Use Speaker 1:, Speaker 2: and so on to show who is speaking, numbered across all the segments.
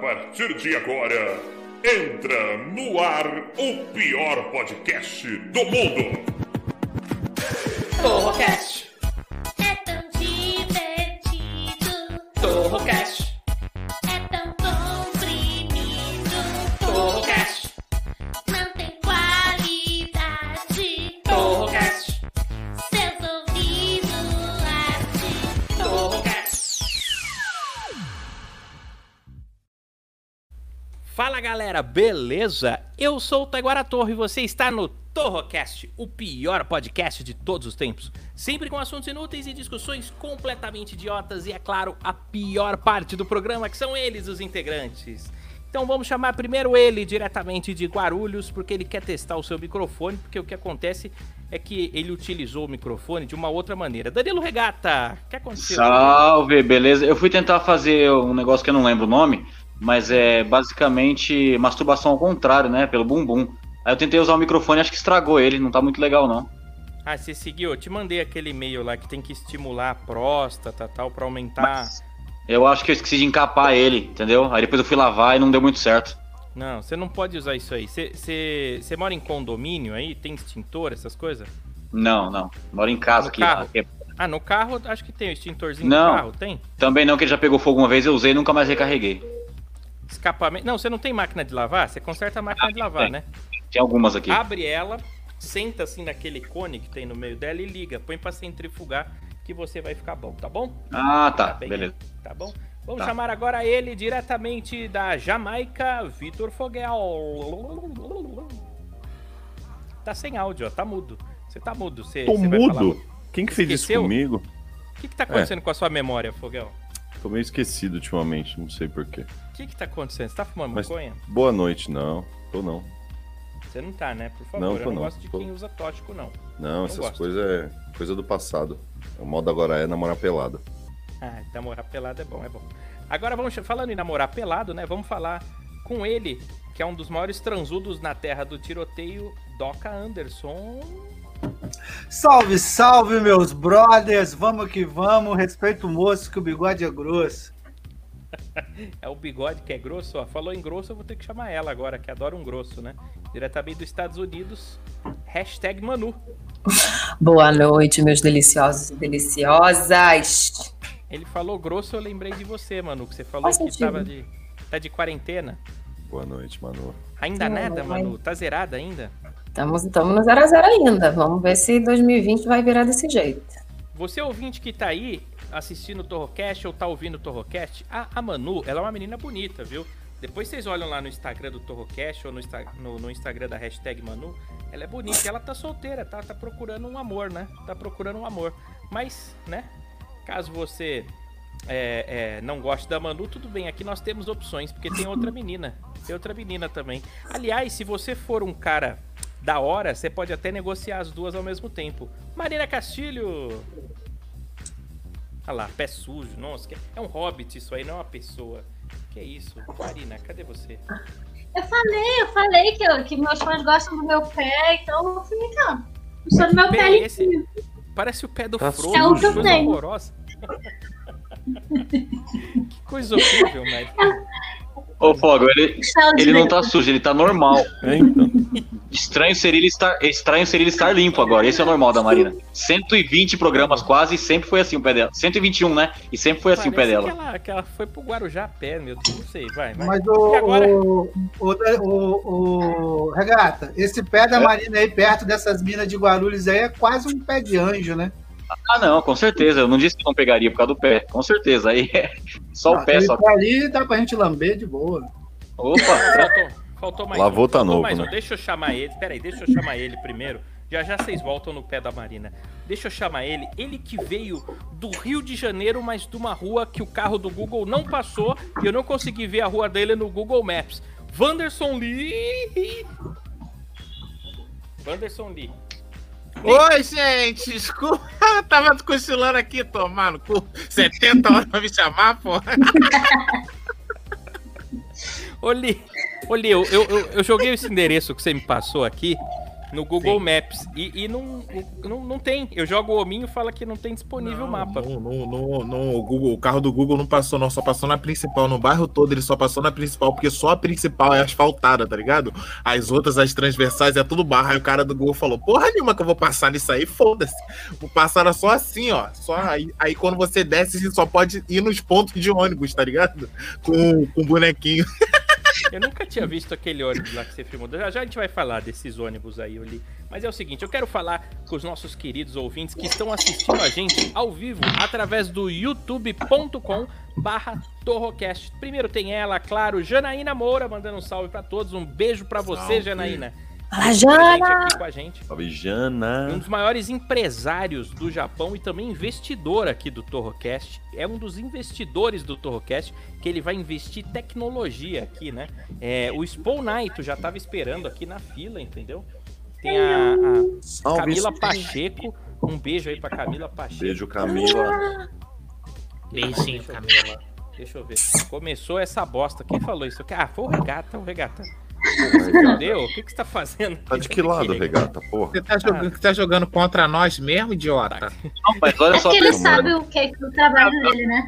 Speaker 1: partir de agora, entra no ar o pior podcast do mundo.
Speaker 2: Torrocast,
Speaker 3: É tão divertido,
Speaker 2: Torrocast,
Speaker 3: é tão comprimido,
Speaker 2: Torrocast,
Speaker 3: não tem qualidade.
Speaker 2: Torrocast,
Speaker 3: Seus ouvidos ardem.
Speaker 2: Torrocast. Fala galera, beleza? Eu sou o Taiguara Torre e você está no Torrocast, o pior podcast de todos os tempos. Sempre com assuntos inúteis e discussões completamente idiotas e, é claro, a pior parte do programa, que são eles, os integrantes. Então vamos chamar primeiro ele diretamente de Guarulhos, porque ele quer testar o seu microfone, porque o que acontece é que ele utilizou o microfone de uma outra maneira. Danilo Regata, o que aconteceu?
Speaker 4: Salve, beleza? Eu fui tentar fazer um negócio que eu não lembro o nome, mas é basicamente masturbação ao contrário, né? Pelo bumbum. Aí eu tentei usar o microfone, acho que estragou ele, não tá muito legal não.
Speaker 2: Ah, você seguiu? Eu te mandei aquele e-mail lá que tem que estimular a próstata tal pra aumentar.
Speaker 4: Eu acho que eu esqueci de encapar ele, entendeu? Aí depois eu fui lavar e não deu muito certo.
Speaker 2: Não, você não pode usar isso aí. Você- Você você mora em condomínio aí? Tem extintor, essas coisas?
Speaker 4: Não, não. Moro em
Speaker 2: Tá No
Speaker 4: casa aqui.
Speaker 2: carro?
Speaker 4: aqui.
Speaker 2: Ah, no carro acho que tem o extintorzinho
Speaker 4: Não.
Speaker 2: do carro, tem?
Speaker 4: Também não, que ele já pegou fogo uma vez, eu usei e nunca mais recarreguei.
Speaker 2: Escapamento. Não, você não tem máquina de lavar? Você conserta a máquina de lavar,
Speaker 4: tem.
Speaker 2: né?
Speaker 4: Tem algumas aqui.
Speaker 2: Abre ela, senta assim naquele cone que tem no meio dela e liga. Põe pra centrifugar que você vai ficar bom, tá bom?
Speaker 4: Ah, tá.
Speaker 2: bem,
Speaker 4: Beleza.
Speaker 2: Tá bom? Vamos
Speaker 4: Tá.
Speaker 2: chamar agora ele diretamente da Jamaica, Vitor Foguel. Tá sem áudio, ó, tá mudo. Você tá mudo, você.
Speaker 5: Tô
Speaker 2: você vai
Speaker 5: mudo? É. Quem que fez
Speaker 2: Esqueceu?
Speaker 5: isso comigo?
Speaker 2: falar. O que, que tá acontecendo com a sua memória, Foguel?
Speaker 5: Tô meio esquecido ultimamente, não sei porquê.
Speaker 2: O que, que tá acontecendo? Você tá fumando
Speaker 5: Mas-
Speaker 2: maconha?
Speaker 5: Boa noite, não. Tô não.
Speaker 2: Você não tá, né? Por favor,
Speaker 5: Não,
Speaker 2: eu
Speaker 5: tô
Speaker 2: não,
Speaker 5: não,
Speaker 2: gosto de
Speaker 5: tô-
Speaker 2: quem usa tóxico, não.
Speaker 5: Não, essas
Speaker 2: gosto.
Speaker 5: coisas é coisa do passado. O modo agora é namorar pelado.
Speaker 2: Ah, namorar pelado é bom, é bom. Agora vamos falando em namorar pelado, né? Vamos falar com ele, que é um dos maiores transudos na terra do tiroteio, Doca Anderson.
Speaker 6: Salve, salve, meus brothers! Vamos que vamos! Respeito o moço, que o bigode é grosso.
Speaker 2: É o bigode que é grosso, ó. Falou em grosso, eu vou ter que chamar ela agora, que adora um grosso, né? Diretamente dos Estados Unidos. Hashtag Manu.
Speaker 7: Boa noite, meus deliciosos e deliciosas.
Speaker 2: Ele falou grosso, eu lembrei de você, Manu, que você falou
Speaker 7: Faz
Speaker 2: que
Speaker 7: sentido.
Speaker 2: tava de. Tá de quarentena?
Speaker 5: Boa noite, Manu.
Speaker 2: Ainda
Speaker 7: Não,
Speaker 2: nada,
Speaker 7: mamãe.
Speaker 2: Manu? Tá zerada ainda?
Speaker 7: Estamos, estamos no zero a zero ainda. Vamos ver se 2020 vai virar desse jeito.
Speaker 2: Você ouvinte que tá aí assistindo o Torrocast ou tá ouvindo o Torrocast, a, a Manu, ela é uma menina bonita, viu? Depois vocês olham lá no Instagram do Torrocast ou no, Insta- no- no Instagram da hashtag Manu, ela é bonita, e ela tá solteira, tá, tá procurando um amor, né? Tá procurando um amor. Mas, né? Caso você é, é, não goste da Manu, tudo bem, aqui nós temos opções, porque tem outra menina. Tem outra menina também. Aliás, se você for um cara da hora, você pode até negociar as duas ao mesmo tempo. Marina Castilho! Ah lá, pé sujo, nossa, que- é um hobbit isso aí, não é uma pessoa. Que isso? Marina, cadê você?
Speaker 8: Tá Eu falei, eu falei que, eu- que meus fãs gostam do meu pé, então eu fui brincando. Eu sou do meu pé
Speaker 2: Bem,
Speaker 8: limpinho.
Speaker 2: esse parece o pé do
Speaker 5: Tá
Speaker 2: Frodo,
Speaker 8: É o que eu
Speaker 2: coisa
Speaker 8: tenho.
Speaker 2: horrorosa. que coisa horrível, mas
Speaker 8: É
Speaker 4: Ô, Fogo, ele,
Speaker 8: Está
Speaker 4: ele não tá sujo, ele tá normal.
Speaker 5: É, então.
Speaker 4: Estranho seria ele estar, estranho seria ele estar limpo agora. Esse é o normal da Marina. 120 programas quase e sempre foi assim o pé dela. 121, né? E sempre foi assim o pé
Speaker 2: parece
Speaker 4: dela.
Speaker 2: Que ela, que ela foi pro Guarujá a pé, meu Deus, não sei, vai, vai.
Speaker 6: Mas o,
Speaker 2: E agora?
Speaker 6: o, o, o- o- Regata, esse pé
Speaker 4: É?
Speaker 6: da Marina aí perto dessas minas de Guarulhos aí é quase um pé de anjo, né?
Speaker 8: é
Speaker 4: Ah, não, com certeza. Eu não disse que não pegaria por causa do pé. Com certeza. Aí é só o pé,
Speaker 6: Aquele
Speaker 4: só.
Speaker 6: pé ali dá pra gente lamber de boa.
Speaker 4: Opa!
Speaker 2: Faltou, faltou mais
Speaker 5: Lavou tá
Speaker 2: Faltou
Speaker 5: novo,
Speaker 2: mais um.
Speaker 5: né?
Speaker 2: Deixa eu chamar ele. Peraí, deixa eu chamar ele primeiro. Já já vocês voltam no pé da Marina. Deixa eu chamar ele. Ele que veio do Rio de Janeiro, mas de uma rua que o carro do Google não passou e eu não consegui ver a rua dele no Google Maps. Wanderson Lee. Wanderson Lee.
Speaker 9: Oi, gente, desculpa, eu tava com o celular aqui, tomar no cu. 70 horas pra me chamar, pô.
Speaker 2: Ô, Li, ô, Li eu, eu, eu- eu joguei esse endereço que você me passou aqui no Google Maps. E, e não, não, não tem. Eu jogo o hominho e fala que não tem disponível o mapa.
Speaker 9: Não, não, não, não, o, Google, o carro do Google não passou, não. Só passou na principal. No bairro todo ele só passou na principal, porque só a principal é asfaltada, tá ligado? As outras, as transversais, é tudo barra. Aí o cara do Google falou: Porra nenhuma que eu vou passar nisso aí, foda-se. Vou passar era só assim, ó. Só aí, aí quando você desce, você só pode ir nos pontos de ônibus, tá ligado? Com, com bonequinho.
Speaker 2: Eu nunca tinha visto aquele ônibus lá que você filmou. Já, já a gente vai falar desses ônibus aí, Oli. Mas é o seguinte, eu quero falar com os nossos queridos ouvintes que estão assistindo a gente ao vivo através do youtube.com barra Torrocast. Primeiro tem ela, claro, Janaína Moura, mandando um salve pra todos. Um beijo pra você,
Speaker 9: Salve.
Speaker 2: Janaína.
Speaker 7: Fala,
Speaker 2: Presente
Speaker 7: Jana!
Speaker 2: aqui com a gente.
Speaker 5: Salve,
Speaker 2: Um
Speaker 5: Jana.
Speaker 2: dos maiores empresários do Japão e também investidor aqui do Torrocast. É um dos investidores do Torrocast, que ele vai investir tecnologia aqui, né? É, o Spawn Knight já tava esperando aqui na fila, entendeu? Tem a, a
Speaker 5: Salve,
Speaker 2: Camila Pacheco. Um beijo aí pra Camila Pacheco.
Speaker 5: Beijo, Camila.
Speaker 9: Beijinho,
Speaker 2: Camila. Deixa eu ver. Começou essa bosta. Quem falou isso? Ah, foi o Regata, o Regata. Entendeu? O que, que você tá fazendo?
Speaker 5: Tá de que lado, regata, porra?
Speaker 9: Você tá
Speaker 4: Ah.
Speaker 9: jogando, você tá jogando contra nós mesmo,
Speaker 4: Tá
Speaker 9: idiota?
Speaker 4: Não, mas olha
Speaker 8: É
Speaker 4: só,
Speaker 8: porque ele
Speaker 4: pelo-
Speaker 8: sabe o que é que o trabalho dele, né?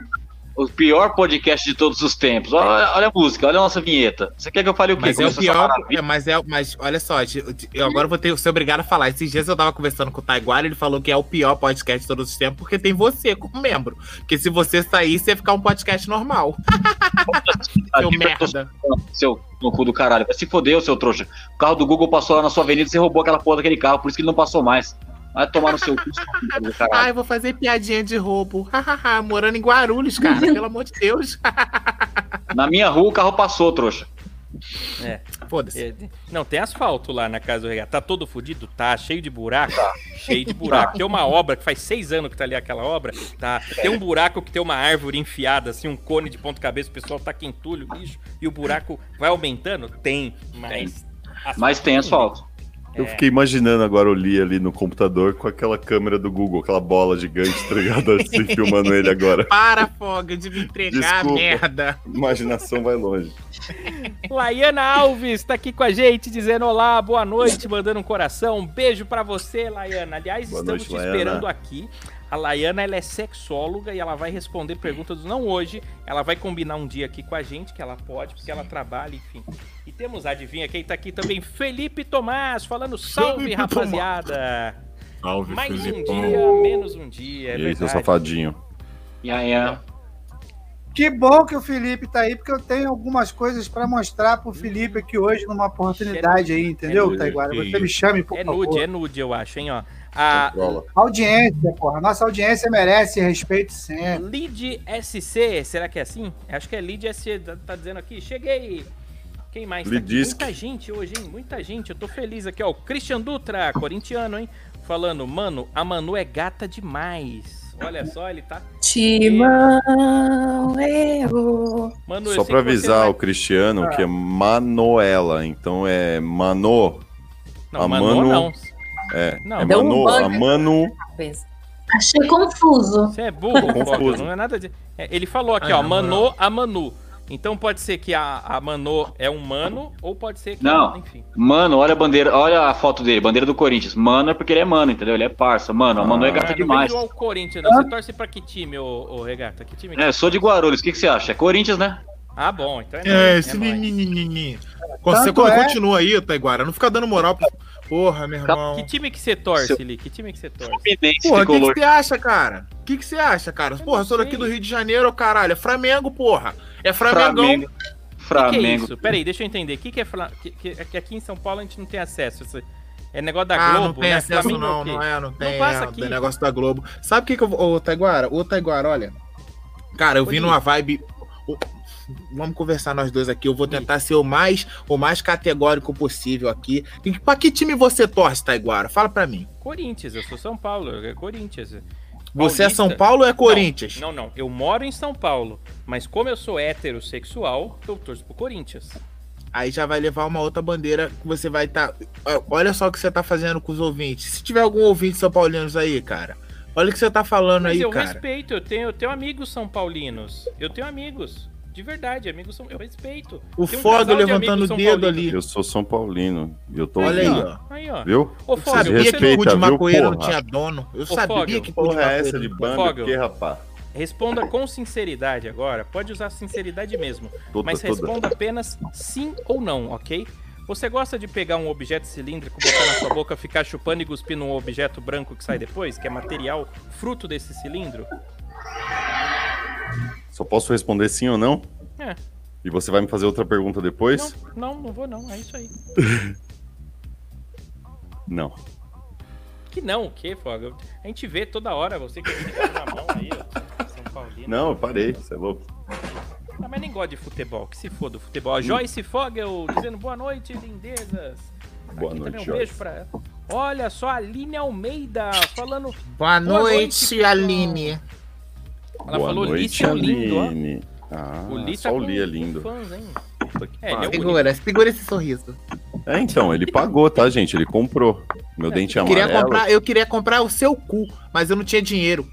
Speaker 4: o pior podcast de todos os tempos. Olha, olha a música, olha a nossa vinheta. Você quer que eu fale o quê?
Speaker 9: Mas é o
Speaker 4: Começa essa
Speaker 9: pior.
Speaker 4: maravilha?
Speaker 9: é, mas, é, mas olha só, ti- ti- eu agora vou ter ser obrigado a falar. Esses dias eu tava conversando com o Taiguara, ele falou que é o pior podcast de todos os tempos, porque tem você como membro. Porque se você saísse, ia ficar um podcast normal. Seu merda.
Speaker 4: Seu no cu do caralho. Vai se foder, ô, seu trouxa. O carro do Google passou lá na sua avenida, você roubou aquela porra daquele carro, por isso que ele não passou mais. Vai tomar no seu cu, seu cu do caralho.
Speaker 9: Ai, vou fazer piadinha de roubo. Hahaha, Morando em Guarulhos, cara. Pelo amor de Deus.
Speaker 4: Na minha rua o carro passou, trouxa.
Speaker 9: Foda-se.
Speaker 2: É, de- Não, tem asfalto lá na casa do Regata. Tá todo fudido? Tá. Cheio de buraco? Cheio de buraco. Tem uma obra que faz seis anos que tá ali aquela obra. Tá. Tem um buraco que tem uma árvore enfiada, assim, um cone de ponta cabeça. O pessoal tá entulho, lixo. E o buraco vai aumentando? Tem, mas. assim,
Speaker 4: Mas tem asfalto.
Speaker 5: Eu fiquei imaginando agora o Lee ali no computador com aquela câmera do Google, aquela bola gigante, tá ligado? Assim, filmando ele agora.
Speaker 9: Para, Foga, de me entregar,
Speaker 5: Desculpa.
Speaker 9: merda.
Speaker 5: Imaginação vai longe.
Speaker 2: Laiana Alves tá aqui com a gente, dizendo olá, boa noite, mandando um coração. Um beijo pra você, Laiana. Aliás,
Speaker 5: Boa
Speaker 2: estamos
Speaker 5: noite,
Speaker 2: te
Speaker 5: Laiana.
Speaker 2: esperando aqui. A Laiana, ela é sexóloga e ela vai responder perguntas, não hoje, ela vai combinar um dia aqui com a gente, que ela pode, porque ela trabalha, enfim. E temos, adivinha quem tá aqui também, Felipe Tomás, falando salve,
Speaker 9: Felipe
Speaker 2: rapaziada.
Speaker 9: Salve,
Speaker 2: Mais um dia, menos um dia, é
Speaker 5: e aí, seu
Speaker 2: verdade.
Speaker 5: safadinho?
Speaker 4: E aí, é.
Speaker 6: Que bom que o Felipe tá aí, porque eu tenho algumas coisas pra mostrar pro Felipe aqui hoje numa oportunidade aí, entendeu,
Speaker 4: É
Speaker 2: nude,
Speaker 6: Taiguara?
Speaker 9: que
Speaker 6: Você me chame, por
Speaker 2: É
Speaker 6: favor.
Speaker 2: nude, é nude, eu acho, hein, ó. A
Speaker 5: Controla.
Speaker 6: Audiência, porra. Nossa audiência merece respeito sempre.
Speaker 2: Lead SC, será que é assim? Acho que é Lead SC, tá- tá dizendo aqui. Cheguei! Quem mais? tá aqui?
Speaker 5: Leadisc.
Speaker 2: Muita gente hoje, hein? Muita gente. Eu tô feliz aqui, ó. O Christian Dutra, corintiano, hein? Falando, mano, a Manu é gata demais. Olha só, ele tá.
Speaker 7: Timão, eu.
Speaker 2: Mano, eu
Speaker 5: Só
Speaker 2: sei
Speaker 5: pra
Speaker 2: que você
Speaker 5: avisar
Speaker 2: vai-
Speaker 5: o Cristiano que é Manuela, então é Mano.
Speaker 2: Não,
Speaker 5: a
Speaker 2: Manu,
Speaker 5: Manu-
Speaker 2: não.
Speaker 5: É,
Speaker 2: Não,
Speaker 5: é
Speaker 7: Deu
Speaker 5: Mano,
Speaker 7: um bug.
Speaker 5: a Manu.
Speaker 7: Pois.
Speaker 8: Achei confuso.
Speaker 2: Você é burro,
Speaker 5: Tô
Speaker 2: Foca,
Speaker 5: confuso.
Speaker 2: não é nada de... É, ele falou aqui,
Speaker 9: Ah,
Speaker 2: ó,
Speaker 9: não,
Speaker 2: Mano a Manu. Então pode ser que a, a Manu é um mano, ou pode ser que...
Speaker 4: Não.
Speaker 2: Enfim.
Speaker 4: Mano, olha a bandeira, olha a foto dele, bandeira do Corinthians. Mano é porque ele é mano, entendeu? Ele é parça. Mano, a mano é
Speaker 5: Ah,
Speaker 4: gata
Speaker 2: Ah, não
Speaker 4: demais.
Speaker 2: vem do Corinthians, não. Você torce pra que time, ô, ô Regata? Que
Speaker 9: um
Speaker 2: time? que-
Speaker 4: É, eu sou de Guarulhos, o que, que você acha? É Corinthians, né?
Speaker 2: Ah, bom, então é nóis,
Speaker 9: É,
Speaker 2: é
Speaker 9: esse
Speaker 2: nóis.
Speaker 9: menininho.
Speaker 6: Tanto
Speaker 9: Você quando
Speaker 6: é-
Speaker 9: continua aí, Taiguara, não fica dando moral pro... Porra, meu irmão.
Speaker 2: Que time que você torce,
Speaker 4: Seu-
Speaker 2: Li? Que time que é você torce?
Speaker 4: Fluminense,
Speaker 9: Porra, o que que
Speaker 4: tricolor.
Speaker 9: você acha, cara? O que que você acha, cara? Porra,
Speaker 2: não
Speaker 9: sou daqui
Speaker 2: sei.
Speaker 9: do Rio de Janeiro, caralho. É Flamengo, porra. É Flamengão.
Speaker 4: Flamengo.
Speaker 2: Que que é
Speaker 4: Flamengo.
Speaker 2: isso? Peraí, deixa eu entender. O que, que é Fla... que, que- é que aqui em São Paulo a gente não tem acesso. Isso É negócio da
Speaker 9: Ah,
Speaker 2: Globo,
Speaker 9: não tem
Speaker 2: né?
Speaker 9: acesso
Speaker 2: Flamengo é o
Speaker 9: não,
Speaker 2: quê?
Speaker 9: não é, não tem.
Speaker 2: passa
Speaker 9: é,
Speaker 2: aqui.
Speaker 9: tem negócio da Globo. Sabe o que que eu vou... Ô, Taiguara, ô, Taiguara, olha. Cara, eu
Speaker 2: Ô,
Speaker 9: vim
Speaker 2: Nick.
Speaker 9: numa vibe... ô, Vamos conversar nós dois aqui. Eu vou tentar ser o mais, o mais categórico possível aqui. E Pra que time você torce, Taiguara? Fala pra mim.
Speaker 2: Corinthians, eu sou São Paulo, é Corinthians.
Speaker 9: Você é
Speaker 2: Paulista?
Speaker 9: São Paulo ou é Corinthians?
Speaker 2: Não, não, eu moro em São Paulo, mas como eu sou heterossexual, eu torço pro Corinthians.
Speaker 9: Aí já vai levar uma outra bandeira que você vai estar. Olha só o que você tá fazendo com os ouvintes. Se tiver algum ouvinte São Paulinos aí, cara, olha o que você tá falando
Speaker 2: Mas
Speaker 9: aí,
Speaker 2: eu
Speaker 9: cara.
Speaker 2: respeito, eu tenho, eu tenho amigos são paulinos. Eu tenho amigos. De verdade, amigos são. Eu respeito.
Speaker 9: O
Speaker 2: Tem um
Speaker 9: foda
Speaker 2: casal de
Speaker 9: levantando
Speaker 2: amigos
Speaker 9: o
Speaker 2: São
Speaker 9: dedo
Speaker 2: Paulino.
Speaker 9: ali.
Speaker 5: Eu sou São Paulino. e Eu tô
Speaker 9: Olha aí,
Speaker 5: ouvindo,
Speaker 9: ó.
Speaker 2: Aí, ó.
Speaker 5: Viu?
Speaker 2: Ô,
Speaker 9: Eu
Speaker 2: Fábio,
Speaker 9: sabia que
Speaker 5: respeita,
Speaker 9: cu de
Speaker 5: viu,
Speaker 9: maconheiro não
Speaker 5: porra?
Speaker 9: tinha dono. Eu
Speaker 2: Ô,
Speaker 9: sabia
Speaker 2: Fábio,
Speaker 9: que cu de
Speaker 5: Porra, é essa
Speaker 9: maconheiro
Speaker 5: de
Speaker 9: não-
Speaker 5: banda
Speaker 2: Fogel.
Speaker 5: o quê, rapá?
Speaker 2: responda com sinceridade agora. Pode usar sinceridade mesmo.
Speaker 5: Toda,
Speaker 2: mas
Speaker 5: toda.
Speaker 2: responda apenas sim ou não, ok? Você gosta de pegar um objeto cilíndrico, botar na sua boca, ficar chupando e cuspindo um objeto branco que sai depois, que é material, fruto desse cilindro?
Speaker 5: Só posso responder sim ou não?
Speaker 2: É.
Speaker 5: E você vai me fazer outra pergunta depois?
Speaker 2: Não, não, não vou não, é isso aí.
Speaker 5: Não.
Speaker 2: Que não, o quê, Foga? A gente vê toda hora você com esse cara na mão aí, ó. São Paulino.
Speaker 5: Não, eu parei. Você é louco.
Speaker 2: Ah, mas nem gosta de futebol, que se foda o futebol. A
Speaker 5: Hum.
Speaker 2: Joyce Fogel dizendo boa noite, lindezas.
Speaker 5: Boa
Speaker 2: Aqui
Speaker 5: noite,
Speaker 2: também um beijo
Speaker 5: Jorge.
Speaker 2: pra ela. Olha só, a Aline Almeida falando.
Speaker 9: Boa
Speaker 2: noite,
Speaker 9: noite, Aline.
Speaker 2: Ela
Speaker 5: Boa
Speaker 2: falou
Speaker 5: noite,
Speaker 2: Lícia é um lindo, ó.
Speaker 5: Aline. Ah,
Speaker 2: O Li tá
Speaker 5: só o
Speaker 2: com-
Speaker 5: Li é
Speaker 2: com
Speaker 5: lindo.
Speaker 2: Fãs, hein?
Speaker 5: Puta que
Speaker 2: É, ele é o
Speaker 5: pariu.
Speaker 9: Segura, segura esse sorriso.
Speaker 5: É, então, ele pagou, tá, gente? Ele comprou.
Speaker 2: É,
Speaker 5: Meu dente é
Speaker 9: Eu queria,
Speaker 5: amarelo,
Speaker 9: comprar, Ah, eu queria comprar o seu cu, mas eu não tinha dinheiro.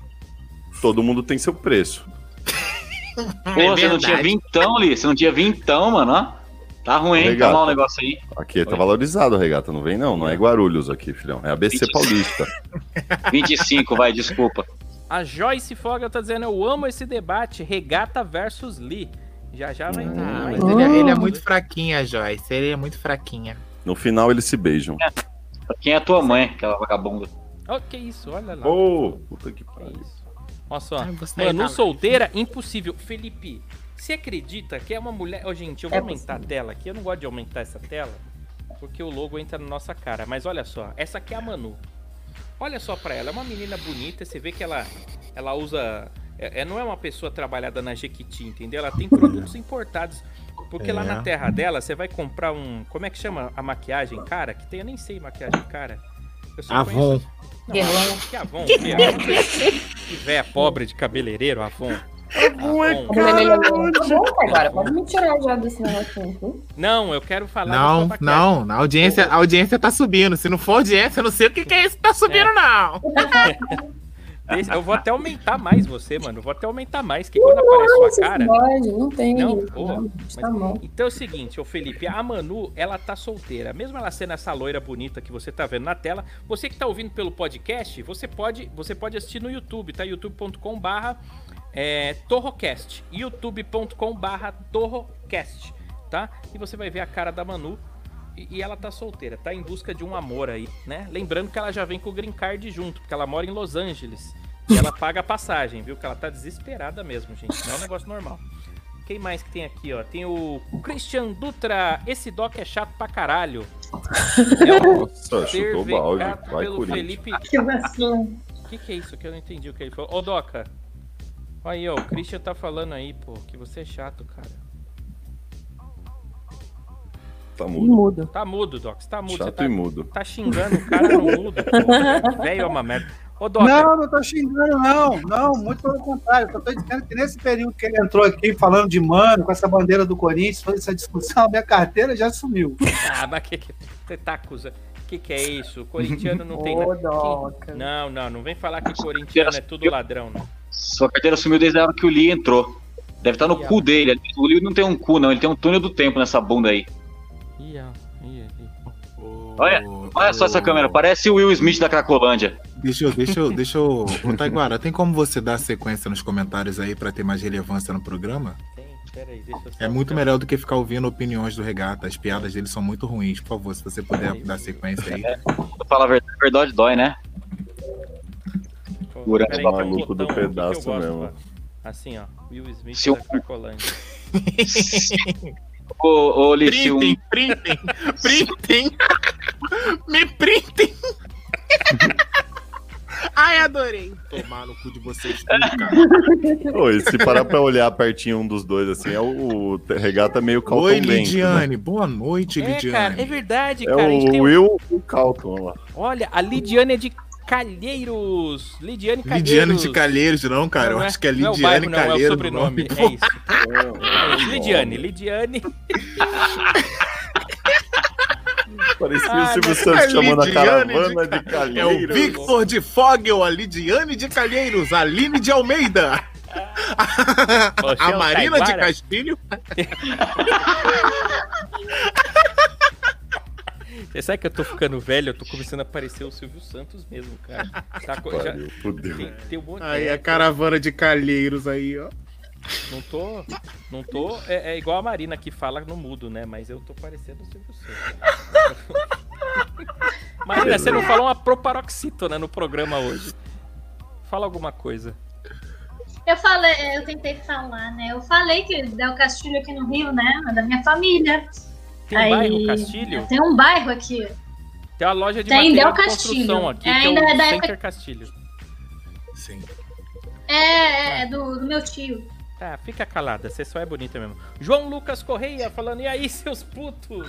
Speaker 5: todo mundo tem seu preço.
Speaker 4: Pô, você não tinha vintão, Li? Você não tinha vintão, mano, ó. Tá ruim, hein?
Speaker 5: Obrigado.
Speaker 4: Tá mal o negócio aí.
Speaker 5: Aqui tá valorizado, regata, não vem não, não é Guarulhos aqui, filhão, é ABC Paulista.
Speaker 4: 25, vai, desculpa.
Speaker 2: A Joyce Fogel tá dizendo: Eu amo esse debate, regata versus Lee. Já já vai entrar.
Speaker 9: Ah,
Speaker 2: mais
Speaker 9: mas ele, é- ele é
Speaker 7: Hum.
Speaker 9: muito fraquinha, Joyce. Ele é muito fraquinha.
Speaker 5: No final eles se beijam.
Speaker 4: Quem é a tua mãe, aquela vagabunda?
Speaker 2: Ó, que isso, olha lá.
Speaker 5: Ô, puta que
Speaker 2: Que
Speaker 5: pariu.
Speaker 2: isso. Olha só.
Speaker 9: Ah, Eu gostei tá. da-
Speaker 2: Manu solteira, impossível. Felipe, você acredita que é uma mulher. Ó, gente, eu vou
Speaker 7: É
Speaker 2: aumentar a tela aqui. Eu não gosto de aumentar essa tela, porque o logo entra na nossa cara. Mas olha só, essa aqui é a Manu. Olha só pra ela, é uma menina bonita, você vê que ela, ela usa. É, é- não é uma pessoa trabalhada na Jequiti, entendeu? Ela tem produtos importados. Porque lá
Speaker 9: É.
Speaker 2: na terra dela, você vai comprar um. Como é que chama a maquiagem, cara? Que tem, eu nem sei maquiagem, cara. Eu só conheço-
Speaker 9: Avon.
Speaker 2: não, é
Speaker 7: Guerreiro.
Speaker 2: Avon, que Avon, que é Avon. Que véia pobre de cabeleireiro, Avon. Avon.
Speaker 7: Como é melhor. Tá bom, agora. Pode me tirar já desse negócio aqui.
Speaker 2: Não, eu quero falar. da sua
Speaker 9: Não,
Speaker 2: maquiagem.
Speaker 9: não. A audiência, a audiência tá subindo. Se não for audiência, eu não sei o que, que é isso que tá subindo, não.
Speaker 2: Deixa- Eu vou até aumentar mais você, mano. Eu vou até aumentar mais, que quando aparece sua cara.
Speaker 7: Pode, não tem.
Speaker 2: Não,
Speaker 7: isso,
Speaker 2: boa.
Speaker 7: não.
Speaker 2: Mas-
Speaker 7: Tá bom.
Speaker 2: Então é o seguinte, ô Felipe, a Manu, ela tá solteira. Mesmo ela sendo essa loira bonita que você tá vendo na tela, você que tá ouvindo pelo podcast, você pode, você pode assistir no YouTube, tá? youtube.com barra é, torrocast, youtube.com barra torrocast, tá? E você vai ver a cara da Manu e, e ela tá solteira, tá em busca de um amor aí, né? Lembrando que ela já vem com o green card junto, porque ela mora em Los Angeles. E ela paga a passagem, viu? Que ela tá desesperada mesmo, gente. Não é um negócio normal. Quem mais que tem aqui, ó? Tem o Christian Dutra. Esse doc é chato pra caralho. É um
Speaker 5: Nossa, chutou o balde,
Speaker 2: cervecado
Speaker 5: vai
Speaker 2: pelo
Speaker 5: Corinthians.
Speaker 2: Felipe.
Speaker 8: Que vacilo.
Speaker 2: O que, que é isso que eu não entendi o que ele falou? Ô, Doca. Aí, ó, o Christian tá falando aí, pô, que você é chato, cara.
Speaker 5: Tá
Speaker 7: E
Speaker 5: mudo,
Speaker 7: mudo.
Speaker 2: Tá mudo, Doc. Você tá mudo.
Speaker 5: chato
Speaker 2: você tá,
Speaker 5: e mudo.
Speaker 2: tá xingando o cara no mudo, pô. Velho é uma merda. Ô, Doca.
Speaker 6: Não, não tô xingando, não. Não, muito pelo contrário. Só tô dizendo que nesse período que ele entrou aqui falando de mano, com essa bandeira do Corinthians, toda essa discussão, a minha carteira já sumiu.
Speaker 2: Ah, mas que que. Você tá acusando. O que, que é isso? O corintiano não tem né?
Speaker 7: Ô,
Speaker 2: nada.
Speaker 7: Doca.
Speaker 2: Não, não, não vem falar que corintiano é tudo ladrão, não.
Speaker 4: Sua carteira sumiu desde a hora que o Lee entrou. Deve estar no
Speaker 2: E a-
Speaker 4: cu dele. O Lee não tem um cu, não. Ele tem um túnel do tempo nessa bunda aí.
Speaker 2: Ih, ó, ih, ih.
Speaker 4: Olha, Olha só essa câmera. Parece o Will Smith da Cracolândia.
Speaker 9: Deixa eu, deixa eu, deixa eu. Ô, Taiguara, tem como você dar sequência nos comentários aí pra ter mais relevância no programa?
Speaker 2: Tem, peraí, deixa eu só-
Speaker 9: É muito melhor do que ficar ouvindo opiniões do Regata. As piadas dele são muito ruins. Por favor, se você puder dar sequência aí.
Speaker 4: Fala a verdade, a verdade dói, né?
Speaker 2: Pô,
Speaker 4: Buraco
Speaker 2: peraí que tem um
Speaker 5: maluco
Speaker 2: botão
Speaker 5: do
Speaker 2: aqui que eu
Speaker 5: pedaço
Speaker 2: gosto,
Speaker 5: mesmo.
Speaker 2: pô. Assim, ó. Will Smith
Speaker 4: Seu
Speaker 2: da Cracolândia.
Speaker 4: ô, ô, Lee, se um,
Speaker 9: Printem, printem, printem. Me printem. Ai, adorei. Tomar no cu de vocês tudo, cara.
Speaker 5: Ô, e se parar pra olhar pertinho um dos dois, assim, é o, o regata meio Calton
Speaker 9: Oi,
Speaker 5: Bento, né?
Speaker 9: Lidiane. Boa noite,
Speaker 2: É, cara, é
Speaker 9: Lidiane.
Speaker 2: verdade,
Speaker 5: É
Speaker 2: cara. a gente tem
Speaker 5: o
Speaker 2: um-
Speaker 5: Will e o Calton, olha lá.
Speaker 2: Olha, a Lidiane é de Calheiros. Lidiane Calheiros.
Speaker 9: Lidiane de Calheiros, não, cara.
Speaker 2: Não
Speaker 9: eu
Speaker 2: é-
Speaker 9: acho que é
Speaker 2: não
Speaker 9: Lidiane
Speaker 2: o bairro, não,
Speaker 9: Calheiros.
Speaker 2: É o
Speaker 9: o
Speaker 2: sobrenome.
Speaker 9: nome.
Speaker 2: É isso. É isso. Lidiane, Lidiane.
Speaker 5: Parecia
Speaker 2: Ah,
Speaker 5: o Silvio
Speaker 2: não.
Speaker 5: Santos chamando
Speaker 9: Lidiane
Speaker 5: a
Speaker 9: de
Speaker 5: caravana É de
Speaker 9: É o
Speaker 5: calheiro.
Speaker 9: Victor de Fogel, a Lidiane de Calheiros, a Aline de Almeida,
Speaker 2: Rochelle
Speaker 5: é
Speaker 9: a Marina de
Speaker 2: Taiguara?
Speaker 9: Castilho.
Speaker 2: Você sabe É, que eu tô ficando velho? Eu tô começando a parecer o Silvio Santos mesmo, cara. Tá co- já-
Speaker 5: Pariu, fudeu.
Speaker 2: tem, tem um monte-
Speaker 9: Aí
Speaker 2: é,
Speaker 9: a caravana de calheiros aí, ó.
Speaker 2: Não tô. Não tô. É, é igual a Marina que fala no mudo, né? Mas eu tô parecendo o Silvio Santos. Marina, você não falou uma proparoxítona no programa hoje. Fala alguma coisa.
Speaker 8: Eu falei, eu tentei falar, né? Eu falei que Del Castilho aqui no Rio, né? É da minha família.
Speaker 2: Tem um
Speaker 8: Aí-
Speaker 2: bairro Castilho?
Speaker 8: Tem um bairro aqui.
Speaker 2: Tem uma loja de
Speaker 8: Tem Del
Speaker 2: material de construção
Speaker 8: Castilho.
Speaker 2: aqui,
Speaker 8: É,
Speaker 2: que é
Speaker 8: ainda é
Speaker 2: o
Speaker 8: da
Speaker 2: Center
Speaker 8: época-
Speaker 2: Castilho.
Speaker 9: Sim.
Speaker 8: É, é, é do, do meu tio.
Speaker 2: Tá, fica calada, você só é bonita mesmo. João Lucas Correia falando, e aí, seus putos?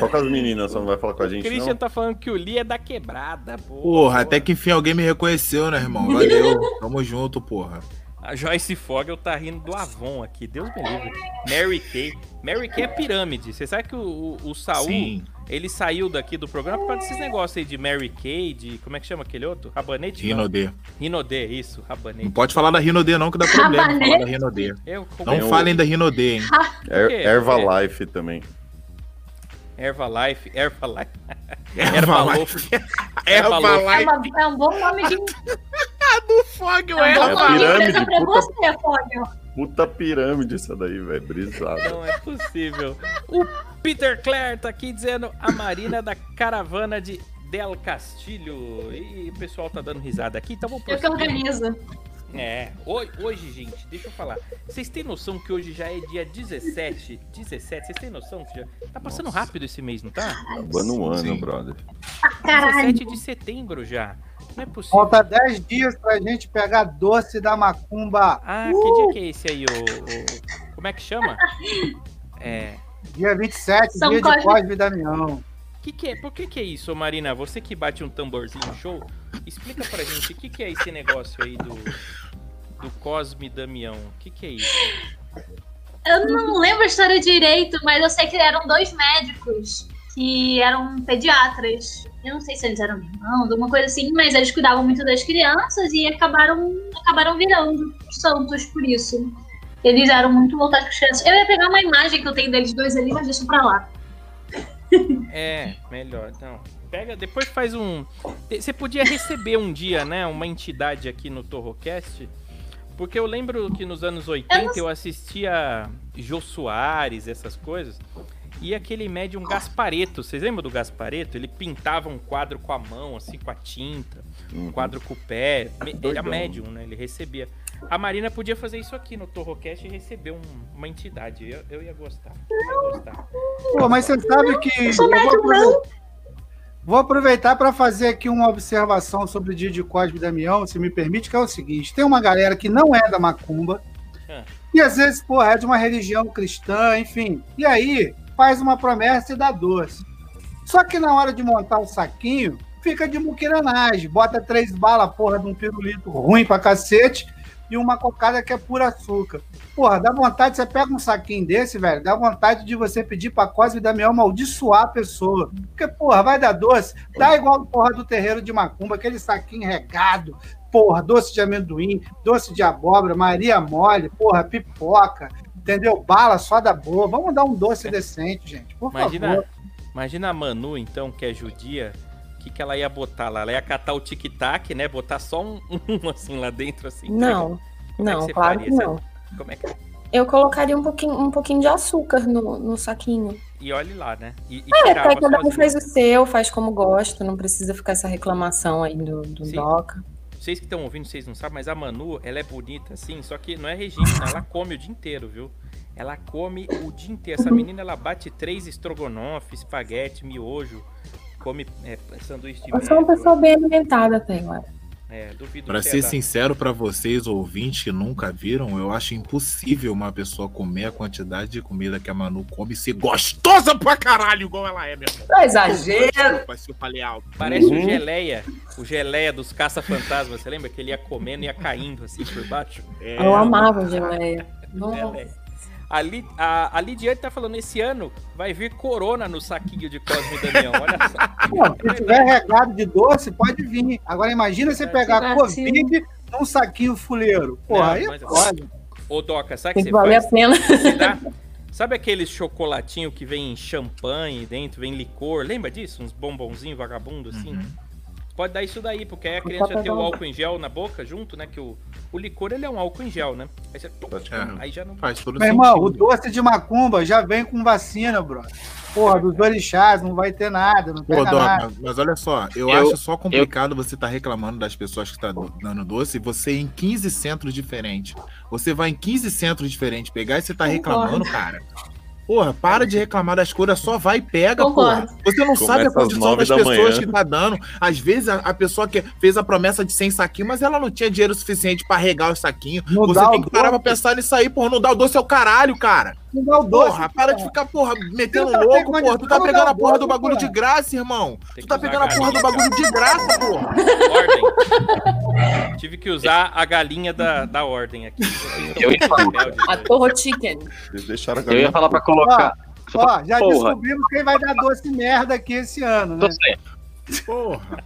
Speaker 5: Só com as meninas, só não vai falar com a gente,
Speaker 2: É. Christian
Speaker 5: não?
Speaker 2: tá falando que o Lee é da quebrada, porra.
Speaker 9: Porra, até que enfim alguém me reconheceu, né, irmão? Valeu. Tamo junto, porra.
Speaker 2: A Joyce Fogel tá rindo do Avon aqui, Deus me livre. Mary Kay. Mary Kay é pirâmide. Você sabe que o, o, o Saul,
Speaker 9: Sim.
Speaker 2: ele saiu daqui do programa por causa desses negócios aí de Mary Kay, de... Como é que chama aquele outro? Rabanete? não.
Speaker 9: Rinodê.
Speaker 2: Rinodê, isso,
Speaker 9: Não
Speaker 2: rabanete.
Speaker 9: pode falar da Rinodê, não, que dá problema. né?
Speaker 8: Rabanete.
Speaker 9: Falar da Rinodê.
Speaker 2: Eu
Speaker 9: Não
Speaker 2: como-
Speaker 9: falem da Rinodê, hein?
Speaker 5: Er,
Speaker 2: quê?
Speaker 5: Ervalife também.
Speaker 2: Herbalife, Herbalife.
Speaker 9: Herbalife.
Speaker 8: É,
Speaker 9: Herbalife.
Speaker 8: uma- é um bom nome de. É
Speaker 9: do Fogel,
Speaker 8: um bom
Speaker 5: é
Speaker 8: nome de
Speaker 5: pirâmide,
Speaker 8: empresa pra
Speaker 5: puta.
Speaker 8: você, Fábio.
Speaker 5: Puta pirâmide essa daí, velho. Brisado.
Speaker 2: Não é possível. O Peter Clare tá aqui dizendo a Marina da caravana de Del Castilho. E o pessoal tá dando risada aqui, então vamos
Speaker 8: Eu que
Speaker 2: prosseguir.
Speaker 8: organizo.
Speaker 2: É, ho- hoje, gente, deixa eu falar. Vocês têm noção que hoje já é dia 17? 17, vocês têm noção? Que já... Tá passando
Speaker 9: Nossa.
Speaker 2: rápido esse mês, não tá?
Speaker 5: Acabando um ano,
Speaker 9: Sim.
Speaker 5: brother.
Speaker 8: Caralho.
Speaker 2: 17 de setembro já. Não é possível.
Speaker 6: Falta 10 dias pra gente pegar doce da macumba.
Speaker 2: Ah, que dia que é esse aí? O, o- Como é que chama? É.
Speaker 6: Dia 27,
Speaker 8: São
Speaker 6: dia
Speaker 8: Cosme.
Speaker 6: de Cosme e Damião.
Speaker 2: Que que é? Por que que é isso, Marina? Você que bate um tamborzinho show, explica pra gente o que que é esse negócio aí do, do Cosme Damião. O que que é isso?
Speaker 8: Eu não lembro a história direito, mas eu sei que eram dois médicos que eram pediatras. Eu não sei se eles eram irmãos, alguma coisa assim, mas eles cuidavam muito das crianças e acabaram, acabaram virando santos por isso. Eles eram muito voltados para as crianças. Eu ia pegar uma imagem que eu tenho deles dois ali, mas deixa pra lá.
Speaker 2: É, melhor. Não. Pega, depois faz um. Te- Você podia receber um dia, né? Uma entidade aqui no Torrocast. Porque eu lembro que nos anos 80 eu assistia Jô Soares, essas coisas. E aquele médium Gaspareto, vocês lembram do Gaspareto? Ele pintava um quadro com a mão, assim, com a tinta, um
Speaker 5: Uhum.
Speaker 2: quadro com o pé. Me- Era
Speaker 5: Doidão.
Speaker 2: médium, né? Ele recebia. A Marina podia fazer isso aqui no Torrocast e receber um- uma entidade. Eu, eu ia gostar. Eu ia gostar.
Speaker 6: Pô, mas você sabe que. Eu
Speaker 8: sou médium, não.
Speaker 6: aprove- Vou aproveitar para fazer aqui uma observação sobre o dia de Cosme e Damião, se me permite, que é o seguinte: tem uma galera que não é da macumba,
Speaker 2: É.
Speaker 6: e às vezes, porra, é de uma religião cristã, enfim. E aí faz uma promessa e dá doce. Só que na hora de montar o saquinho, fica de muquiranagem, bota três balas, porra, de um pirulito ruim pra cacete e uma cocada que é pura açúcar. Porra, dá vontade, você pega um saquinho desse, velho, dá vontade de você pedir pra Cosme e Damião amaldiçoar a pessoa. Porque, porra, vai dar doce, dá igual porra do terreiro de Macumba, aquele saquinho regado, porra, doce de amendoim, doce de abóbora, maria mole, porra, pipoca, entendeu? Bala, soda boa, vamos dar um doce decente, gente, por favor.
Speaker 2: Imagina, imagina a Manu, então, que é judia, o que, que ela ia botar lá? Ela ia catar o tic-tac, né? Botar só um, um, assim lá dentro, assim. Como
Speaker 7: Não,
Speaker 2: é que
Speaker 7: não,
Speaker 2: você
Speaker 7: claro
Speaker 2: faria
Speaker 7: que
Speaker 9: né?
Speaker 2: essa-
Speaker 7: não.
Speaker 2: Como é que...
Speaker 7: Eu colocaria um pouquinho, um pouquinho de açúcar no, no saquinho.
Speaker 2: E olhe lá, né? E, e
Speaker 7: É,
Speaker 2: tirava
Speaker 7: tá, cada um
Speaker 2: sozinha.
Speaker 7: faz o seu, faz como gosta, não precisa ficar essa reclamação aí do, do
Speaker 2: Sim.
Speaker 7: Doca.
Speaker 2: Vocês que estão ouvindo, vocês não sabem, mas a Manu, ela é bonita, assim, só que não é Regina, ela come o dia inteiro, viu? Ela come o dia inteiro. Essa menina, ela bate três estrogonofe, espaguete, miojo, come é, sanduíche de
Speaker 7: Eu sou uma
Speaker 2: milho.
Speaker 7: pessoa bem alimentada até agora.
Speaker 2: É, duvido
Speaker 9: Pra
Speaker 2: que
Speaker 9: ser
Speaker 2: ela-
Speaker 9: Tá. sincero pra vocês, ouvintes que nunca viram, eu acho impossível uma pessoa comer a quantidade de comida que a Manu come e ser gostosa pra caralho, igual ela é, meu irmão.
Speaker 7: Não é exagero.
Speaker 9: Desculpa se eu falei alto.
Speaker 2: Parece o
Speaker 5: Uhum.
Speaker 2: geleia, o geleia dos caça-fantasmas, você lembra? Que ele ia comendo e ia caindo assim por baixo.
Speaker 9: É,
Speaker 7: Eu amava geleia. Nossa.
Speaker 2: Geleia. A, Li, a, a Lidiane tá falando, esse ano vai vir corona no saquinho de Cosme e Damião, olha só.
Speaker 6: Pô, se tiver regado de doce, pode vir. Agora imagina você pegar
Speaker 8: Vacilo.
Speaker 6: Covid num saquinho fuleiro. Porra,
Speaker 2: Não,
Speaker 6: aí é
Speaker 2: mas-
Speaker 6: olha.
Speaker 2: Ô, Doca, sabe o
Speaker 7: Tem
Speaker 2: que
Speaker 7: que
Speaker 2: você
Speaker 7: valer
Speaker 2: faz?
Speaker 7: a pena.
Speaker 2: Você dá- Sabe aqueles chocolatinho que vem champanhe dentro, vem licor? Lembra disso? Uns bombonzinhos vagabundos assim?
Speaker 7: Uhum.
Speaker 2: Pode dar isso daí, porque aí a criança já tem o álcool em gel na boca junto, né? Que o, o licor ele é um álcool em gel, né? Aí, você- tum,
Speaker 9: É.
Speaker 2: aí já não.
Speaker 9: Faz todo
Speaker 6: Meu irmão, o
Speaker 9: sentido.
Speaker 6: doce de macumba já vem com vacina, brother. Porra, dos orixás, não vai ter nada, não
Speaker 9: Pô,
Speaker 6: pega
Speaker 9: Doc,
Speaker 6: nada.
Speaker 9: mas- mas olha só, eu,
Speaker 4: Eu-
Speaker 9: acho só complicado você estar reclamando das pessoas que estão dando doce, você ir em 15 centros diferentes. Você vai em 15 centros diferentes pegar e você tá reclamando, cara. Porra, para de reclamar das coisas, só vai e pega, porra.
Speaker 8: Concordo.
Speaker 9: Você não
Speaker 5: Começa
Speaker 9: sabe a
Speaker 5: às
Speaker 9: condição
Speaker 5: nove
Speaker 9: das
Speaker 5: da
Speaker 9: pessoas
Speaker 5: manhã.
Speaker 9: que tá dando. Às vezes a, a pessoa que fez a promessa de 100 saquinhos, mas ela não tinha dinheiro suficiente pra regar os saquinhos.
Speaker 6: Não
Speaker 9: você
Speaker 6: dá
Speaker 9: tem
Speaker 6: o
Speaker 9: que parar
Speaker 6: doce.
Speaker 9: pra pensar nisso aí, porra. Não dá o doce ao caralho, cara.
Speaker 6: Não dá o doce.
Speaker 9: Porra, para de ficar, porra, metendo
Speaker 6: Eu só tenho
Speaker 9: louco,
Speaker 6: condição,
Speaker 9: porra. Tu tá
Speaker 6: não
Speaker 9: pegando
Speaker 6: dá
Speaker 9: a porra do
Speaker 6: boca,
Speaker 9: bagulho de
Speaker 6: porra.
Speaker 9: graça, irmão.
Speaker 2: Tem
Speaker 9: Tu
Speaker 2: que
Speaker 9: tá
Speaker 2: usar
Speaker 9: pegando a porra do
Speaker 2: galinha,
Speaker 9: bagulho de graça, porra.
Speaker 2: Ordem. Tive que usar a galinha da, da ordem aqui. Vocês estão
Speaker 4: Eu
Speaker 2: muito
Speaker 4: ia falar.
Speaker 2: rebeldes,
Speaker 7: A
Speaker 2: velho.
Speaker 7: Torro Chicken.
Speaker 5: Eles deixaram a
Speaker 4: Eu ia
Speaker 5: galera.
Speaker 4: falar pra colocar.
Speaker 6: Ó, já
Speaker 4: Porra.
Speaker 6: descobrimos quem vai dar doce merda aqui esse ano, né?
Speaker 4: Tô certo.
Speaker 9: Porra.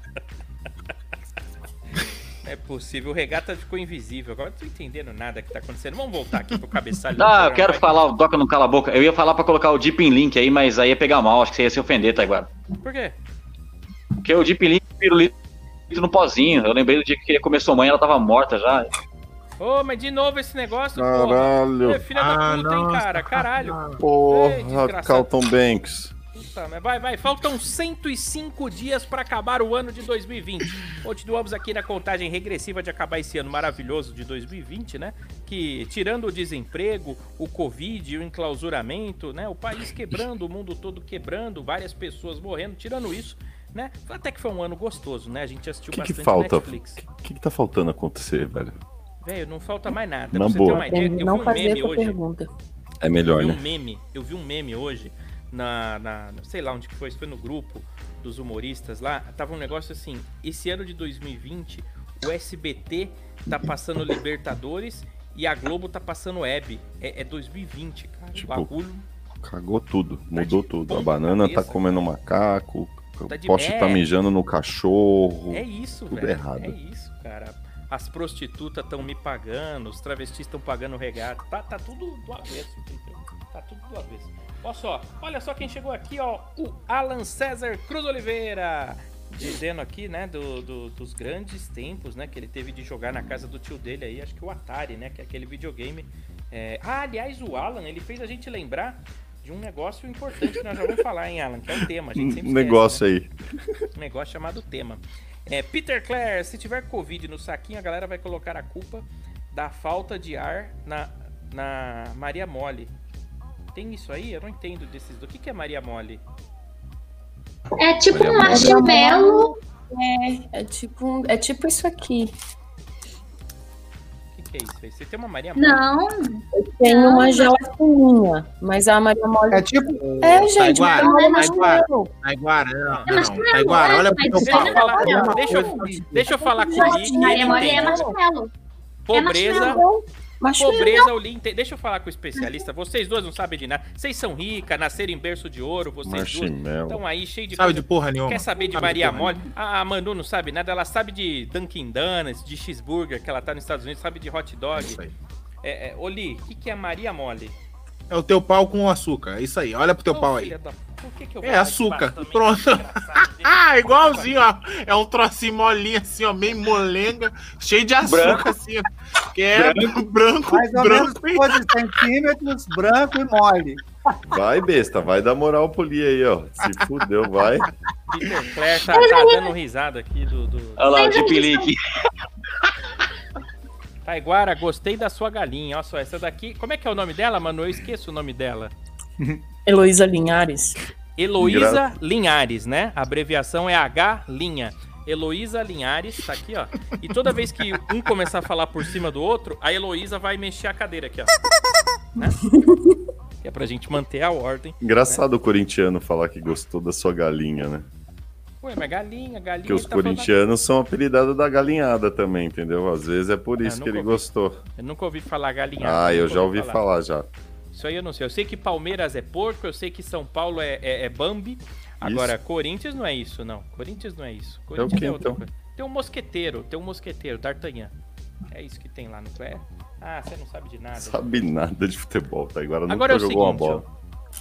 Speaker 2: É possível, o regata ficou invisível. Agora eu não tô entendendo nada que tá acontecendo. Vamos voltar aqui pro cabeçalho.
Speaker 4: Ah, eu quero falar, o Doca não cala a boca. Eu ia falar pra colocar o Deep in Link aí, mas aí ia pegar mal, acho que você ia se ofender, Taiguara.
Speaker 2: Por quê?
Speaker 4: Porque o Deep in Link pirulito no pozinho. Eu lembrei do dia que ele começou mãe, ela tava morta já.
Speaker 2: Ô, mas de novo esse negócio, porra. Ô,
Speaker 5: Caralho.
Speaker 2: Filha
Speaker 9: Ah,
Speaker 2: da puta, hein,
Speaker 9: nossa.
Speaker 2: cara? Caralho. Ei,
Speaker 5: Porra,
Speaker 2: desgraçado.
Speaker 5: Carlton Banks.
Speaker 2: Puta, mas vai, vai. Faltam 105 dias pra acabar o ano de 2020. Continuamos aqui na contagem regressiva de acabar esse ano maravilhoso de 2020, né? Que tirando o desemprego, o Covid, o enclausuramento, né? O país quebrando, o mundo todo quebrando, várias pessoas morrendo, tirando isso, né? Até que foi um ano gostoso, né? A gente assistiu
Speaker 5: O que que
Speaker 2: bastante
Speaker 5: falta?
Speaker 2: Netflix.
Speaker 5: O que, que tá faltando acontecer, velho?
Speaker 2: Velho, não falta mais nada.
Speaker 5: Na
Speaker 2: Pra você
Speaker 5: boa.
Speaker 2: ter uma ideia, eu
Speaker 7: Aprendi
Speaker 2: vi
Speaker 7: a não
Speaker 2: um
Speaker 7: fazer
Speaker 2: meme
Speaker 7: essa
Speaker 2: hoje.
Speaker 7: pergunta.
Speaker 5: É melhor,
Speaker 2: Eu vi
Speaker 5: né?
Speaker 2: um meme, eu vi um meme hoje na, na- na- sei lá onde que foi, se foi no grupo dos humoristas lá, tava um negócio assim, esse ano de 2020, o SBT tá passando Libertadores e a Globo tá passando Web. É, é 2020, cara.
Speaker 5: Tipo,
Speaker 2: o bagulho
Speaker 5: Cagou tudo. Mudou
Speaker 2: Tá de
Speaker 5: tudo. A
Speaker 2: ponta
Speaker 5: banana tá
Speaker 2: cabeça,
Speaker 5: comendo macaco.
Speaker 2: Tá de
Speaker 5: O poste tá
Speaker 2: pé.
Speaker 5: mijando no cachorro.
Speaker 2: é isso,
Speaker 5: tudo
Speaker 2: velho.
Speaker 5: errado.
Speaker 2: É isso, cara. As prostitutas estão me pagando, os travestis estão pagando o regato. Tá, tá tudo do avesso, entendeu? Tá tudo do avesso. Olha só, olha só quem chegou aqui, ó. O Alan César Cruz Oliveira. Dizendo aqui, né, do, do- dos grandes tempos, né, que ele teve de jogar na casa do tio dele aí, acho que o Atari, né, que é aquele videogame. É, Ah, aliás, o Alan, ele fez a gente lembrar de um negócio importante que nós já vamos falar, hein, Alan, que é o tema. A gente sempre
Speaker 5: Um
Speaker 2: esquece,
Speaker 5: negócio aí.
Speaker 2: um negócio chamado tema. É, Peter Clare, se tiver Covid no saquinho, a galera vai colocar a culpa da falta de ar na, na Maria Mole. Tem isso aí? Eu não entendo desses do. O que, que é Maria Mole?
Speaker 8: É tipo um
Speaker 5: Olha, olha.
Speaker 8: marshmallow.
Speaker 7: É, é tipo, um- é tipo isso aqui.
Speaker 2: O que, que é isso aí? Você tem uma Maria Mole?
Speaker 8: Não,
Speaker 7: Tem
Speaker 8: Não,
Speaker 7: uma
Speaker 8: mas-
Speaker 7: gelatininha, mas a Maria Mole.
Speaker 6: É tipo,
Speaker 9: Tá
Speaker 7: É, gente,
Speaker 9: Taiguara,
Speaker 7: Maria Mole
Speaker 9: Taiguara.
Speaker 7: não
Speaker 9: Taiguara, tá não,
Speaker 8: Mas
Speaker 9: não.
Speaker 8: não é
Speaker 9: Taiguara, olha pro
Speaker 8: mais
Speaker 9: teu
Speaker 8: dizer,
Speaker 2: Deixa eu
Speaker 8: não.
Speaker 9: papo.
Speaker 2: falar,
Speaker 7: Olha,
Speaker 2: deixa, eu,
Speaker 7: olha.
Speaker 2: deixa eu falar com o Lee. que
Speaker 7: Não,
Speaker 8: Maria
Speaker 2: ele
Speaker 8: Mole é
Speaker 2: entende.
Speaker 8: marshmallow.
Speaker 2: Pobreza,
Speaker 7: não. Tá Mas
Speaker 2: pobreza, o Lee entende. Deixa eu falar com o especialista. Vocês duas não sabem de nada. Vocês são ricas, nasceram em berço de ouro, vocês duas Então-
Speaker 5: Marshmallow.
Speaker 2: estão aí cheio de
Speaker 9: Sabe
Speaker 2: coisa
Speaker 9: de porra nenhuma.
Speaker 2: Quer saber de
Speaker 9: Sabe
Speaker 2: Maria
Speaker 9: de porra
Speaker 2: Mole? A a Manu não sabe nada, ela sabe de Dunkin' Donuts, de cheeseburger, que ela tá nos Estados Unidos, sabe de hot
Speaker 9: É
Speaker 2: dog.
Speaker 9: isso aí.
Speaker 2: É, é, Oli, o que, que é Maria Mole?
Speaker 9: É o teu pau com açúcar. É isso aí. Olha pro teu
Speaker 2: Ô,
Speaker 9: pau
Speaker 2: filha
Speaker 9: aí.
Speaker 2: da- Por que que eu
Speaker 9: É,
Speaker 2: vou lá
Speaker 9: açúcar.
Speaker 2: embaixo também?
Speaker 9: Pronto.
Speaker 2: Que engraçado, né?
Speaker 9: Ah, igualzinho, ó. É um trocinho molinho assim, ó, meio molenga, cheio de açúcar, assim, ó. Que é branco,
Speaker 6: mais ou menos
Speaker 9: branco, e
Speaker 6: 12 centímetros, branco e mole.
Speaker 5: Vai, besta. Vai dar moral pro Lee aí, ó. Se fudeu, vai.
Speaker 2: Peter Clare tá, tá dando risada aqui do. do...
Speaker 4: Olha lá, o Deep in Link.
Speaker 2: Taiguara, gostei da sua galinha. Olha só, essa daqui. Como é que é o nome dela, mano? Eu esqueço o nome dela.
Speaker 7: Heloísa Linhares.
Speaker 2: Heloísa Linhares, né? A abreviação é H Linha. Heloísa Linhares, tá aqui, ó. E toda vez que um começar a falar por cima do outro, a Heloísa vai mexer a cadeira aqui, ó. Né? Que é pra gente manter a ordem.
Speaker 5: Engraçado o corintiano falar que gostou da sua galinha, né?
Speaker 2: Ué, mas galinha, galinha.
Speaker 5: Porque os
Speaker 2: ele tá falando-
Speaker 5: corintianos são apelidados da galinhada também, entendeu? Às vezes é por
Speaker 2: Ah,
Speaker 5: isso que
Speaker 2: nunca
Speaker 5: ele
Speaker 2: ouvi.
Speaker 5: gostou.
Speaker 2: Eu nunca ouvi falar galinha.
Speaker 5: Ah, eu
Speaker 2: nunca
Speaker 5: já ouvi falar já.
Speaker 2: Isso aí eu não sei. Eu sei que Palmeiras é porco, eu sei que São Paulo é, é- é Bambi. Agora, Corinthians não é isso, não. Corinthians não é isso. Corinthians
Speaker 5: quê,
Speaker 2: outra
Speaker 5: então?
Speaker 2: coisa. Tem um mosqueteiro, tem um mosqueteiro, D'Artagnan. É isso que tem lá no Clé. Ah, você não sabe de nada.
Speaker 5: Sabe nada de futebol, tá? Agora nunca
Speaker 2: Agora é o
Speaker 5: jogou uma
Speaker 2: seguinte,
Speaker 5: bola.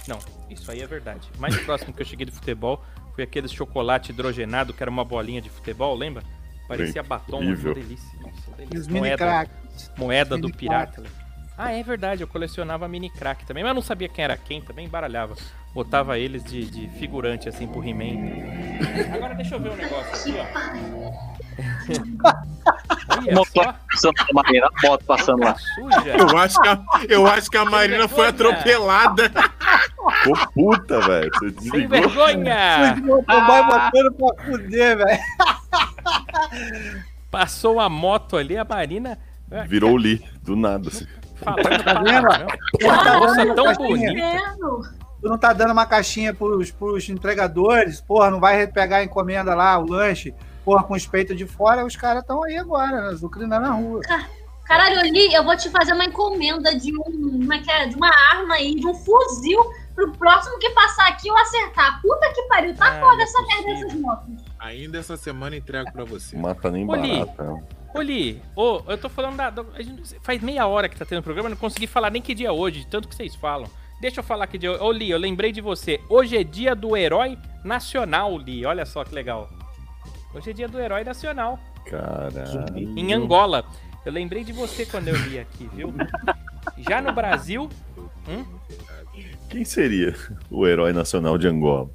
Speaker 2: Não, isso aí é verdade. Mais próximo que eu cheguei do futebol foi aquele chocolate hidrogenado que era uma bolinha de futebol, lembra? Parecia batom, uma
Speaker 5: horrível.
Speaker 2: delícia. Nossa,
Speaker 6: E os
Speaker 2: delícia.
Speaker 6: mini
Speaker 2: Moeda,
Speaker 6: craques.
Speaker 2: moeda é do
Speaker 6: mini
Speaker 2: pirata. Ah, é verdade, eu colecionava mini crack também, mas eu não sabia quem era quem, também embaralhava. Botava eles de, de figurante assim pro He-Man. Agora deixa eu ver um negócio aqui, ó. Olha
Speaker 4: Moto
Speaker 2: só,
Speaker 4: passando lá, Marina, a moto passando lá.
Speaker 2: tá suja.
Speaker 9: Eu acho que a, eu acho que a Marina foi atropelada.
Speaker 5: Ficou puta, velho. Você
Speaker 2: Sem
Speaker 5: desligou.
Speaker 2: vergonha!
Speaker 6: O
Speaker 9: Ah!
Speaker 6: motoboy botando pra fuder, velho.
Speaker 2: Passou a moto ali, a Marina
Speaker 5: Virou o Lee, do nada. assim.
Speaker 2: falando
Speaker 6: Tá vendo?
Speaker 2: palavrão.
Speaker 6: Tá
Speaker 2: Nossa,
Speaker 6: dando
Speaker 2: tão
Speaker 6: uma caixinha.
Speaker 2: bonito.
Speaker 8: Vendo?
Speaker 6: Tu não tá dando uma caixinha pros, pros entregadores, porra, não vai pegar a encomenda lá, o lanche, porra, com os peitos de fora, os caras estão aí agora, né? Zucrina na rua.
Speaker 8: Caralho, ali eu vou te fazer uma encomenda de um, como é que é? de uma arma aí, de um fuzil, pro próximo que passar aqui eu acertar. Puta que pariu, tá
Speaker 2: Ah,
Speaker 8: foda
Speaker 2: não é
Speaker 8: essa merda
Speaker 2: possível.
Speaker 8: dessas motos.
Speaker 9: Ainda essa semana entrego pra você.
Speaker 5: Mata nem
Speaker 2: Ô, Lee.
Speaker 5: barata. né?
Speaker 2: Ô, Li, ô, eu tô falando da. da- a gente- faz meia hora que tá tendo programa, eu não consegui falar nem que dia é hoje, de tanto que vocês falam. Deixa eu falar que dia. Ô, Li, eu lembrei de você. Hoje é dia do herói nacional, Li. Olha só que legal. Hoje é dia do herói nacional.
Speaker 5: Caralho.
Speaker 2: Em Angola. Eu lembrei de você quando eu li aqui, viu? Já no Brasil,
Speaker 5: Quem seria o herói nacional de Angola?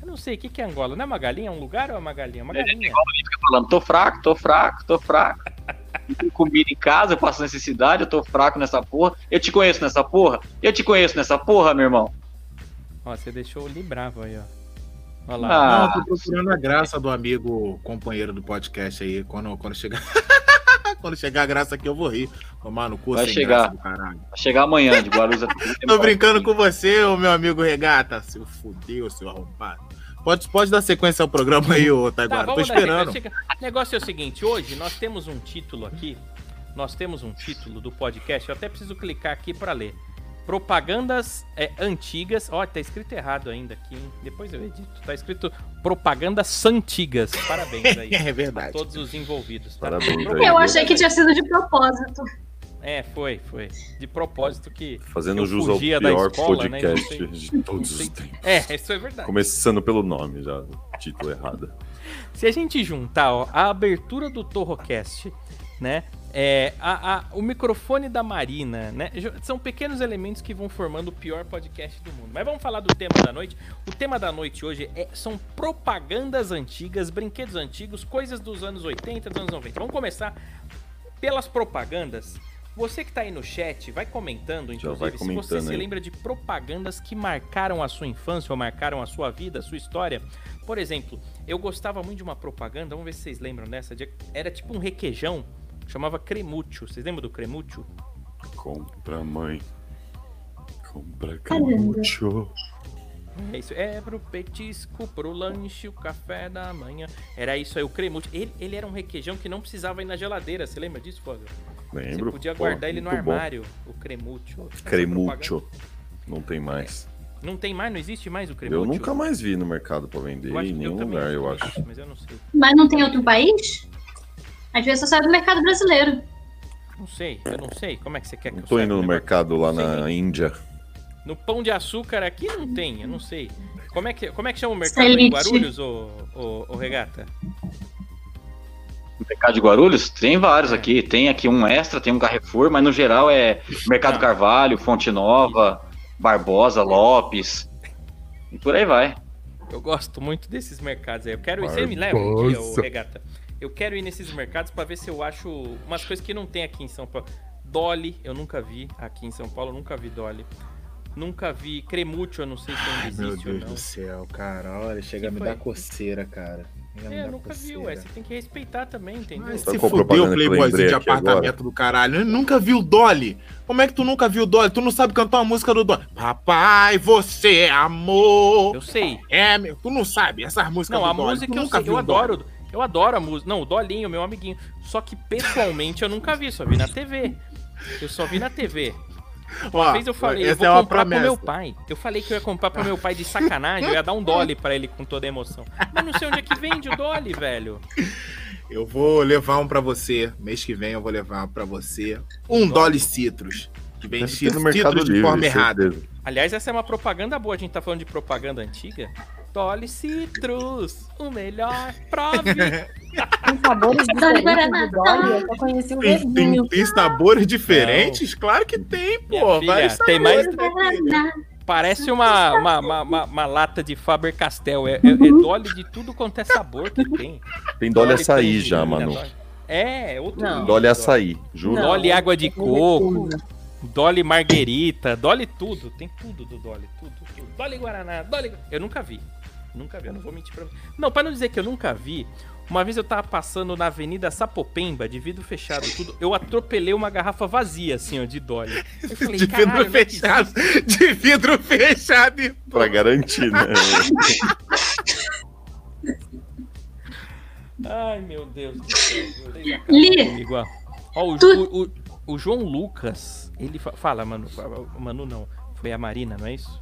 Speaker 2: eu não sei o que, que é Angola. Não é uma galinha? É um lugar ou é uma galinha? É Uma
Speaker 4: É,
Speaker 2: galinha.
Speaker 4: Fica falando, tô fraco, tô fraco, tô fraco. Não tem comida em casa, eu passo necessidade, eu tô fraco nessa porra. Eu te conheço nessa porra? Eu te conheço nessa porra, meu irmão.
Speaker 2: Ó, você deixou o Li bravo aí, ó. Olha lá.
Speaker 9: Não,
Speaker 4: Ah,
Speaker 9: eu tô procurando a graça do amigo companheiro do podcast aí. Quando, quando chegar. quando chegar a graça aqui, eu vou rir. Tomar no cu
Speaker 4: Vai
Speaker 9: sem
Speaker 4: chegar.
Speaker 9: graça do caralho.
Speaker 4: vai chegar amanhã de Guarulhos. até-
Speaker 9: Tô brincando com você, ô meu amigo regata. Seu fudeu, seu arrombado. Pode, pode dar sequência ao programa aí, ô Taiguara. tô
Speaker 2: Tá, dar sequência.
Speaker 9: esperando.
Speaker 2: Chega. O negócio é o seguinte, hoje nós temos um título aqui, nós temos um título do podcast, eu até preciso clicar aqui pra ler. Propagandas é, antigas. Ó, tá escrito errado ainda aqui, hein? Depois eu edito. Tá escrito propagandas antigas. Parabéns aí.
Speaker 9: É
Speaker 2: a
Speaker 9: verdade.
Speaker 2: todos os envolvidos, tá?
Speaker 5: Parabéns aí.
Speaker 8: Eu
Speaker 9: né,
Speaker 8: achei que tinha sido de propósito.
Speaker 2: É, foi, foi. De propósito que
Speaker 5: Fazendo
Speaker 2: eu
Speaker 5: jus ao
Speaker 2: fugia
Speaker 5: pior
Speaker 2: da escola, né, eu não
Speaker 5: podcast
Speaker 2: sei.
Speaker 5: de todos os
Speaker 2: sei.
Speaker 5: tempos.
Speaker 2: É, isso é verdade.
Speaker 5: Começando pelo nome já, o título errado.
Speaker 2: Se a gente juntar ó, a abertura do Torrocast, né? É, a- a- o microfone da Marina, né? jo- São pequenos elementos que vão formando o pior podcast do mundo. Mas vamos falar do tema da noite. O tema da noite hoje é- são propagandas antigas, brinquedos antigos, coisas dos anos 80, dos anos 90. Vamos começar pelas propagandas. Você que tá aí no chat, vai comentando, inclusive,
Speaker 5: vai
Speaker 2: se você
Speaker 5: comentando
Speaker 2: se
Speaker 5: aí.
Speaker 2: lembra de propagandas que marcaram a sua infância ou marcaram a sua vida, a sua história. Por exemplo, eu gostava muito de uma propaganda, vamos ver se vocês lembram dessa. de- Era tipo um requeijão, chamava cremúcio. Vocês lembram do cremúcio?
Speaker 5: Compra, mãe. Compra camucho.
Speaker 2: É isso, é pro petisco, pro lanche, o café da manhã. Era isso aí, o cremúcio. Ele, ele era um requeijão que não precisava ir na geladeira, você lembra disso, Fogo? Você
Speaker 5: Lembro?
Speaker 2: podia
Speaker 5: Pô,
Speaker 2: guardar ele no
Speaker 5: muito bom.
Speaker 2: armário, o cremúcio. Essa
Speaker 5: Cremucho. Não tem mais.
Speaker 2: propaganda- Não tem mais, não existe mais o cremúcio?
Speaker 5: Eu nunca mais vi no mercado pra vender
Speaker 2: acho que
Speaker 5: em nenhum
Speaker 2: também
Speaker 5: lugar, eu
Speaker 2: não
Speaker 5: acho.
Speaker 2: existe, Mas eu não sei.
Speaker 8: Mas não tem outro país? Às vezes só sai do mercado brasileiro.
Speaker 2: Não sei, eu não sei. Como é que você quer que
Speaker 5: Não
Speaker 2: eu
Speaker 5: tô
Speaker 2: saiba
Speaker 5: indo
Speaker 2: um
Speaker 5: no
Speaker 2: negócio?
Speaker 5: mercado lá
Speaker 2: Não sei
Speaker 5: na Índia.
Speaker 2: No pão de açúcar aqui não tem, eu não sei. Como é que, como é que chama o mercado em
Speaker 8: Selite.
Speaker 2: Guarulhos, ô, ô, ô regata?
Speaker 4: No mercado de Guarulhos? Tem
Speaker 2: É.
Speaker 4: vários aqui. Tem aqui um extra, tem um Carrefour, mas no geral é Mercado Carvalho, Fonte Nova, Barbosa, Lopes. E por aí vai.
Speaker 2: Eu gosto muito desses mercados aí. Eu quero. Você me leva um dia, ô regata. Eu quero ir nesses mercados pra ver se eu acho umas coisas que não tem aqui em São Paulo. Dolly, eu nunca vi aqui em São Paulo, eu nunca vi Dolly. Nunca vi cremúcio, eu não sei se ainda
Speaker 9: Ai, meu
Speaker 2: existe ou
Speaker 9: Deus do
Speaker 2: não.
Speaker 9: céu, cara. Olha, chega a
Speaker 2: Que
Speaker 9: me
Speaker 2: foi?
Speaker 9: dar coceira, cara. Chega a me
Speaker 2: É,
Speaker 9: dar
Speaker 2: eu nunca vi,
Speaker 9: coceira.
Speaker 2: ué. Você tem que respeitar também, entendeu?
Speaker 9: Mas
Speaker 5: Sabe
Speaker 9: se
Speaker 5: qual
Speaker 9: fudeu,
Speaker 5: propaganda que eu
Speaker 9: playboyzinho de
Speaker 5: lembrei aqui
Speaker 9: apartamento
Speaker 5: agora?
Speaker 9: do caralho. Eu nunca vi o Dolly. Como é que tu nunca viu o Dolly? Tu não sabe cantar uma música do Dolly. Papai, você é amor.
Speaker 2: Eu sei.
Speaker 9: É, meu. Tu não sabe essas músicas
Speaker 2: Não,
Speaker 9: do
Speaker 2: a
Speaker 9: Dolly.
Speaker 2: música
Speaker 9: tu
Speaker 2: eu,
Speaker 9: nunca
Speaker 2: sei,
Speaker 9: viu
Speaker 2: eu
Speaker 9: o Dolly.
Speaker 2: adoro. Eu adoro a música. Não, o Dolinho, meu amiguinho. Só que pessoalmente eu nunca vi, só vi na TV. Eu só vi na TV. Uma
Speaker 9: Ó,
Speaker 2: vez eu falei, eu
Speaker 9: essa
Speaker 2: vou
Speaker 9: é uma
Speaker 2: comprar pro
Speaker 9: promessa.
Speaker 2: meu pai. Eu falei que eu ia comprar pro meu pai de sacanagem, eu ia dar um Dolly pra ele com toda a emoção. Mas não sei onde é que vende o Dolly, velho.
Speaker 9: Eu vou levar um pra você. Mês que vem eu vou levar pra você. Um Dolly Citrus. Que vem
Speaker 5: Deve ter
Speaker 9: citros
Speaker 5: no Mercado
Speaker 9: de
Speaker 5: Livre,
Speaker 9: forma errada.
Speaker 5: certeza.
Speaker 2: Aliás, essa é uma propaganda boa. A gente tá falando de propaganda antiga. Tole Citrus, o melhor. Prove.
Speaker 7: Tem sabores diferentes
Speaker 8: Guaraná.
Speaker 7: do Dolly, eu só conheci o
Speaker 9: Tem, tem,
Speaker 7: verdinho.
Speaker 9: tem sabores diferentes? Claro que tem,
Speaker 2: Minha
Speaker 9: pô.
Speaker 2: filha,
Speaker 9: vários
Speaker 2: tem
Speaker 9: sabores,
Speaker 2: mais-
Speaker 9: né, filha?
Speaker 2: Parece uma, uma, uma, uma- uma lata de Faber Castell. É, é, é Dolly de tudo quanto é sabor que tem.
Speaker 5: Tem Dolly
Speaker 2: Dolly
Speaker 5: é açaí
Speaker 2: tangerina,
Speaker 5: já, Manu.
Speaker 2: Dolly- É, é outro.
Speaker 7: Não.
Speaker 2: nível,
Speaker 5: Dolly açaí, juro.
Speaker 7: Não.
Speaker 2: Dolly água de coco.
Speaker 7: Coisa.
Speaker 2: Dolly Marguerita, Dolly tudo, tem tudo do Dolly, tudo, tudo. Dolly Guaraná, Dolly. Eu nunca vi. Nunca vi, eu não vou mentir pra você. Não, pra não dizer que eu nunca vi, uma vez eu tava passando na Avenida Sapopemba, de vidro fechado, tudo, eu atropelei uma garrafa vazia, assim, ó, de Dolly. Eu falei,
Speaker 9: De
Speaker 2: "Caralho,
Speaker 9: vidro
Speaker 2: não é possível."
Speaker 9: fechado. De vidro fechado. e-
Speaker 5: Pra garantir, né?
Speaker 2: Ai, meu Deus do céu. vocês acabam
Speaker 8: Li.
Speaker 2: comigo, ó. Ó, o,
Speaker 8: Tu-
Speaker 2: o- o- o João Lucas, ele fa- fala, mano, Manu não, foi a Marina, não é isso?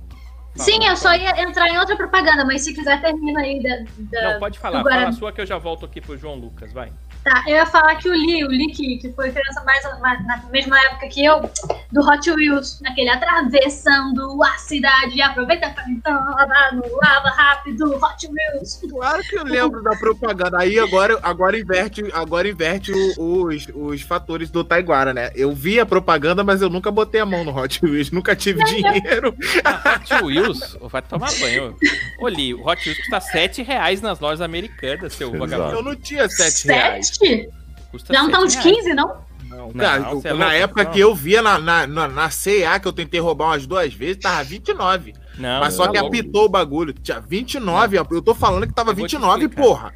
Speaker 2: Fala.
Speaker 8: Sim, eu só ia entrar em outra propaganda, mas se quiser termina aí da. da-
Speaker 2: Não, pode falar,
Speaker 8: do Guaraná.
Speaker 2: fala a sua que eu já volto aqui pro João Lucas, vai.
Speaker 8: Tá, eu ia falar que o Lee, o Lee que, que foi criança mais mais- na mesma época que eu, do Hot Wheels, naquele atravessando a cidade, aproveita pra então, lá no lava rápido, Hot Wheels.
Speaker 9: Claro que eu lembro da propaganda. Aí agora, agora inverte, agora inverte o- os, os fatores do Taiguara, né? Eu vi a propaganda, mas eu nunca botei a mão no Hot Wheels, nunca tive dinheiro.
Speaker 2: Ah, Hot Wheels, vai tomar banho. Olhe, o Hot Wheels custa R$ 7 reais nas lojas americanas, seu
Speaker 5: Exato.
Speaker 9: Eu
Speaker 2: vagabundo.
Speaker 9: não tinha sete reais.
Speaker 8: Sete?
Speaker 2: Custa
Speaker 8: Não tá
Speaker 2: R$
Speaker 8: uns
Speaker 9: É.
Speaker 2: 7 reais.
Speaker 8: 15, não?
Speaker 2: Não,
Speaker 9: Cara,
Speaker 2: não, você é
Speaker 9: na
Speaker 2: louco,
Speaker 9: época
Speaker 2: não.
Speaker 9: que eu via na, na, na, na CA, que eu tentei roubar umas duas vezes, tava 29.
Speaker 2: Não,
Speaker 9: mas só
Speaker 2: tá
Speaker 9: que
Speaker 2: louco.
Speaker 9: apitou o bagulho. Tinha 29, eu tô falando que tava
Speaker 2: Eu vou te
Speaker 9: 29,
Speaker 2: explicar.
Speaker 9: porra.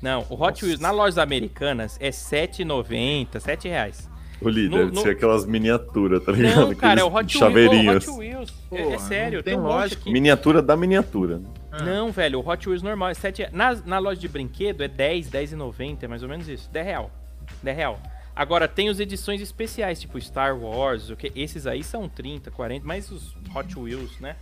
Speaker 2: Não, o Hot Wheels nas lojas americanas é R$ 7,90, R$ 7 reais.
Speaker 5: O Lee,
Speaker 2: No-
Speaker 5: deve
Speaker 2: no-
Speaker 5: ser aquelas miniaturas, tá ligado?
Speaker 2: Não, cara, é o
Speaker 5: Aqueles
Speaker 2: Hot Wheels.
Speaker 5: chaveirinhos.
Speaker 2: ô, Hot Wheels. É- é,
Speaker 9: Porra,
Speaker 2: sério,
Speaker 9: não
Speaker 2: tem
Speaker 9: tem
Speaker 2: um monte
Speaker 9: lógica.
Speaker 2: aqui.
Speaker 5: Miniatura da miniatura.
Speaker 9: Ah.
Speaker 2: Não, velho, o Hot Wheels normal é 7 na, na loja de brinquedo é 10, 10,90, é mais ou menos isso. 10 real. 10 real. Agora tem as edições especiais, tipo Star Wars, o que esses aí são 30, 40, mas os Hot Wheels, né?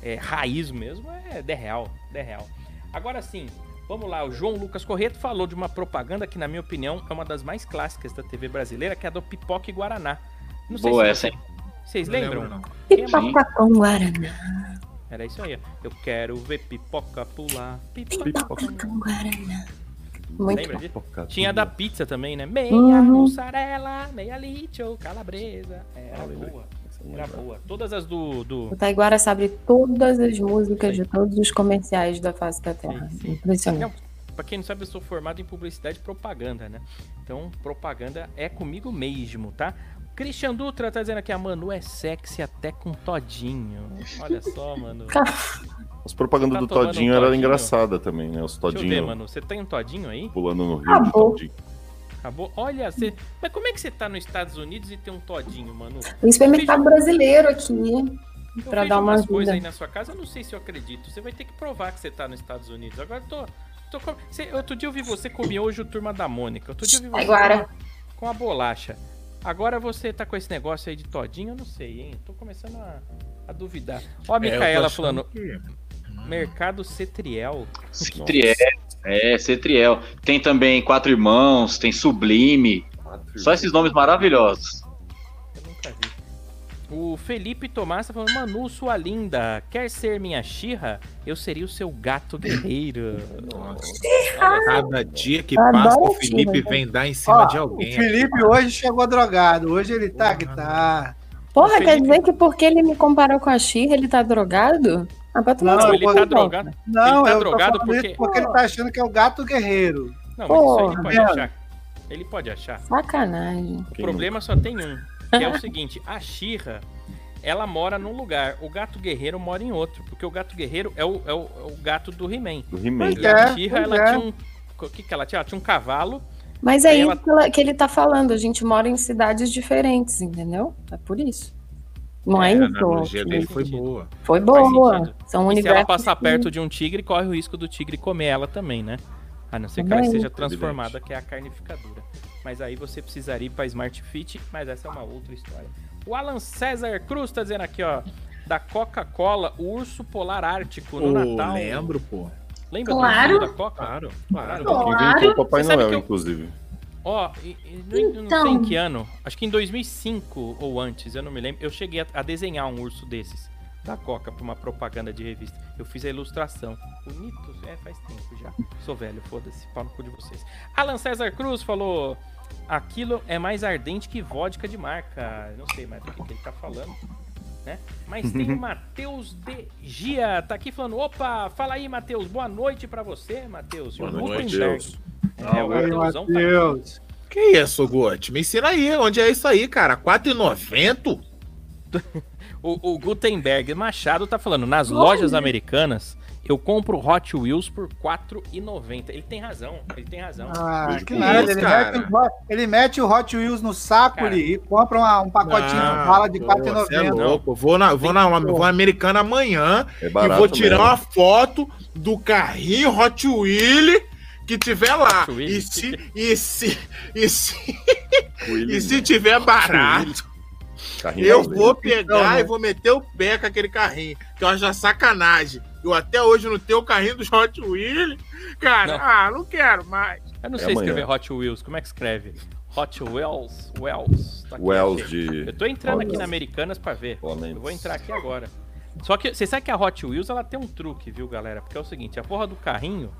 Speaker 2: É, raiz mesmo é 10 real, 10 real. Agora sim, vamos lá, o João Lucas Correto falou de uma propaganda que na minha opinião é uma das mais clássicas da TV brasileira, que é a do Pipoca e Guaraná. Não sei
Speaker 4: Boa
Speaker 2: se
Speaker 4: essa, hein?
Speaker 2: vocês
Speaker 9: Não
Speaker 2: lembram?
Speaker 9: lembro, não.
Speaker 2: Quem é mais-
Speaker 4: Sim.
Speaker 7: Pipoca com Guaraná.
Speaker 2: Era isso aí. ó. Eu quero ver pipoca pular. Pipoca,
Speaker 7: Pipoca
Speaker 2: pular.
Speaker 7: com Guaraná. Muito
Speaker 2: Lembra disso?
Speaker 5: Pipoca,
Speaker 2: Tinha a da
Speaker 5: tudo.
Speaker 2: pizza também, né? Meia
Speaker 7: Uhum.
Speaker 2: mussarela, meia licho, calabresa. É, Era
Speaker 5: Ah, lembrei.
Speaker 2: boa.
Speaker 5: Essa eu não
Speaker 2: Era
Speaker 5: lembrava.
Speaker 2: boa. Todas as do. do...
Speaker 7: O Taiguara sabe todas as músicas de todos os comerciais da face da Terra.
Speaker 2: Sim, sim.
Speaker 7: Impressionante.
Speaker 2: Não, pra quem não sabe, eu sou formado em publicidade e propaganda, né? Então, propaganda é comigo mesmo, tá? Christian Dutra tá dizendo aqui, a Manu é sexy até com todinho. Olha só, Manu.
Speaker 5: As propagandas
Speaker 2: Tá
Speaker 5: do
Speaker 2: tomando um
Speaker 5: Todinho eram
Speaker 2: todinho.
Speaker 5: engraçadas também, né? Os
Speaker 2: Deixa eu ver,
Speaker 5: Todinho
Speaker 2: Manu. Você tem um todinho aí?
Speaker 5: pulando no
Speaker 9: Tá
Speaker 5: rio de
Speaker 7: Acabou.
Speaker 5: Todinho.
Speaker 2: Acabou. Olha, você. Mas como é que você tá nos Estados Unidos e tem um todinho, Manu?
Speaker 7: Tem supermercado
Speaker 2: Veja-
Speaker 7: brasileiro aqui,
Speaker 2: Eu
Speaker 7: pra
Speaker 2: vejo
Speaker 7: dar uma
Speaker 2: umas coisas
Speaker 7: ajuda.
Speaker 2: aí na sua casa, eu não sei se eu acredito. Você vai ter que provar que você tá nos Estados Unidos. Agora eu tô. tô com... você- outro dia eu vi você comer hoje o turma da Mônica. Outro dia eu vi você
Speaker 7: Taiguara.
Speaker 2: com- com a bolacha. Agora você tá com esse negócio aí de todinho, eu não sei, hein? Eu tô começando a, a duvidar. Ó, a
Speaker 9: É, eu tô
Speaker 2: Micaela
Speaker 9: achando
Speaker 2: falando,
Speaker 9: que-
Speaker 2: mercado Cetriel.
Speaker 4: Cetriel. É, Cetriel. Tem também Quatro Irmãos, tem Sublime. Só esses nomes maravilhosos.
Speaker 2: Eu nunca vi. O Felipe Tomás tá falando, Manu, sua linda, quer ser minha xirra? Eu seria o seu gato guerreiro.
Speaker 9: Nossa.
Speaker 2: Olha só.
Speaker 9: Cada dia que
Speaker 7: Eu adoro
Speaker 9: passa, o
Speaker 7: esse
Speaker 9: Felipe
Speaker 7: filme.
Speaker 9: vem dar em cima
Speaker 6: Ó,
Speaker 9: de
Speaker 6: O
Speaker 9: alguém.
Speaker 6: Felipe hoje chegou drogado. Hoje ele tá que
Speaker 2: né?
Speaker 6: tá.
Speaker 7: Porra,
Speaker 2: O
Speaker 7: quer
Speaker 2: Felipe-
Speaker 7: dizer que porque ele me comparou com a Xirra, ele tá drogado? Ah, vai tomar
Speaker 6: Não,
Speaker 7: no seu
Speaker 2: ele
Speaker 7: cu,
Speaker 2: tá
Speaker 7: então.
Speaker 2: drogado.
Speaker 6: Não,
Speaker 2: Ele tá
Speaker 6: eu
Speaker 2: drogado
Speaker 6: tô falando isso
Speaker 2: porque-
Speaker 6: porque ele tá achando que é o gato guerreiro.
Speaker 2: Não, mas isso aí ele
Speaker 7: Porra,
Speaker 2: pode
Speaker 6: velho.
Speaker 2: achar. Ele pode achar.
Speaker 7: Sacanagem.
Speaker 2: O problema só tem um, que é o seguinte, a Xirra, ela mora num lugar, o gato guerreiro mora em outro, porque o gato guerreiro é o, é o, é o gato do He-Man.
Speaker 5: Do He-Man.
Speaker 2: E a
Speaker 6: É,
Speaker 2: Xirra,
Speaker 6: pois
Speaker 2: ela
Speaker 6: é.
Speaker 2: tinha um... O que que ela tinha? Ela tinha um cavalo.
Speaker 7: Mas é
Speaker 2: Aí
Speaker 7: isso
Speaker 2: ela-
Speaker 7: que ela- que ele tá falando. A gente mora em cidades diferentes, entendeu? É por isso. Não
Speaker 9: É,
Speaker 7: é,
Speaker 9: a
Speaker 7: isso?
Speaker 9: analogia dele foi boa.
Speaker 7: Foi
Speaker 2: Faz
Speaker 7: boa.
Speaker 2: sentido. e
Speaker 7: São
Speaker 2: se ela
Speaker 7: universos.
Speaker 2: passar
Speaker 7: que-
Speaker 2: perto de um tigre, corre o risco do tigre comer ela também, né? A não ser que ela
Speaker 7: Também.
Speaker 2: seja transformada, que é a carnificadura. Mas aí você precisaria ir pra Smart Fit, mas essa é uma outra história. O Alan César Cruz tá dizendo aqui, ó. Da Coca-Cola, o urso polar ártico no
Speaker 9: Pô,
Speaker 2: Natal.
Speaker 9: lembro, pô.
Speaker 2: Lembra
Speaker 8: Claro.
Speaker 2: do filme da Coca? Claro, claro.
Speaker 8: Bom,
Speaker 5: Quem inventou o Papai
Speaker 2: Você sabe
Speaker 5: Noel,
Speaker 2: que eu-
Speaker 5: inclusive.
Speaker 2: Ó, e- e não- não
Speaker 8: Então.
Speaker 2: sei em que ano, acho que em 2005 ou antes, eu não me lembro, eu cheguei a, a desenhar um urso desses da Coca pra uma propaganda de revista. Eu fiz a ilustração. Bonito, é, faz tempo já. Sou velho, foda-se, pau no cu de vocês. Alan César Cruz falou: aquilo é mais ardente que vodka de marca. Não sei mais do que, que ele tá falando. Né? Mas tem o Matheus de Gia, tá aqui falando: opa, fala aí, Matheus, boa noite pra você, Matheus.
Speaker 5: Boa
Speaker 2: Guten
Speaker 5: noite,
Speaker 2: Tag.
Speaker 5: Matheus.
Speaker 2: É, o
Speaker 6: Aí,
Speaker 2: Matheusão tá
Speaker 6: Matheus.
Speaker 9: Que isso, Gotti? Me ensina aí, onde é isso aí, cara? 4,90?
Speaker 2: O, o Gutenberg Machado tá falando, nas lojas americanas, eu compro Hot Wheels por R$4,90. Ele tem razão, ele tem razão.
Speaker 6: Ah,
Speaker 5: Beijo
Speaker 6: que
Speaker 5: com
Speaker 6: nada,
Speaker 9: Deus,
Speaker 6: ele
Speaker 9: cara.
Speaker 6: mete, o Hot- ele mete o Hot Wheels no saco
Speaker 2: Cara.
Speaker 6: ali e compra uma- um pacotinho
Speaker 9: Não,
Speaker 6: de bala de
Speaker 9: pô, cê
Speaker 5: Ah,
Speaker 9: É
Speaker 6: 4,90.
Speaker 9: louco. Eu Vou na, vou na, vou na Americana amanhã
Speaker 5: É barato
Speaker 9: e vou tirar
Speaker 5: mesmo.
Speaker 9: uma foto do carrinho Hot Wheels que tiver lá.
Speaker 2: Hot
Speaker 9: E
Speaker 2: Wheels?
Speaker 9: se, e se, e se,
Speaker 5: Willy,
Speaker 9: e se tiver barato,
Speaker 5: carrinho é
Speaker 9: eu
Speaker 5: brasileiro.
Speaker 9: vou pegar
Speaker 6: Então, né?
Speaker 9: e vou meter o pé com aquele carrinho, que eu acho sacanagem. Eu até hoje não tenho o carrinho dos Hot Wheels. Cara,
Speaker 2: Não.
Speaker 9: ah, não quero mais.
Speaker 2: Eu não
Speaker 5: É
Speaker 2: sei escrever
Speaker 5: amanhã.
Speaker 2: Hot Wheels, como é que escreve? Hot Wheels, Wells. Tá aqui,
Speaker 5: Wells
Speaker 2: achei.
Speaker 5: de.
Speaker 2: Eu tô entrando
Speaker 5: Hot
Speaker 2: aqui na
Speaker 5: Wheels.
Speaker 2: Americanas pra ver.
Speaker 5: Homens.
Speaker 2: Eu vou entrar aqui agora. Só que você sabe que a Hot Wheels ela tem um truque, viu, galera? Porque é o seguinte, a porra do carrinho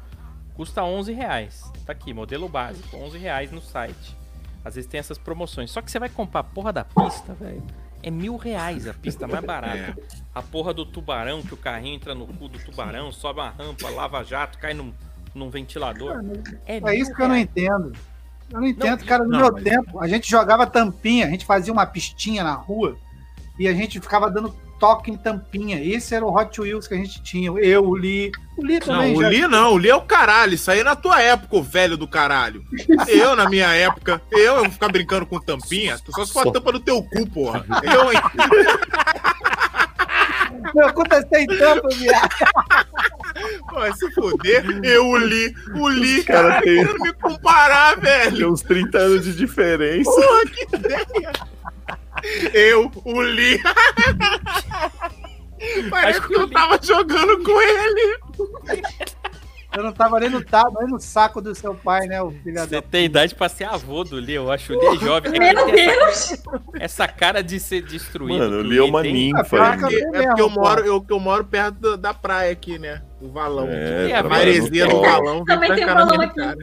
Speaker 2: custa 11 reais. Tá aqui, modelo básico, 11 reais no site. Às vezes tem essas promoções. Só que você vai comprar a porra da pista, velho. É mil reais a pista mais barata. A porra do tubarão, que o carrinho entra no cu do tubarão, sobe uma rampa, lava jato, cai num, num ventilador. É,
Speaker 6: É isso que eu não
Speaker 2: entendo.
Speaker 6: entendo. Eu não entendo, cara. No
Speaker 9: não,
Speaker 6: meu
Speaker 9: mas-
Speaker 6: tempo, a gente jogava tampinha, a gente fazia uma pistinha na rua e a gente ficava dando toque em tampinha. Esse era o Hot Wheels que a gente tinha. Eu, o Lee. O Lee também
Speaker 9: Não, o
Speaker 6: já.
Speaker 9: Li não, o Li é o caralho. Isso aí é na tua época, o velho do caralho. Eu, na minha época, eu, eu vou ficar brincando com tampinha. Só se for a tampa do teu cu, porra. Eu, hein?
Speaker 6: Meu cu tá sem tampa, viado.
Speaker 9: Vai se foder. Eu, o Li, o Li,
Speaker 5: Os cara
Speaker 9: cara,
Speaker 5: tem-
Speaker 9: querendo me comparar, velho.
Speaker 5: Tem uns 30 anos de diferença.
Speaker 9: Porra, que ideia. Eu, o Li. Parece que
Speaker 2: Acho que o
Speaker 9: eu
Speaker 2: Li-
Speaker 9: tava jogando com ele.
Speaker 6: Eu não tava nem no, tabo, nem no saco do seu pai, né, o filho da
Speaker 2: Você tem idade pra ser avô do Lee, eu acho. O Lee é jovem. É que
Speaker 8: Meu
Speaker 2: ele tem essa,
Speaker 8: Deus!
Speaker 2: essa cara de ser destruído.
Speaker 5: Mano, o
Speaker 2: que
Speaker 5: Lee é uma
Speaker 2: tem.
Speaker 6: Ah,
Speaker 5: ninfa.
Speaker 6: pior que eu
Speaker 5: ainda.
Speaker 9: É
Speaker 6: mesmo,
Speaker 9: porque eu
Speaker 6: pô.
Speaker 9: moro, eu, que eu moro perto da, da praia aqui, né? Do valão.
Speaker 5: É,
Speaker 2: É, a
Speaker 5: trabalha no
Speaker 9: Maresia do
Speaker 5: sol.
Speaker 9: galão. vem
Speaker 8: Também
Speaker 9: pra
Speaker 8: tem
Speaker 9: cá na
Speaker 8: balão
Speaker 9: minha
Speaker 8: aqui.
Speaker 9: cara.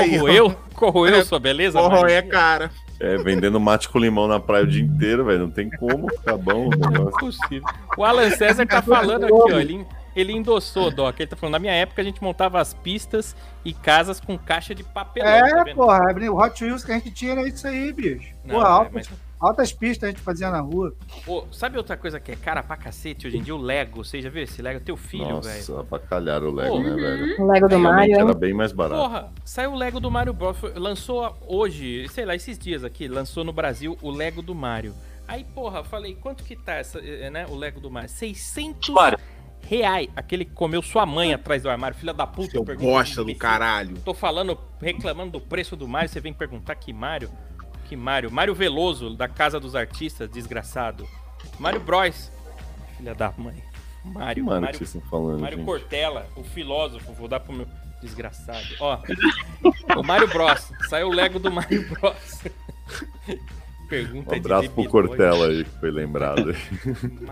Speaker 9: Aí, ó.
Speaker 2: Corroeu? Corroeu sua beleza?
Speaker 9: Porra,
Speaker 2: Maria?
Speaker 9: é, cara.
Speaker 5: É, vendendo mate com limão na praia o dia inteiro, velho. Não tem como ficar bom o
Speaker 2: Não
Speaker 5: negócio.
Speaker 2: é possível. O Alan César tá falando aqui, ó. Ele, ele endossou, Doc. Ele tá falando, na minha época a gente montava as pistas e casas com caixa de papelão. tá
Speaker 6: É,
Speaker 2: vendo?
Speaker 6: porra, o Hot Wheels que a gente tinha era isso aí, bicho.
Speaker 2: Não,
Speaker 6: Porra,
Speaker 2: é,
Speaker 6: altas,
Speaker 2: mas-
Speaker 6: altas pistas a gente fazia na rua.
Speaker 2: Ô, sabe outra coisa que é cara pra cacete hoje em dia? O Lego. Você já viu esse Lego? Teu filho, velho.
Speaker 5: Nossa, abacalharam o Lego,
Speaker 2: Pô.
Speaker 5: né, velho?
Speaker 7: O Lego do
Speaker 5: Realmente
Speaker 7: Mario,
Speaker 5: era
Speaker 7: hein?
Speaker 5: bem mais barato.
Speaker 2: Porra, saiu o Lego do Mario Bros. Foi- Lançou hoje, sei lá, esses dias aqui, lançou no Brasil o Lego do Mario. Aí, porra, eu falei, quanto que tá essa, eh, né, o Lego do Mario? 600
Speaker 4: Mario.
Speaker 2: reais. Aquele que comeu sua mãe atrás do armário, filha da puta.
Speaker 9: Seu
Speaker 2: eu pergunto,
Speaker 9: bosta do
Speaker 2: imbecil.
Speaker 9: caralho.
Speaker 2: Tô falando, reclamando do preço do Mario, você vem perguntar que Mario? Que Mario? Mário Veloso, da Casa dos Artistas, desgraçado. Mário Bros. Filha da mãe. Mário,
Speaker 5: Mano, tipo, o que
Speaker 2: Mário
Speaker 5: vocês estão falando,
Speaker 2: Mário
Speaker 5: gente?
Speaker 2: Cortella, o filósofo, vou dar pro meu desgraçado. Ó, o Mário Bros. Saiu o Lego do Mário Bros. Pergunta
Speaker 5: Um abraço pro Cortella aí, que foi lembrado.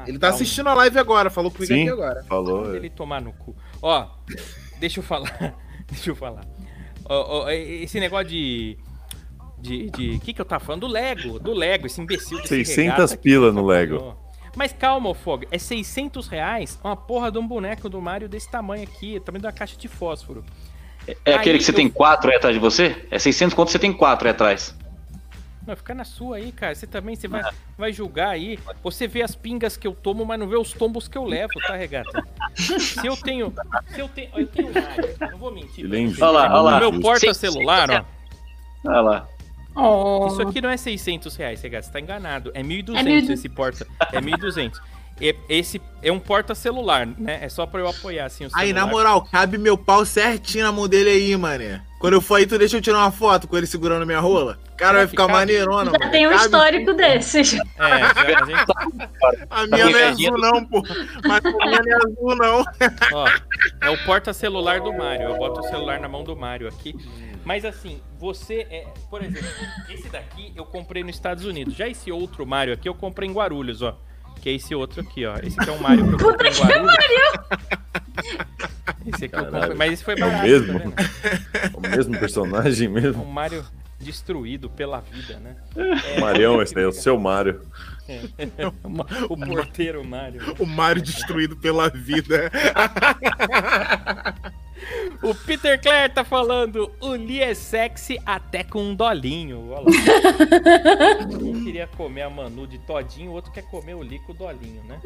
Speaker 9: Ele tá assistindo a live agora, falou comigo
Speaker 5: Sim.
Speaker 9: aqui agora.
Speaker 5: Falou.
Speaker 2: Manda ele tomar no cu. Ó, deixa eu falar. Deixa eu falar. Ó, ó, esse negócio de. De. de- que, que eu tava falando? Do Lego, do Lego, esse imbecil desse
Speaker 5: 600
Speaker 2: regata que
Speaker 9: tá
Speaker 5: pila no Lego.
Speaker 2: ganhou. Mas calma, ô Fog, é 600 reais uma porra de um boneco do Mario desse tamanho aqui, também de uma caixa de fósforo.
Speaker 4: É aquele que você
Speaker 2: eu-
Speaker 4: tem quatro aí atrás de você? É 600 quanto você tem quatro aí atrás.
Speaker 2: Não, fica na sua aí, cara. Você também você
Speaker 9: Ah.
Speaker 2: vai, vai julgar aí. Você vê as pingas que eu tomo, mas não vê os tombos que eu levo, tá, regata? Se eu tenho. Se eu tenho. Eu tenho um Não vou mentir.
Speaker 5: Ele é injusto.
Speaker 4: Olha lá, olha lá.
Speaker 2: O meu
Speaker 5: Justo.
Speaker 2: porta celular, ó.
Speaker 4: Olha lá.
Speaker 7: Oh,
Speaker 2: Isso aqui não é 600 reais, regata. Você tá enganado. É 1.200
Speaker 8: É 1.200.
Speaker 2: esse porta. É 1.200. E- Esse é um porta celular, né? É só pra eu apoiar assim o celular.
Speaker 9: Aí, na moral, cabe meu pau certinho na mão dele aí, mané. Quando eu for aí, tu deixa eu tirar uma foto com ele segurando minha rola? Cara, vai ficar
Speaker 2: Cabe.
Speaker 9: maneirona,
Speaker 8: Já tem um
Speaker 9: Cabe.
Speaker 8: histórico desses.
Speaker 2: É, já, a gente
Speaker 4: Tá
Speaker 9: A minha não é azul, não, pô. Mas a minha não é azul, não.
Speaker 2: Ó, é É o porta-celular do Mario. Eu boto o celular na mão do Mario aqui. Mas assim, você. É, por exemplo, esse daqui eu comprei nos Estados Unidos. Já esse outro Mario aqui eu comprei em Guarulhos, ó. Que é esse outro aqui, ó. Esse aqui é um Mario que eu
Speaker 8: Puta
Speaker 2: comprei em
Speaker 8: que
Speaker 2: Guarulhos. Esse aqui eu
Speaker 5: Caralho.
Speaker 2: comprei. Mas esse foi
Speaker 5: É o
Speaker 2: barato,
Speaker 5: mesmo?
Speaker 2: tá vendo?
Speaker 5: É O mesmo personagem
Speaker 2: Um
Speaker 5: mesmo.
Speaker 2: Mario destruído pela vida, né?
Speaker 5: O Marião, esse daí é o seu Mario.
Speaker 2: O porteiro Mario.
Speaker 9: O Mario destruído pela vida.
Speaker 2: O Peter Clare tá falando, o Lee é sexy até com um dolinho. Olha lá. um queria comer a Manu de todinho, o outro quer comer o Lee com o dolinho, né?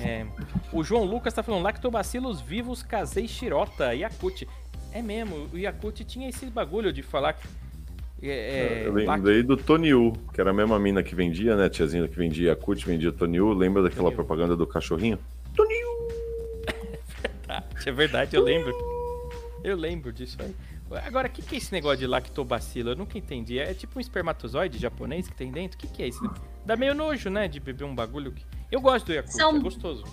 Speaker 2: É. O João Lucas tá falando, lactobacilos vivos, casei xirota, Yakut. É mesmo, o Yakut tinha esse bagulho de falar que... É, é,
Speaker 5: Eu lembrei do Tony U, que era a mesma mina que vendia, né? Tiazinha que vendia Yakut, vendia Tony U. Lembra daquela
Speaker 2: Tony U.
Speaker 5: propaganda do cachorrinho?
Speaker 2: Isso é verdade, eu lembro. Eu lembro disso aí. Agora, o que, que é esse negócio de lactobacilo? Eu nunca entendi. É tipo um espermatozoide japonês que tem dentro? O que, que é isso? Dá meio nojo, né? De beber um bagulho. que- Eu gosto do Yakult,
Speaker 8: São-
Speaker 2: é gostoso.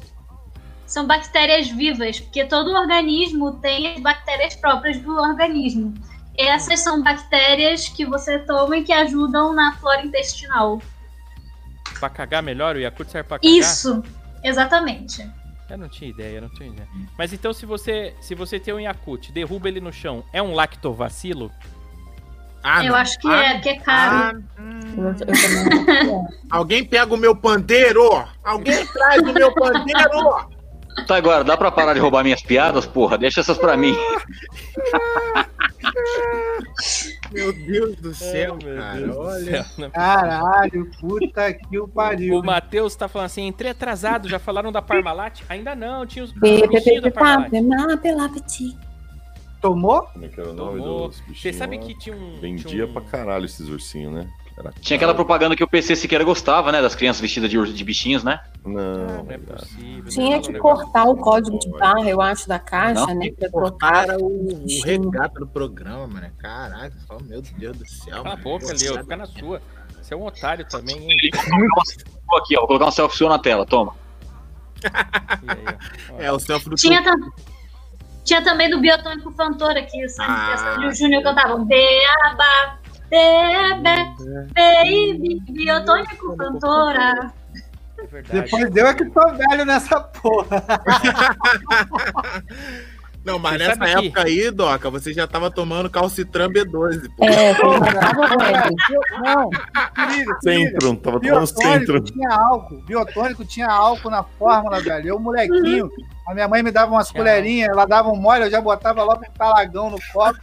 Speaker 8: São bactérias vivas, porque todo organismo tem as bactérias próprias do organismo. Essas são bactérias que você toma e que ajudam na flora intestinal.
Speaker 9: É.
Speaker 2: Pra cagar melhor, o Yakult serve pra cagar?
Speaker 8: Isso, exatamente.
Speaker 2: Eu não tinha ideia, eu não tinha ideia. Mas então, se você, se você tem um Yakult, derruba ele no chão, é um lactovacilo?
Speaker 9: Ah,
Speaker 8: Eu
Speaker 9: não.
Speaker 8: acho que
Speaker 9: Ah,
Speaker 8: é, porque é caro.
Speaker 7: Eu, eu também não-
Speaker 9: Alguém pega o meu pandeiro! Alguém traz o meu pandeiro!
Speaker 4: Tá, agora, dá pra parar de roubar minhas piadas, porra? Deixa essas pra mim.
Speaker 9: Meu Deus É, do céu,
Speaker 2: Ai, meu
Speaker 9: cara.
Speaker 2: Deus do
Speaker 9: Olha.
Speaker 2: céu, né?
Speaker 6: Caralho, puta que o pariu.
Speaker 2: O Matheus tá falando assim, entrei atrasado, já falaram da Parmalat? Ainda não, tinha os
Speaker 7: Pe- pe-
Speaker 2: bichinhos
Speaker 7: pe-
Speaker 2: da Parmalat.
Speaker 7: pe- ma- pela petit.
Speaker 6: Tomou?
Speaker 5: Como é que era o nome
Speaker 2: Tomou.
Speaker 5: dos bichinhos?
Speaker 2: Você sabe
Speaker 5: lá?
Speaker 2: que tinha um...
Speaker 5: Vendia
Speaker 2: tinha um...
Speaker 5: pra caralho esses ursinhos, né? Era
Speaker 4: Tinha aquela
Speaker 5: caro.
Speaker 4: propaganda que o PC Siqueira gostava, né? Das crianças vestidas de, ur- de bichinhos, né?
Speaker 5: Não,
Speaker 2: Não é possível.
Speaker 7: Tinha
Speaker 2: não é
Speaker 7: que
Speaker 2: um negócio-
Speaker 7: cortar o código de barra, eu acho, da caixa,
Speaker 4: Não,
Speaker 7: né? Pra trocar.
Speaker 9: Cortaram o, o regato do programa, mano. Caralho, só meu Deus do céu.
Speaker 2: Cala a
Speaker 9: mano.
Speaker 2: boca, Leo. Fica na sua. Você é um otário também, hein? E
Speaker 4: Vou aqui, ó. Vou colocar um selfie seu na tela, toma.
Speaker 2: aí, ó.
Speaker 9: É, o selfie do
Speaker 8: Tinha, tam- tinha também do biotônico Fantora aqui, sabe?
Speaker 9: Ah,
Speaker 8: que essa- e o Júnior cantava Beaba, Bebe, Baby, biotônico Fantora.
Speaker 2: É verdade.
Speaker 6: Depois eu é que tô velho nessa porra.
Speaker 9: Não, mas
Speaker 2: Você
Speaker 9: nessa
Speaker 2: sabe que-
Speaker 9: época aí, Doca, você já tava tomando calcitran B12, pô.
Speaker 7: É, foi velho.
Speaker 6: Não, filho,
Speaker 5: Centrum, tava tomando
Speaker 6: Biotônico
Speaker 5: Centrum.
Speaker 6: tinha álcool. Biotônico tinha álcool na fórmula, velho. Eu, molequinho, a minha mãe me dava umas colherinhas, ela dava um mole, eu já botava logo um palagão no copo.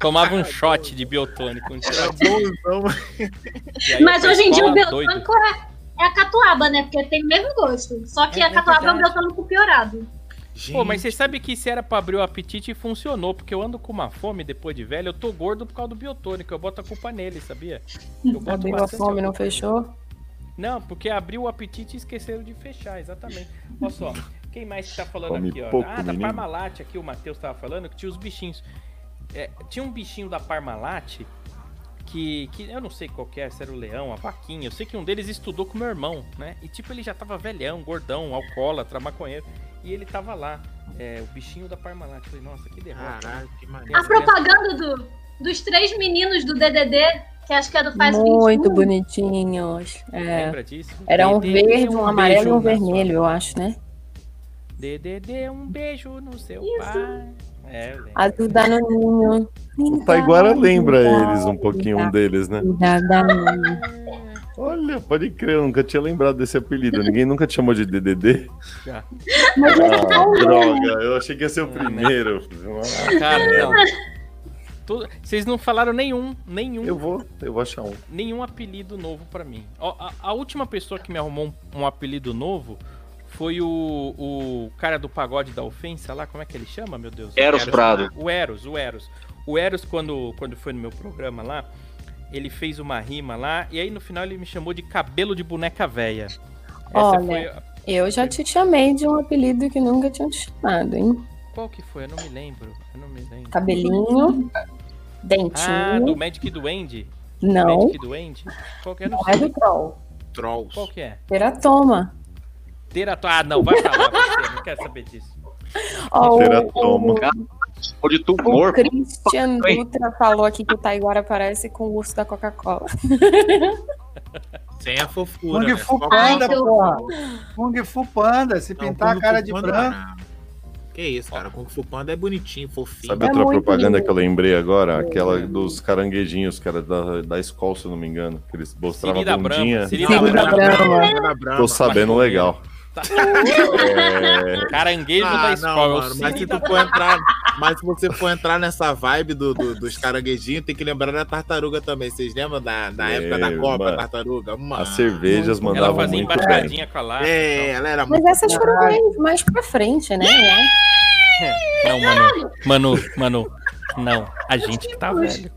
Speaker 2: Tomava um shot de biotônico. Um
Speaker 9: Era
Speaker 2: shot.
Speaker 9: bonzão.
Speaker 2: E aí
Speaker 8: Mas
Speaker 2: eu
Speaker 8: hoje em dia o
Speaker 2: escola doido.
Speaker 8: biotônico é, é a catuaba, né? Porque tem o mesmo gosto. Só que
Speaker 2: É,
Speaker 8: a
Speaker 2: é
Speaker 8: catuaba é um
Speaker 2: verdade.
Speaker 8: biotônico piorado.
Speaker 2: Pô, mas você sabe que se era pra abrir o apetite e funcionou, porque eu ando com uma fome depois de velho, eu tô gordo por causa do biotônico, eu boto a culpa nele, sabia? Eu boto
Speaker 7: Abriu a
Speaker 2: bastante
Speaker 7: fome, não
Speaker 2: culpa nele.
Speaker 7: fechou?
Speaker 2: Não, porque abriu o apetite e esqueceram de fechar, exatamente. Olha só, quem mais que tá falando
Speaker 5: Come
Speaker 2: aqui, ó?
Speaker 5: pouco,
Speaker 2: ah, da
Speaker 5: menino.
Speaker 2: Parmalat aqui, o Matheus tava falando que tinha os bichinhos. É, tinha um bichinho da Parmalat que, que eu não sei qual que é, se era o leão, a vaquinha. Eu sei que um deles estudou com meu irmão, né? E tipo, ele já tava velhão, gordão, alcoólatra, maconheiro. E ele tava lá, é, o bichinho da Parmalat. Eu falei, nossa, que derrota. né?
Speaker 9: Caralho, que maneiro.
Speaker 8: A propaganda do- dos três meninos do DDD, que acho que é do Faz o 21.
Speaker 7: Muito bonitinhos. É.
Speaker 2: Lembra disso?
Speaker 7: Era um
Speaker 2: Dedê,
Speaker 7: verde, um amarelo e
Speaker 2: beijo na
Speaker 7: um
Speaker 2: sua
Speaker 7: vermelho, eu acho, né?
Speaker 2: DDD, um beijo no seu pai. É, eu lembro.
Speaker 7: Azul Danoninho.
Speaker 5: O Taiguara lembra
Speaker 7: Linda,
Speaker 5: eles um pouquinho, um deles, né?
Speaker 7: linda, Danoninho.
Speaker 5: Olha, pode crer, eu nunca tinha lembrado desse apelido. Ninguém nunca te chamou de DDD.
Speaker 2: Já.
Speaker 7: Mas é
Speaker 5: Ah, droga, eu achei que ia ser o
Speaker 2: Ah, né?
Speaker 5: primeiro.
Speaker 2: Ah, Cara, não. Tudo- Vocês não falaram nenhum, nenhum,
Speaker 5: Eu vou, eu vou achar um.
Speaker 2: nenhum apelido novo pra mim. Ó, a, a última pessoa que me arrumou um, um apelido novo foi o, o cara do pagode da ofensa lá, como é que ele chama, meu Deus?
Speaker 4: Eros Prado.
Speaker 2: O Eros, o Eros. O Eros, quando, quando foi no meu programa lá, ele fez uma rima lá, e aí no final ele me chamou de cabelo de boneca véia. Essa
Speaker 7: Olha.
Speaker 2: foi.
Speaker 7: Eu já te chamei de um apelido que nunca tinha te chamado, hein?
Speaker 2: Qual que foi? Eu não me lembro. Eu não me lembro.
Speaker 7: Cabelinho,
Speaker 2: Ah,
Speaker 7: dentinho,
Speaker 2: do Magic Duende?
Speaker 7: não,
Speaker 2: Magic Duende? Qual que é? Eu não
Speaker 7: não é
Speaker 2: sei.
Speaker 7: do troll,
Speaker 9: Trolls.
Speaker 2: Qual que é?
Speaker 7: teratoma.
Speaker 2: Teratoma. Ah, não, vai pra lá você. Não quero saber disso.
Speaker 7: Ó, o-
Speaker 5: Ah, Teratoma.
Speaker 4: Ou de
Speaker 7: O
Speaker 4: tumor.
Speaker 7: Christian
Speaker 4: Oi.
Speaker 7: Dutra falou aqui que o Taiguara parece com o urso da Coca-Cola.
Speaker 9: Sem a fofura.
Speaker 6: Kung
Speaker 9: né?
Speaker 6: Fu
Speaker 9: Só-
Speaker 8: Ai,
Speaker 6: Panda,
Speaker 8: que
Speaker 6: porra. Kung Fu Panda, se
Speaker 9: Não,
Speaker 6: pintar a
Speaker 9: Kung
Speaker 6: cara
Speaker 9: Fu
Speaker 6: de
Speaker 9: Panda, né?
Speaker 6: branco.
Speaker 9: não. Que isso, cara. Kung Fu Panda é bonitinho, fofinho.
Speaker 5: Sabe
Speaker 7: É
Speaker 5: outra
Speaker 7: muito
Speaker 5: propaganda
Speaker 7: lindo.
Speaker 5: que eu lembrei agora? Aquela
Speaker 7: É.
Speaker 5: dos caranguejinhos, cara, da, da escola, se eu não me engano. Que eles mostravam
Speaker 2: Cirida
Speaker 5: a bundinha.
Speaker 2: Brahma, Cirida
Speaker 7: Cirida
Speaker 2: Brahma.
Speaker 7: Brahma.
Speaker 9: Era brava.
Speaker 5: Tô sabendo legal. É,
Speaker 2: Caranguejo da
Speaker 9: Ah, não,
Speaker 2: escola.
Speaker 9: mano, mas se tu for entrar, mas se você for entrar nessa vibe do, do- dos caranguejinhos, tem que lembrar da tartaruga também. Vocês lembram da, da época da
Speaker 5: Meu,
Speaker 9: Copa,
Speaker 5: mano.
Speaker 9: a tartaruga? Mano.
Speaker 5: as cervejas
Speaker 2: Ela
Speaker 5: mandavam
Speaker 2: fazia
Speaker 5: muito bem.
Speaker 2: embarcadinha com a lata.
Speaker 9: É, ela era
Speaker 7: Mas
Speaker 9: muito.
Speaker 7: essas foram mais, mais pra frente, né?
Speaker 2: Não, Manu. Manu, Manu. Não, a gente que tá velho.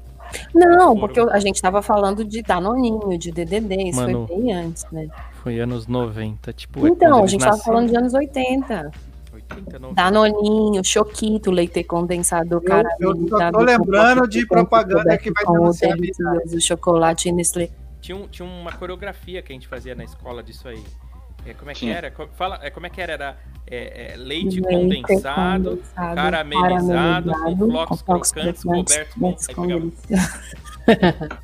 Speaker 7: Não, porque eu- a gente tava falando de Danoninho, de DDD, isso
Speaker 2: Mano.
Speaker 7: foi bem antes, né?
Speaker 2: Foi anos 90, tipo... é quando
Speaker 7: Então, a
Speaker 2: eles
Speaker 7: gente tava
Speaker 2: nasceram.
Speaker 7: falando Tá. de anos 80.
Speaker 2: 80, 90.
Speaker 7: Danoninho, Choquito, leite condensado, cara.
Speaker 6: eu só tô lembrando de propaganda que vai denunciar a minha
Speaker 7: O chocolate Nestlé.
Speaker 2: Tinha, um- tinha uma coreografia que a gente fazia na escola disso aí. É, como é que
Speaker 4: Tinha.
Speaker 2: era? Co- Fala, é, como é que era? Era é, é, leite,
Speaker 7: Leite
Speaker 2: condensado,
Speaker 7: condensado,
Speaker 2: caramelizado, com
Speaker 7: caramelizado,
Speaker 2: flocos
Speaker 7: com flocos
Speaker 2: crocantes,
Speaker 7: crocantes,
Speaker 2: coberto com... Aí
Speaker 7: com
Speaker 2: pegava,
Speaker 7: delícia.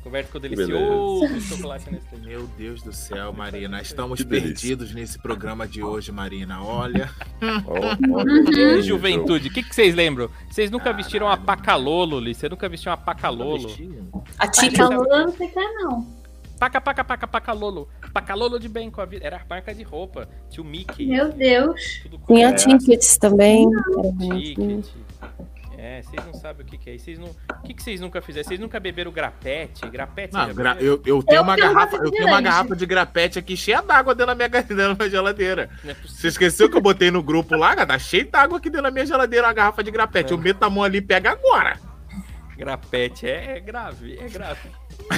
Speaker 2: coberto com
Speaker 5: Beleza.
Speaker 2: delicioso chocolate nesse
Speaker 8: Hum.
Speaker 9: Meu Deus do céu, Marina. Estamos
Speaker 5: Que delícia.
Speaker 9: perdidos nesse programa de hoje, Marina. Olha.
Speaker 5: Ó, ó,
Speaker 2: E
Speaker 8: Hum.
Speaker 5: que
Speaker 2: juventude, o que, que vocês lembram? Vocês nunca vestiram uma
Speaker 9: Caralho.
Speaker 2: pacalolo, Liz? Você nunca vestiu uma pacalolo?
Speaker 7: A
Speaker 8: Fica né?
Speaker 7: Tica,
Speaker 8: lula,
Speaker 2: é
Speaker 8: não fica não.
Speaker 2: Paca, paca, paca, pacalolo. Pacalolo de bem com a vida. Era a marca de roupa. Tinha o Mickey.
Speaker 8: Meu Deus.
Speaker 2: Tudo com
Speaker 7: tinha
Speaker 2: era
Speaker 7: tickets
Speaker 9: Hum,
Speaker 7: também. Era bem assim.
Speaker 2: ticket. É, vocês não sabem o que, que é. Vocês não... O que, que vocês nunca fizeram? Vocês nunca beberam grapete? Grapete? é
Speaker 9: Não,
Speaker 2: já
Speaker 9: gra-
Speaker 2: beberam?
Speaker 9: eu, eu tenho
Speaker 8: Eu
Speaker 9: uma
Speaker 8: tenho
Speaker 9: garrafa, eu
Speaker 8: refrigerante.
Speaker 9: tenho uma garrafa de grapete aqui cheia d'água dentro da minha, ga- dentro da minha geladeira.
Speaker 2: Não é possível.
Speaker 9: Você esqueceu que eu botei no grupo lá, cara? Tá cheio d'água aqui dentro da minha geladeira, uma garrafa de grapete. Eu meto a mão ali e pega agora.
Speaker 2: Grapete é, é grave, é grave.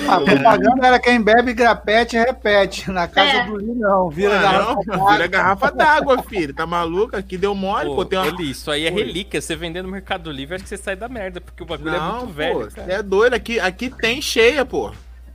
Speaker 6: A propaganda era quem bebe grapete repete. Na casa
Speaker 8: É.
Speaker 6: do Rio, não. Vira
Speaker 9: Mano,
Speaker 6: garrafa.
Speaker 9: vira garrafa d'água, filho. Tá maluco? Aqui deu mole,
Speaker 2: Pô,
Speaker 9: pô. Tem uma...
Speaker 2: Eli, isso aí é
Speaker 9: Pô.
Speaker 2: relíquia. Você vendendo no Mercado Livre, acho que você sai da merda, porque o bagulho é
Speaker 9: Não,
Speaker 2: muito
Speaker 9: pô,
Speaker 2: velho,
Speaker 9: você
Speaker 2: cara.
Speaker 9: é doido. Aqui, aqui tem cheia, pô.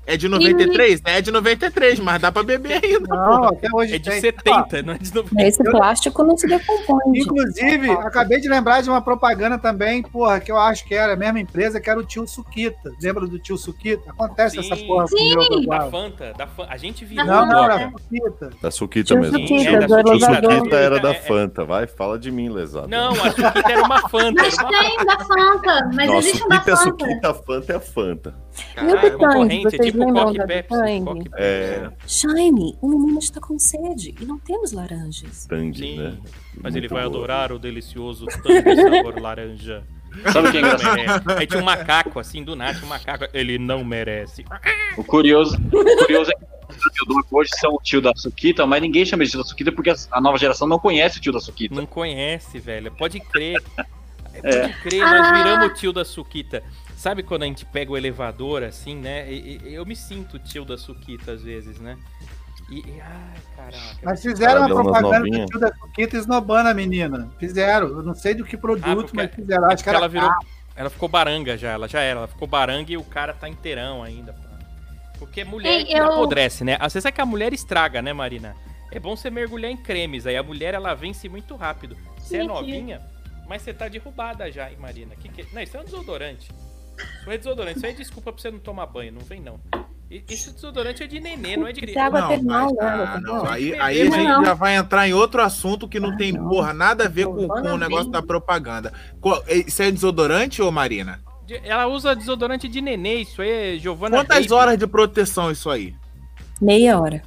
Speaker 9: É de 93? É de 93, mas dá pra beber ainda.
Speaker 6: Não, até hoje
Speaker 2: É de
Speaker 6: tem.
Speaker 2: 70, não é de 90.
Speaker 7: Esse plástico não se decompõe. gente.
Speaker 6: Inclusive, acabei de lembrar de uma propaganda também, porra, que eu acho que era a mesma empresa, que era o tio Suquita. Lembra do tio Suquita? Acontece essa
Speaker 2: Sim. Tá
Speaker 6: porra comigo
Speaker 2: Da
Speaker 6: agora.
Speaker 2: Fanta, da Fanta. A gente virou
Speaker 6: Não, não,
Speaker 2: agora.
Speaker 6: era Suquita.
Speaker 5: Da Suquita
Speaker 7: Tinha
Speaker 5: mesmo.
Speaker 7: Suquita,
Speaker 5: Tinha
Speaker 7: do
Speaker 5: Suquita.
Speaker 7: elevador.
Speaker 5: Suquita era da
Speaker 2: É, é.
Speaker 5: Fanta. Vai, fala de mim, lesado.
Speaker 2: Não, a Suquita era uma Fanta.
Speaker 8: Mas
Speaker 2: Era uma Fanta.
Speaker 8: tem da Fanta, mas
Speaker 5: Nossa,
Speaker 8: existe um da
Speaker 5: Suquita é
Speaker 8: Fanta.
Speaker 5: Suquita, a Fanta é a Fanta.
Speaker 7: E o
Speaker 2: Ah, é
Speaker 7: Detangue,
Speaker 2: concorrente, é
Speaker 7: vocês
Speaker 2: tipo
Speaker 7: lembram
Speaker 2: Coca
Speaker 7: da
Speaker 2: e Pepsi. Coca
Speaker 7: Detangue?
Speaker 2: e Pepsi.
Speaker 5: É,
Speaker 7: Shiny, o menino está com sede e não temos laranjas.
Speaker 5: Tandy,
Speaker 2: Sim,
Speaker 5: né?
Speaker 2: Mas
Speaker 5: Muito
Speaker 2: ele vai
Speaker 5: boa.
Speaker 2: adorar o delicioso tango sabor laranja.
Speaker 4: Sabe o que é engraçado?
Speaker 2: merece. Aí tinha um macaco, assim, do nada, tinha um macaco. Ele não merece.
Speaker 4: O curioso, o curioso é que os Teodoro hoje são o tio da Suquita, mas ninguém chama de tio da Suquita porque a- a nova geração não conhece o tio da Suquita.
Speaker 2: Não conhece, velho. Pode crer. Pode
Speaker 4: É.
Speaker 2: crer, nós viramos o tio da Suquita. Sabe quando a gente pega o elevador, assim, né? E- e- eu me sinto o tio da Suquita às vezes, né? E, e- ai, caraca.
Speaker 6: Mas fizeram uma
Speaker 5: Ela deu umas
Speaker 6: propaganda do
Speaker 5: novinhas.
Speaker 6: tio da Suquita esnobando a menina. Fizeram. Eu não sei do que produto,
Speaker 2: Ah, porque-
Speaker 6: mas fizeram. Acho que era
Speaker 2: ela virou.
Speaker 9: tá-
Speaker 2: Ela ficou baranga já, ela já era. Ela ficou baranga e o cara tá inteirão ainda, pô. Porque mulher
Speaker 8: Ei,
Speaker 2: que
Speaker 8: eu-
Speaker 2: apodrece, né? Ah, Você sabe que a mulher estraga, né, Marina? É bom você mergulhar em cremes, aí a mulher ela vence muito rápido. Você é
Speaker 8: Sim, sim.
Speaker 2: novinha, mas você tá derrubada já, hein, Marina? Que que... é? Não, isso é um desodorante. Isso é desodorante, isso aí é desculpa pra você não tomar banho, não vem não. E- Isso desodorante é de nenê, não é de
Speaker 7: Isso é água
Speaker 2: criança.
Speaker 9: Não, mas,
Speaker 7: termal, né?
Speaker 9: ah,
Speaker 7: Tá
Speaker 9: não,
Speaker 7: bom.
Speaker 9: aí, aí a
Speaker 8: Não,
Speaker 9: gente
Speaker 8: não.
Speaker 9: já vai entrar em outro assunto que não tem,
Speaker 7: Ah, não.
Speaker 9: porra, nada a ver com, com o
Speaker 7: Desodorante.
Speaker 9: negócio da propaganda. Qual- Isso é desodorante, ô Marina?
Speaker 2: De- Ela usa desodorante de nenê, isso aí é Giovanna.
Speaker 9: Quantas
Speaker 2: Baby.
Speaker 9: horas de proteção isso aí?
Speaker 7: Meia hora.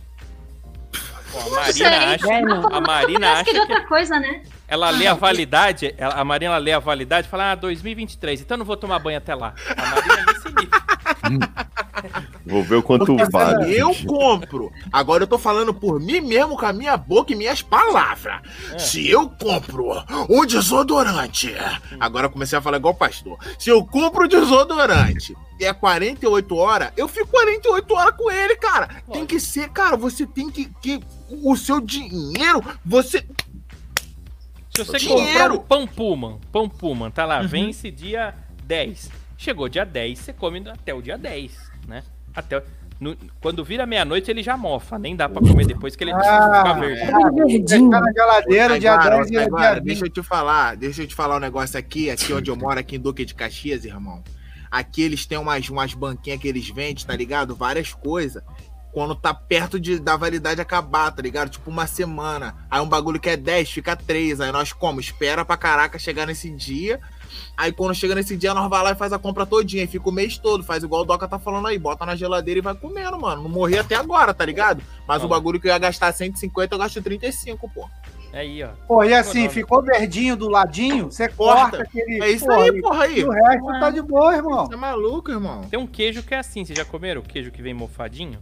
Speaker 2: Pô, a
Speaker 8: Não sei.
Speaker 2: Marina acha,
Speaker 7: É, não.
Speaker 2: a Marina
Speaker 8: Parece que é de
Speaker 2: acha que
Speaker 8: outra coisa, né?
Speaker 2: Ela
Speaker 9: Ah,
Speaker 2: lê a validade, ela- a Marina ela lê a validade e fala, ah, 2023, então não vou tomar banho até lá. A Marina é nesse nível.
Speaker 5: Vou ver o quanto vale.
Speaker 9: Eu compro. Agora eu tô falando por mim mesmo com a minha boca e minhas palavras.
Speaker 2: É.
Speaker 9: Se eu compro um desodorante.
Speaker 2: Hum.
Speaker 9: Agora eu comecei a falar igual pastor. Se eu compro um desodorante e é 48 horas, eu fico 48 horas com ele, cara. Tem que ser, cara, você tem que. que o seu dinheiro, você.
Speaker 2: Se você comprar
Speaker 9: Dinheiro! Uhum.
Speaker 2: um pão Pullman, pão Pullman, tá lá, vence dia 10. Chegou dia 10, você come até o dia 10, né? Até... o- no- quando vira meia-noite, ele já mofa. Nem dá pra comer depois que ele
Speaker 9: Ah,
Speaker 2: fica verde.
Speaker 9: é,
Speaker 7: Tudo verdinho.
Speaker 6: Tá na geladeira, dia
Speaker 9: Taiguara,
Speaker 6: 2 e dia
Speaker 9: Taiguara,
Speaker 6: 20.
Speaker 9: deixa eu te falar, deixa eu te falar um negócio aqui, aqui onde eu moro, aqui em Duque de Caxias, irmão. Aqui eles têm umas, umas banquinhas que eles vendem, tá ligado? Várias coisas. Quando tá perto de, da validade acabar, tá ligado? Tipo uma semana. Aí um bagulho que é 10, fica 3. Aí nós como? Espera pra caraca chegar nesse dia. Aí quando chega nesse dia, nós vai lá e faz a compra todinha. E fica o mês todo, faz igual o Doca tá falando aí. Bota na geladeira e vai comendo, mano. Não morri até agora, tá ligado? Mas o
Speaker 2: Não.
Speaker 9: bagulho que eu ia gastar 150, eu gasto 35, pô.
Speaker 2: é Aí, ó.
Speaker 6: Pô, e assim,
Speaker 2: Econômico.
Speaker 6: ficou verdinho do ladinho, você
Speaker 9: Corta.
Speaker 6: corta aquele.
Speaker 9: É isso
Speaker 6: pô,
Speaker 9: aí,
Speaker 6: e-
Speaker 9: porra aí.
Speaker 6: E o resto tá de boa, irmão.
Speaker 9: Você é maluco, irmão?
Speaker 2: Tem um queijo que é assim. Vocês já comeram o queijo que vem mofadinho?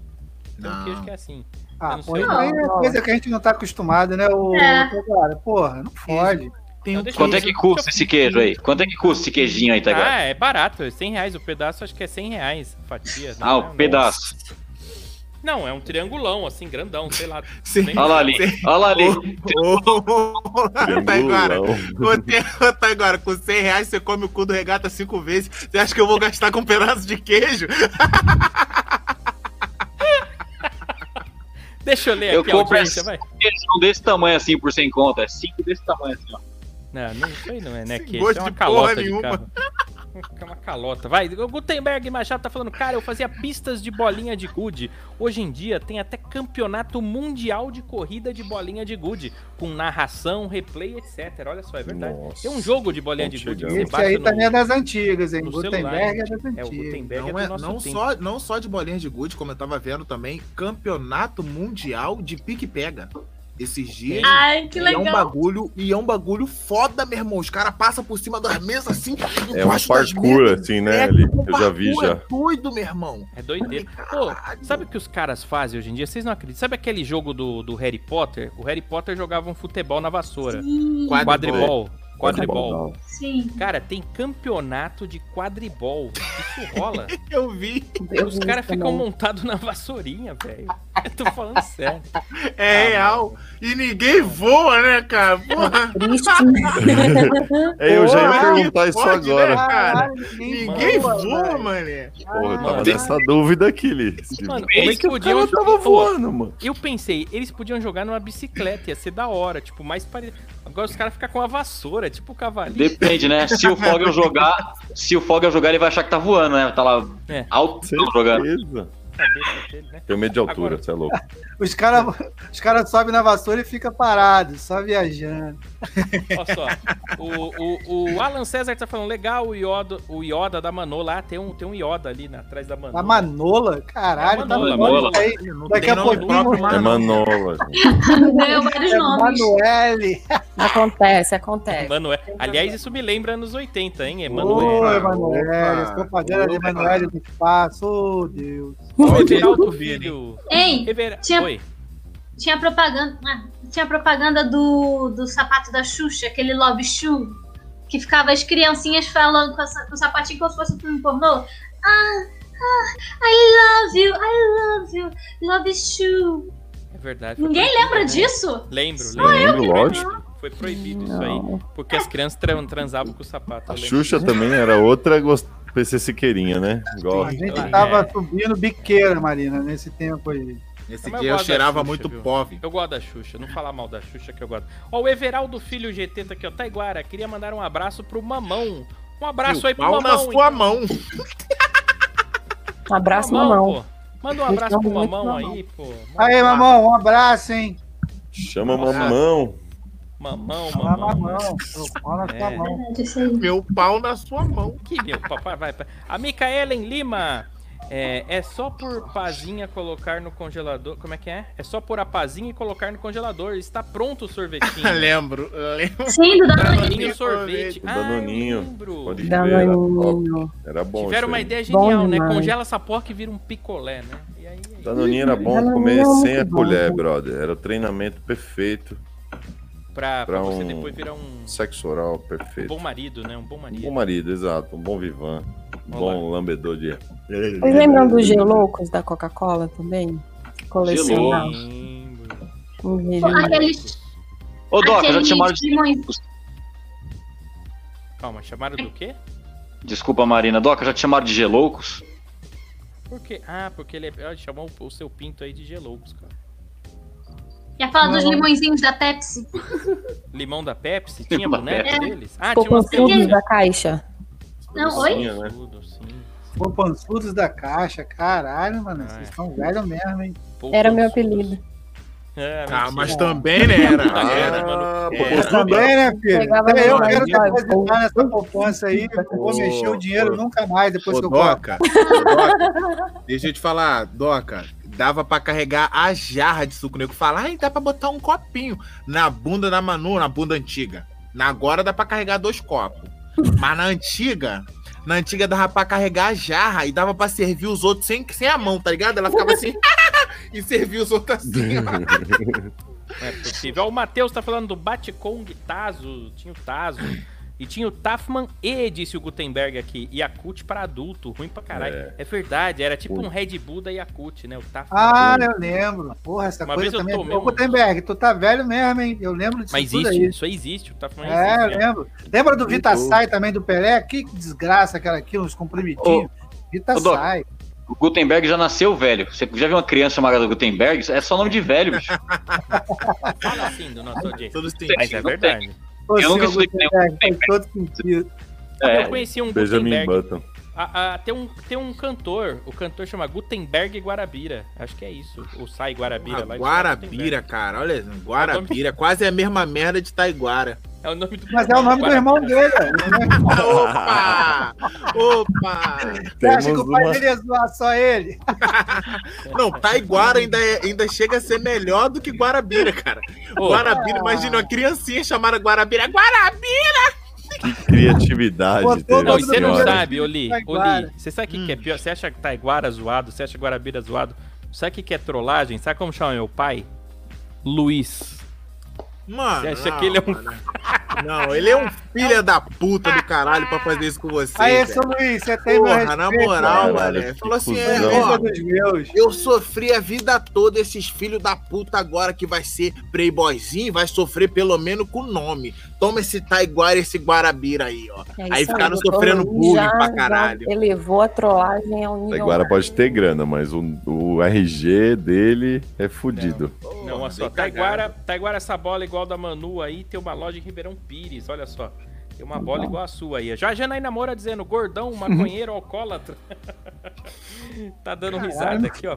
Speaker 2: Tem um queijo que é assim.
Speaker 6: Ah,
Speaker 2: não
Speaker 6: pô,
Speaker 2: sei.
Speaker 6: então aí é
Speaker 7: Não, não.
Speaker 6: coisa que a gente não tá acostumado, né? O,
Speaker 8: É.
Speaker 6: Taiguara? Porra, não fode.
Speaker 9: Tem
Speaker 2: Então
Speaker 9: um
Speaker 2: deixa
Speaker 4: Quanto é que custa esse queijo aí? Quanto é que custa esse queijinho aí, Taiguara?
Speaker 2: Ah, é barato. é 100 reais. O pedaço acho que é 100 reais. a Fatia. não
Speaker 4: Ah,
Speaker 2: é?
Speaker 4: o pedaço.
Speaker 2: Não, é um triangulão, assim, grandão, sei lá.
Speaker 9: Sim.
Speaker 2: Nem-
Speaker 4: Olha lá ali, olha lá ali.
Speaker 9: Ô, ô, ô, Taiguara,
Speaker 5: Triangulão.
Speaker 9: ô, Te- ô, Taiguara, com 100 reais você come o cu do regata cinco vezes. Você acha que eu vou gastar com um pedaço de queijo?
Speaker 2: Deixa eu ler
Speaker 4: Eu
Speaker 2: aqui
Speaker 4: compro
Speaker 2: a audiência,
Speaker 4: essa-
Speaker 2: vai.
Speaker 4: Queijão desse tamanho assim, por sem conta. É cinco desse tamanho assim, ó.
Speaker 2: Não, não, isso aí não é, né?
Speaker 9: Sem
Speaker 2: Que
Speaker 9: gosto
Speaker 2: isso é uma
Speaker 9: de porra
Speaker 2: calota de
Speaker 9: nenhuma.
Speaker 2: carro. É uma calota. Vai, o Gutenberg Machado tá falando, cara, eu fazia pistas de bolinha de gude. Hoje em dia tem até campeonato mundial de corrida de bolinha de gude, com narração, replay, etc. Olha só, é verdade.
Speaker 5: Nossa.
Speaker 2: Tem um jogo de bolinha de
Speaker 5: Estão
Speaker 2: gude. que
Speaker 5: chegando.
Speaker 2: Você
Speaker 6: Esse
Speaker 2: bate
Speaker 6: aí
Speaker 9: tá
Speaker 2: no...
Speaker 6: também é das antigas, hein?
Speaker 2: no
Speaker 6: Gutenberg é das
Speaker 2: É, o
Speaker 6: antigas.
Speaker 2: Gutenberg
Speaker 9: Não,
Speaker 2: é
Speaker 9: é,
Speaker 2: do nosso
Speaker 9: não,
Speaker 2: tempo.
Speaker 9: só, não só de bolinhas de gude, como eu tava vendo também, campeonato mundial de pique-pega. Esses dias.
Speaker 8: Ai, que
Speaker 9: e é um
Speaker 8: legal.
Speaker 9: bagulho, e é um bagulho foda, meu irmão. Os caras passam por cima das mesas assim,
Speaker 5: É um
Speaker 9: embaixo das
Speaker 5: parkour,
Speaker 9: mesas.
Speaker 5: assim,
Speaker 9: É,
Speaker 5: né? Ali.
Speaker 9: tipo um
Speaker 5: Eu já vi
Speaker 9: parkour,
Speaker 5: já.
Speaker 9: É doido, meu irmão.
Speaker 2: É doideira. Pô, sabe o que os caras fazem hoje em dia? Vocês não acreditam. Sabe aquele jogo do, do Harry Potter? O Harry Potter jogava um futebol na vassoura.
Speaker 8: Sim,
Speaker 2: Quadribol. Quadribol.
Speaker 5: Quadribol.
Speaker 8: sim.
Speaker 2: Cara, tem campeonato de quadribol. Isso rola.
Speaker 9: Eu vi.
Speaker 7: Eu
Speaker 2: Os
Speaker 7: vi
Speaker 2: caras
Speaker 7: também.
Speaker 2: ficam montados na vassourinha, velho. Eu tô falando sério.
Speaker 9: É real. E ninguém voa, né, cara? Porra,
Speaker 7: Triste, né?
Speaker 5: É, eu já ia
Speaker 9: Porra,
Speaker 5: perguntar
Speaker 9: que
Speaker 5: isso
Speaker 9: pode,
Speaker 5: agora.
Speaker 9: né?
Speaker 6: Caralho,
Speaker 9: ninguém
Speaker 6: voa,
Speaker 9: voa,
Speaker 6: velho.
Speaker 9: mané.
Speaker 5: Porra, eu tava
Speaker 2: Mano.
Speaker 5: nessa dúvida aqui, Li.
Speaker 2: Mano,
Speaker 5: Como é
Speaker 2: eles
Speaker 5: que o
Speaker 2: podiam
Speaker 5: cara
Speaker 2: jogar-
Speaker 5: tava
Speaker 2: Pô,
Speaker 5: voando, mano?
Speaker 2: Eu pensei, eles podiam jogar numa bicicleta, ia ser da hora, tipo, mais parecido. Agora os caras ficam com a vassoura, tipo o cavalinho.
Speaker 4: Depende, né? Se o Fogel jogar, se o Fogel jogar, ele vai achar que tá voando, né? Tá lá
Speaker 2: É.
Speaker 4: alto jogando.
Speaker 5: Certeza.
Speaker 2: na cabeça dele, né?
Speaker 5: Tenho medo de altura,
Speaker 2: Agora-
Speaker 5: você é louco.
Speaker 6: Os caras os cara sobem na vassoura e fica parado, só viajando.
Speaker 2: Olha só, o, o, o Alan César tá falando, legal o Yoda, o Yoda da Manô lá, tem um, tem um Yoda ali na- atrás da Manô.
Speaker 6: A Manola, caralho,
Speaker 2: É a
Speaker 6: tá
Speaker 2: Manola,
Speaker 6: Manola
Speaker 4: Manola.
Speaker 6: aí.
Speaker 9: Não
Speaker 6: Daqui
Speaker 9: tem
Speaker 6: a
Speaker 9: nome
Speaker 6: pouquinho-
Speaker 9: próprio, mas
Speaker 5: É
Speaker 9: não.
Speaker 5: Manola. gente.
Speaker 8: Ganhou vários
Speaker 6: É
Speaker 8: nomes.
Speaker 6: Manoele.
Speaker 7: Acontece,
Speaker 8: É,
Speaker 7: acontece.
Speaker 2: Emanuel. é.
Speaker 8: um
Speaker 2: Aliás, isso me lembra anos 80, hein? é
Speaker 6: Ô,
Speaker 2: Emanuel.
Speaker 6: Emanuele,
Speaker 9: Opa.
Speaker 6: escofadela de
Speaker 9: Opa.
Speaker 6: Emanuele do espaço, ô Deus.
Speaker 2: Reveraldo Filho.
Speaker 8: Hein,
Speaker 2: Rever...
Speaker 8: Tinha-
Speaker 2: Oi.
Speaker 8: tinha propaganda. ah, tinha propaganda do, do sapato da Xuxa, aquele Love Shoe. Que ficava as criancinhas falando com, essa- com o sapatinho como se fosse um filme pornô. Ah, ah, I love you, I love you, love shoe.
Speaker 2: É verdade. foi
Speaker 8: Ninguém
Speaker 2: proibido,
Speaker 8: lembra
Speaker 2: né?
Speaker 8: disso?
Speaker 2: Lembro, lembro.
Speaker 5: Lembro, lógico.
Speaker 2: Foi proibido é isso aí. Porque as crianças tran- transavam com o sapato.
Speaker 5: A
Speaker 2: eu lembro.
Speaker 5: Xuxa também era outra gost- PC Siqueirinha, né? Igual.
Speaker 6: A
Speaker 2: Ela
Speaker 6: gente
Speaker 2: é.
Speaker 6: tava subindo biqueira, Marina, nesse tempo aí.
Speaker 9: Nesse
Speaker 2: Mas
Speaker 9: dia
Speaker 2: eu
Speaker 9: eu
Speaker 2: gosto da
Speaker 9: cheirava
Speaker 2: Xuxa,
Speaker 9: muito
Speaker 2: viu?
Speaker 9: pobre.
Speaker 2: Eu gosto da Xuxa, não falar mal da Xuxa que eu gosto. Ó, o Everaldo Filho GT tá aqui, ó. Taiguara, queria mandar um abraço pro Mamão. Um abraço aí pro
Speaker 9: pau na
Speaker 2: Mamão.
Speaker 9: sua mão.
Speaker 7: Um abraço, mamão. é
Speaker 2: pô. Manda um abraço pro
Speaker 7: Muito
Speaker 2: Mamão
Speaker 7: mamão.
Speaker 2: aí, pô. Manda
Speaker 6: Aí,
Speaker 2: um
Speaker 6: mamão, um abraço, hein?
Speaker 5: Chama a
Speaker 9: Nossa.
Speaker 5: mamão.
Speaker 2: Mamão,
Speaker 6: Fala
Speaker 2: mamão. né?
Speaker 6: mamão, fala com a
Speaker 2: É.
Speaker 6: mão.
Speaker 8: Verdade, isso aí.
Speaker 9: Meu pau na sua mão.
Speaker 2: Que meu papai vai. pra- A Micaelen Lima. É, é só por pazinha colocar no congelador. Como é que é? É só por a pazinha e colocar no congelador. Está pronto o sorvetinho.
Speaker 9: lembro, lembro.
Speaker 8: Sim, do Danone.
Speaker 2: Danoninho sorvete.
Speaker 5: O
Speaker 2: Ah,
Speaker 5: Danoninho.
Speaker 2: eu lembro.
Speaker 5: Pode crer, era
Speaker 7: um-
Speaker 5: top.
Speaker 7: Danoninho.
Speaker 5: Era bom.
Speaker 2: Tiveram
Speaker 5: isso
Speaker 2: uma
Speaker 5: aí.
Speaker 2: ideia genial,
Speaker 7: Bom
Speaker 2: né?
Speaker 7: demais.
Speaker 2: Congela essa porca e vira um picolé, né? E aí, aí.
Speaker 5: Danoninho era bom
Speaker 7: Danoninho
Speaker 5: comer
Speaker 7: é muito
Speaker 5: sem a
Speaker 7: bom.
Speaker 5: colher, brother. Era o treinamento perfeito.
Speaker 2: pra, pra
Speaker 5: pra
Speaker 2: você
Speaker 5: um-
Speaker 2: depois virar um
Speaker 5: Sexo oral
Speaker 2: bom
Speaker 5: perfeito.
Speaker 2: marido, né? Um bom
Speaker 5: Um
Speaker 2: marido.
Speaker 5: bom marido, exato. Um bom vivan. Um
Speaker 2: Olá.
Speaker 5: bom lambedor de.
Speaker 7: Vocês lembram dos geloucos da Coca-Cola também? Colecionar.
Speaker 2: Lembro.
Speaker 7: Um
Speaker 8: Pô,
Speaker 2: Ah,
Speaker 7: vídeo.
Speaker 8: Aqueles,
Speaker 4: Ô, Doca, já te
Speaker 8: aqueles
Speaker 4: chamaram de...
Speaker 8: limões.
Speaker 2: Calma, chamaram do quê?
Speaker 4: Desculpa, Marina. Doca, já te chamaram de geloucos?
Speaker 2: Por quê? Ah, porque ele, é- ele chamou o seu pinto aí de Geloucos, cara.
Speaker 8: Ia falar dos
Speaker 7: Não.
Speaker 8: limõezinhos da Pepsi.
Speaker 2: Limão da Pepsi? Tinha
Speaker 4: Limão da
Speaker 2: boneco
Speaker 8: Pepsi.
Speaker 2: deles? Ah,
Speaker 7: Ficou
Speaker 2: tinha
Speaker 7: com
Speaker 2: umas
Speaker 7: os filmes
Speaker 2: perucas.
Speaker 7: da caixa.
Speaker 8: Não, oi?
Speaker 4: Sim, né?
Speaker 2: Tudo, assim, sim.
Speaker 6: Poupançudos da caixa, caralho, mano.
Speaker 2: Ah,
Speaker 6: Vocês
Speaker 2: é.
Speaker 6: estão velhos mesmo, hein?
Speaker 2: Poucos
Speaker 7: Era meu
Speaker 2: assuntos.
Speaker 7: apelido.
Speaker 2: É,
Speaker 9: Ah, mas
Speaker 2: mentira.
Speaker 9: também, né? Era,
Speaker 2: Ah,
Speaker 9: era.
Speaker 2: mano.
Speaker 5: pô,
Speaker 2: É.
Speaker 5: você
Speaker 6: Também, né, filho?
Speaker 7: tá Pegava
Speaker 6: Até eu
Speaker 9: na
Speaker 6: quero
Speaker 7: mão,
Speaker 6: depositar nessa poupança aí. Eu Não vou
Speaker 9: Ô,
Speaker 6: mexer o dinheiro
Speaker 9: ô,
Speaker 6: nunca mais depois
Speaker 9: Ô,
Speaker 6: que eu coloco.
Speaker 9: Doca, ô, Doca, deixa eu te falar, Doca, dava pra carregar a jarra de suco nego. Falar, ai, dá pra botar um copinho na bunda da Manu, na bunda antiga. Na agora dá pra carregar dois copos. Mas na antiga, na antiga dava pra carregar a jarra e dava pra servir os outros sem, sem a mão, tá ligado? Ela ficava assim e servia os outros assim. ó.
Speaker 2: Não é possível. Ó, O Matheus tá falando do Batcong Tazo. Tinha o Tazo. E tinha o Tafman E, disse o Gutenberg aqui. Yakult pra adulto. Ruim pra caralho. É, verdade. Era tipo um Red Bull da Yakult, né? O Tafman.
Speaker 6: Ah, eu lembro. Porra, essa
Speaker 2: Uma vez
Speaker 6: coisa
Speaker 2: eu
Speaker 6: também.
Speaker 2: tomei
Speaker 6: Ô,
Speaker 2: um-
Speaker 6: Gutenberg, tu tá velho mesmo, hein? Eu lembro disso
Speaker 2: Mas
Speaker 6: tudo
Speaker 2: existe.
Speaker 6: aí.
Speaker 2: Isso aí existe. O Tafman
Speaker 6: É, eu
Speaker 2: existe. né?
Speaker 6: lembro. Lembra do Vitasai também, do Pelé? Que desgraça aquela aqui, uns comprimidinhos.
Speaker 4: ô, Doc.
Speaker 6: Vitasai.
Speaker 4: O Gutenberg já nasceu velho. Você já viu uma criança chamada Gutenberg? É só nome de velho, bicho.
Speaker 2: Fala assim do nosso audiência.
Speaker 9: Todos têm-
Speaker 2: Mas é
Speaker 4: Não tem.
Speaker 2: verdade.
Speaker 6: Ô,
Speaker 4: Eu nunca
Speaker 6: senhor
Speaker 4: estudei com nenhum
Speaker 6: Gutenberg, faz
Speaker 4: Gutenberg.
Speaker 6: todo sentido.
Speaker 2: Eu
Speaker 4: É,
Speaker 2: conheci um
Speaker 5: Benjamin
Speaker 2: Gutenberg.
Speaker 5: Button.
Speaker 2: Ah, ah, tem, um, tem um cantor. O cantor chama Gutenberg Guarabira. Acho que é isso. O Sai Guarabira.
Speaker 9: Ah,
Speaker 2: lá, ele chama
Speaker 9: Guarabira, cara, olha, Guarabira, quase é a mesma merda de Taiguara.
Speaker 2: Gutenberg. É o nome do
Speaker 6: Mas é o nome do irmão
Speaker 2: Guarabira.
Speaker 6: dele. né? ó.
Speaker 9: Opa! Ah, Opa!
Speaker 6: Você acha que
Speaker 5: Temos
Speaker 6: o pai
Speaker 5: uma-
Speaker 6: dele ia zoar só ele?
Speaker 9: Não, Taiguara ainda, é- ainda chega a ser melhor do que Guarabira, cara.
Speaker 2: Ô,
Speaker 9: Guarabira, imagina uma criancinha chamada Guarabira. Guarabira!
Speaker 5: Criatividade.
Speaker 6: Botou
Speaker 5: teve,
Speaker 6: o
Speaker 2: Não, e
Speaker 6: nome do
Speaker 2: você não
Speaker 5: senhora.
Speaker 6: Guarabira.
Speaker 2: sabe, Oli. Oli,
Speaker 6: Taiguara.
Speaker 2: você sabe o que,
Speaker 9: Hum.
Speaker 2: que é pior? Você acha que Taiguara zoado? Você acha Guarabira zoado? Sabe o que, que é trollagem? Sabe como chama meu pai? Luiz.
Speaker 9: Mano,
Speaker 2: Você acha
Speaker 9: não,
Speaker 2: que ele é um-
Speaker 9: mano. Não, ele é um filho da puta do caralho pra fazer isso com
Speaker 2: Ah.
Speaker 9: você.
Speaker 6: Aí,
Speaker 9: velho.
Speaker 6: seu Luiz, você tem meu
Speaker 9: Porra,
Speaker 6: respeito.
Speaker 9: na moral,
Speaker 5: Caralho,
Speaker 9: mano.
Speaker 5: que
Speaker 9: Falou assim, é,
Speaker 5: cuzão.
Speaker 9: ó,
Speaker 6: Respeita dos meus.
Speaker 9: Eu sofri a vida toda, esses filhos da puta agora que vai ser playboyzinho, vai sofrer pelo menos com o nome. Toma esse Taiguara e esse Guarabira aí, ó.
Speaker 7: É
Speaker 9: Aí
Speaker 7: isso
Speaker 9: ficaram
Speaker 7: doutor
Speaker 9: sofrendo
Speaker 7: Luiz
Speaker 9: bullying
Speaker 7: já-
Speaker 9: pra
Speaker 7: já
Speaker 9: caralho.
Speaker 7: Elevou a trollagem ao nível.
Speaker 5: Taiguara pode ter grana, mas o, o RG dele é fudido.
Speaker 2: Não, olha só.
Speaker 9: Porra, bem
Speaker 2: Taiguara,
Speaker 9: cagado.
Speaker 2: Taiguara, essa bola igual da Manu aí, tem uma loja em Ribeirão Pires, olha só. Tem uma bola igual a sua aí. Já a Janaína Moura dizendo, gordão, maconheiro, alcoólatra. tá dando risada aqui, ó.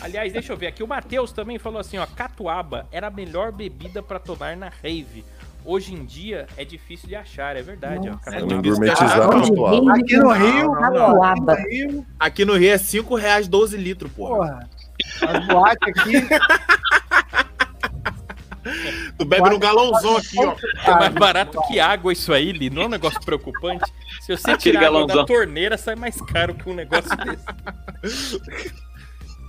Speaker 2: Aliás, deixa eu ver aqui. O Matheus também falou assim, ó. Catuaba era a melhor bebida pra tomar na rave. Hoje em dia é difícil de achar, é verdade, ó.
Speaker 9: É
Speaker 5: Vamos
Speaker 2: Catuaba.
Speaker 9: difícil
Speaker 5: gourmetizar
Speaker 9: de
Speaker 5: a
Speaker 9: achar.
Speaker 5: um atual.
Speaker 6: Aqui
Speaker 2: é
Speaker 6: no Rio,
Speaker 9: não,
Speaker 6: cara,
Speaker 7: não.
Speaker 6: aqui no Rio,
Speaker 9: Aqui no Rio é 5 reais 12 litros, porra.
Speaker 6: porra. As boates aqui.
Speaker 9: Tu bebe no galãozão aqui, ó.
Speaker 2: É mais barato que água isso aí, Li. Não é um negócio preocupante. Se você
Speaker 4: Aquele
Speaker 2: tirar água da
Speaker 4: galãozão.
Speaker 2: torneira, sai mais caro que um negócio desse.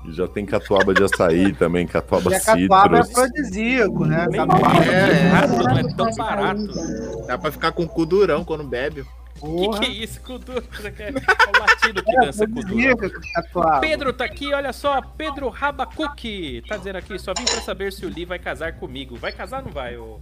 Speaker 5: E Já tem catuaba de açaí também, catuaba
Speaker 6: E a catuaba é
Speaker 5: cítrus.
Speaker 6: afrodisíaco, né?
Speaker 2: Nem
Speaker 6: Catuaba,
Speaker 9: É, é.
Speaker 2: Caro,
Speaker 7: né?
Speaker 2: não é tão barato.
Speaker 9: Dá pra ficar com o cu durão quando bebe.
Speaker 2: Que
Speaker 6: porra.
Speaker 2: que é isso, Kuduro? É o latino que
Speaker 6: É
Speaker 2: dança Kuduro.
Speaker 6: afrodisíaco, é catuaba.
Speaker 2: Pedro tá aqui, olha só, Pedro Rabacuque. Tá dizendo aqui, só vim pra saber se o Li vai casar comigo. Vai casar ou não vai, ô?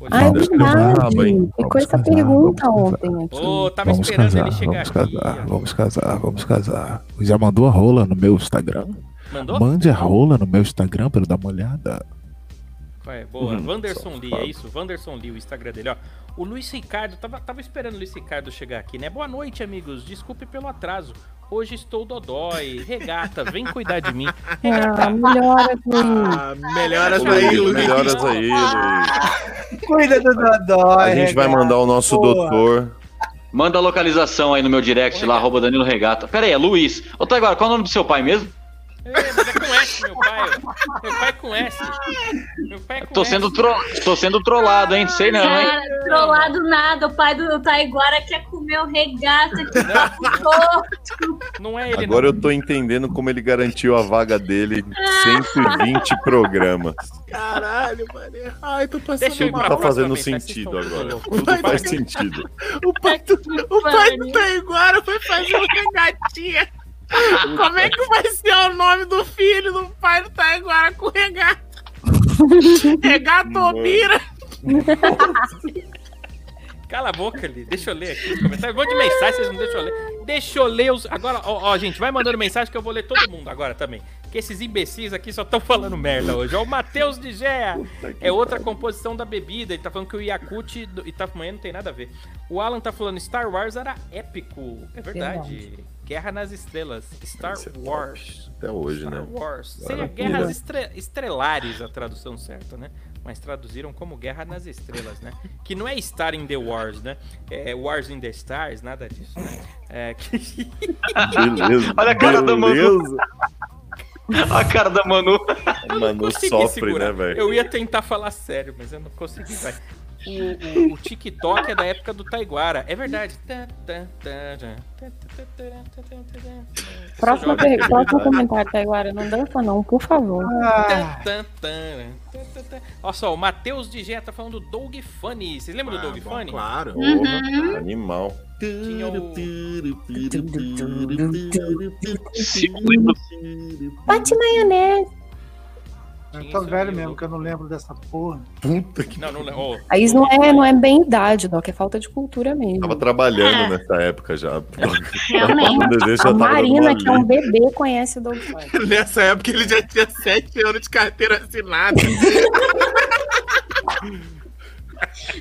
Speaker 2: ô,
Speaker 7: Ah, é
Speaker 2: Gil?
Speaker 5: Braba, hein?
Speaker 7: verdade. Ficou
Speaker 10: Vamos
Speaker 7: essa
Speaker 10: casar,
Speaker 7: pergunta
Speaker 10: vamos
Speaker 7: ontem aqui.
Speaker 2: Ô, tava esperando ele chegar
Speaker 10: vamos
Speaker 2: aqui.
Speaker 10: casar, vamos casar, vamos casar. Já mandou a rola no meu Instagram?
Speaker 2: Mandou?
Speaker 10: Mande a rola no meu Instagram pra eu dar uma olhada.
Speaker 2: É, boa.
Speaker 10: Uhum.
Speaker 5: Hum,
Speaker 2: Wanderson Lee, é
Speaker 5: safado.
Speaker 2: isso? Wanderson Lee, o Instagram dele, ó. O Luiz Ricardo, tava, tava esperando o Luiz Ricardo chegar aqui, né? Boa noite, amigos. Desculpe pelo atraso. Hoje estou dodói. Regata, vem cuidar de mim.
Speaker 7: Ah, melhora, Luiz.
Speaker 9: Ah, melhoras
Speaker 5: Ô,
Speaker 9: aí,
Speaker 5: Luiz,
Speaker 9: Luiz.
Speaker 5: Melhoras aí, Luiz.
Speaker 6: Cuida do Dodói. né,
Speaker 5: A gente vai
Speaker 6: regata.
Speaker 5: mandar o nosso
Speaker 6: Boa.
Speaker 5: doutor.
Speaker 4: manda a localização aí no meu direct lá, arroba Danilo Regata. Pera aí, é Luiz. Ô, Taiguara, qual é o nome do seu pai mesmo?
Speaker 2: É, mas é com S, meu pai. Meu pai é com S. Meu pai é com
Speaker 4: Tô
Speaker 2: S.
Speaker 4: sendo, tro... Tô sendo trollado, hein? Sei não, hein?
Speaker 8: Cara, trollado nada. O pai do Taiguara quer comer o regata que tá com dor.
Speaker 2: Não é ele,
Speaker 5: Agora
Speaker 2: não.
Speaker 5: eu tô entendendo como ele garantiu a vaga dele em 120 programas.
Speaker 9: Caralho, mano. Ai, tô passando
Speaker 2: Deixa eu ir
Speaker 9: mal.
Speaker 2: pra
Speaker 5: Tá
Speaker 2: próxima
Speaker 5: fazendo
Speaker 2: vez, vocês estão
Speaker 5: sentido agora.
Speaker 2: loucos.
Speaker 5: Tudo faz sentido.
Speaker 9: O pai do, o pai do Taiguara foi fazer um regatinha. Como é que vai ser o nome do filho do pai do Taiguara com regata? Regatomira.
Speaker 2: Cala a boca ali, deixa eu ler aqui os comentários. Um monte de mensagem, vocês não deixam eu ler. Deixa eu ler os. Agora, ó, ó, gente, vai mandando mensagem que eu vou ler todo mundo agora também. Que esses imbecis aqui só estão falando merda hoje. Ó, o Matheus de Gea. É outra composição da bebida. Ele tá falando que o Yakut do- e Itapuã não tem nada a ver. O Alan tá falando Star Wars era épico. É verdade. Guerra nas Estrelas. Star
Speaker 5: Isso é top.
Speaker 2: Wars.
Speaker 5: Até hoje,
Speaker 2: Star
Speaker 5: né?
Speaker 2: Wars.
Speaker 5: Agora
Speaker 2: Seria
Speaker 5: é
Speaker 2: Guerras
Speaker 5: pura.
Speaker 2: Estre- Estrelares a tradução certa, né? Mas traduziram como Guerra nas Estrelas, né? Que não é Star in the Wars, né? É Wars in the Stars, nada disso, né? É, que-
Speaker 5: Beleza.
Speaker 4: Olha a cara do Manu.
Speaker 5: beleza.
Speaker 4: A cara da Manu.
Speaker 5: Manu
Speaker 2: consegui
Speaker 5: sofre,
Speaker 2: segurar.
Speaker 5: né, velho?
Speaker 2: Eu ia tentar falar sério, mas eu não consegui, vai. O, o- o TikTok é da época do Taiguara. É verdade.
Speaker 7: Próximo,
Speaker 2: Você joga-
Speaker 7: per... Próximo comentário, Taiguara. Não dança, não, por favor.
Speaker 6: Ah,
Speaker 2: Tan, tan, tan, tan, tan. Olha só, o Matheus de Gé tá falando do Doug Funny. Vocês lembram do Doug
Speaker 9: bom,
Speaker 2: Funny?
Speaker 9: Claro.
Speaker 8: Uhum.
Speaker 5: Porra, animal.
Speaker 2: Tinha o-
Speaker 7: Bate maionese.
Speaker 6: eu tô velho mesmo, que eu não lembro dessa porra.
Speaker 5: Puta que.
Speaker 2: Não, não lembro. Ó,
Speaker 7: Aí isso não é, não é bem idade, Doc. É falta de cultura mesmo.
Speaker 5: Tava trabalhando nessa época já.
Speaker 8: Realmente.
Speaker 5: O desejo
Speaker 7: É.
Speaker 5: já
Speaker 7: A
Speaker 5: tava dando
Speaker 7: Marina,
Speaker 5: uma
Speaker 7: que é um
Speaker 5: lei.
Speaker 7: bebê, conhece o Doug Funny.
Speaker 9: Nessa época ele já tinha 7 anos de carteira assinada.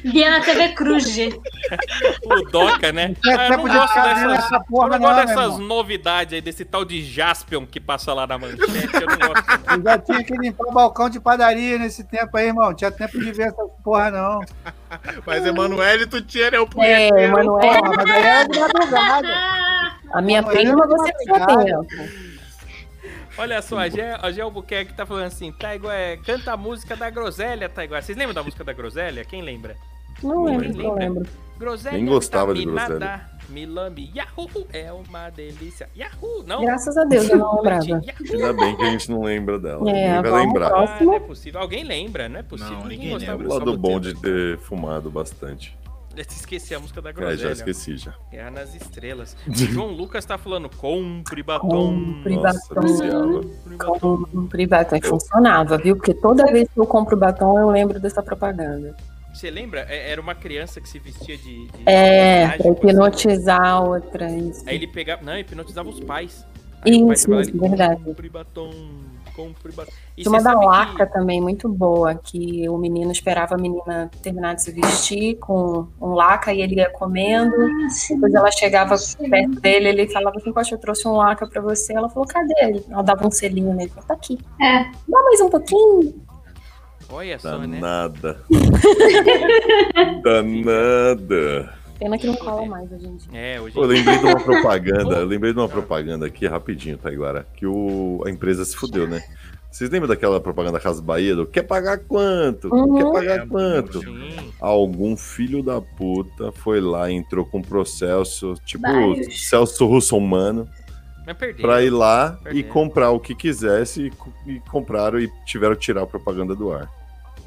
Speaker 8: Via na TV Cruz.
Speaker 2: o Doca, né?
Speaker 6: Não é
Speaker 2: Ah, eu não
Speaker 6: tempo de
Speaker 2: gosto
Speaker 6: ficar vendo
Speaker 2: dessas,
Speaker 6: essa
Speaker 2: eu
Speaker 6: porra,
Speaker 2: não
Speaker 6: não,
Speaker 2: gosto
Speaker 6: meu
Speaker 2: dessas
Speaker 6: irmão.
Speaker 2: novidades aí, desse tal de Jaspion que passa lá na manchete. Eu não gosto.
Speaker 6: Eu já tinha que limpar o balcão de padaria nesse tempo aí, irmão. Tinha tempo de ver essa porra, não.
Speaker 9: Mas Emanuel e tu tinha, né? O punhete.
Speaker 7: É, Emanuel.
Speaker 6: Porra, mas aí era de madrugada.
Speaker 7: A minha
Speaker 6: Emanuel
Speaker 7: prima,
Speaker 6: não
Speaker 7: você né?
Speaker 6: tá
Speaker 7: já
Speaker 6: ligado.
Speaker 7: tem. ó.
Speaker 2: Olha só, a Gé, a Gé Albuquerque tá falando assim, Taiguá, é, canta a música da Groselha, Taiguá. Vocês lembram da música da Groselha? Quem lembra?
Speaker 7: Não lembro,
Speaker 2: lembro.
Speaker 7: não lembro.
Speaker 2: Groselha
Speaker 5: Nem gostava de
Speaker 2: vitaminada, Milambi, Yahoo, é uma delícia. Yahoo,
Speaker 6: Então,
Speaker 2: não?
Speaker 7: Graças a Deus, eu não lembrava.
Speaker 2: Yahoo.
Speaker 5: Ainda bem que a gente não lembra dela.
Speaker 7: É,
Speaker 5: Ninguém vai
Speaker 7: vamos
Speaker 5: lembrar.
Speaker 2: Ah,
Speaker 7: pra-
Speaker 2: não é
Speaker 7: Próximo.
Speaker 2: possível. Alguém lembra, não é possível.
Speaker 9: Não, ninguém
Speaker 5: É
Speaker 2: gostava
Speaker 5: o
Speaker 9: lembra. um
Speaker 2: dessa
Speaker 5: lado bom de
Speaker 2: música.
Speaker 5: ter fumado bastante.
Speaker 2: Esqueci a música da
Speaker 5: É, já
Speaker 2: Groselha.
Speaker 5: esqueci já.
Speaker 2: Guerra É nas Estrelas. O João Lucas tá falando, compre batom.
Speaker 7: Compre
Speaker 5: Nossa,
Speaker 7: batom.
Speaker 5: viciava.
Speaker 2: compre
Speaker 7: Então,
Speaker 2: batom.
Speaker 7: Compre batom. E um funcionava, viu? Porque toda vez que eu compro batom, eu lembro dessa propaganda.
Speaker 2: Você lembra? É- Era uma criança que se vestia de... de
Speaker 7: É,
Speaker 2: personagem,
Speaker 7: pra
Speaker 2: coisa assim.
Speaker 7: hipnotizar a outra. Isso.
Speaker 2: Aí ele pegava. Não, hipnotizava os pais.
Speaker 7: Isso, isso,
Speaker 2: compre
Speaker 7: verdade.
Speaker 2: batom, compre batom. E
Speaker 7: Tinha uma
Speaker 2: cê
Speaker 7: da
Speaker 2: sabe
Speaker 7: Laca
Speaker 2: que-
Speaker 7: também, muito boa, que o menino esperava a menina terminar de se vestir com um laca e ele ia comendo. Depois ela chegava perto dele, ele falava assim, poxa, eu trouxe um laca pra você. Ela falou, cadê ele? Ela dava um selinho nele, falou, tá aqui.
Speaker 8: É.
Speaker 7: Dá mais um pouquinho.
Speaker 2: Olha só, né?
Speaker 5: Danada. Danada.
Speaker 7: Pena que não cola mais hoje em dia.
Speaker 2: É, hoje.
Speaker 5: Eu lembrei de uma propaganda. Eu lembrei de uma propaganda aqui, rapidinho, Taiguara. Que o... a empresa se fudeu, né? Vocês lembram daquela propaganda da Casa Bahia do quer pagar quanto? Quer
Speaker 7: Uhum.
Speaker 5: pagar quanto?
Speaker 2: Sim.
Speaker 5: Algum filho da puta foi lá, e entrou com um processo, tipo
Speaker 8: Vários.
Speaker 5: Celso Russo humano,
Speaker 2: Mas perdeu.
Speaker 5: pra ir lá e
Speaker 2: Perderam.
Speaker 5: comprar o que quisesse e, co- e compraram e tiveram que tirar a propaganda do ar.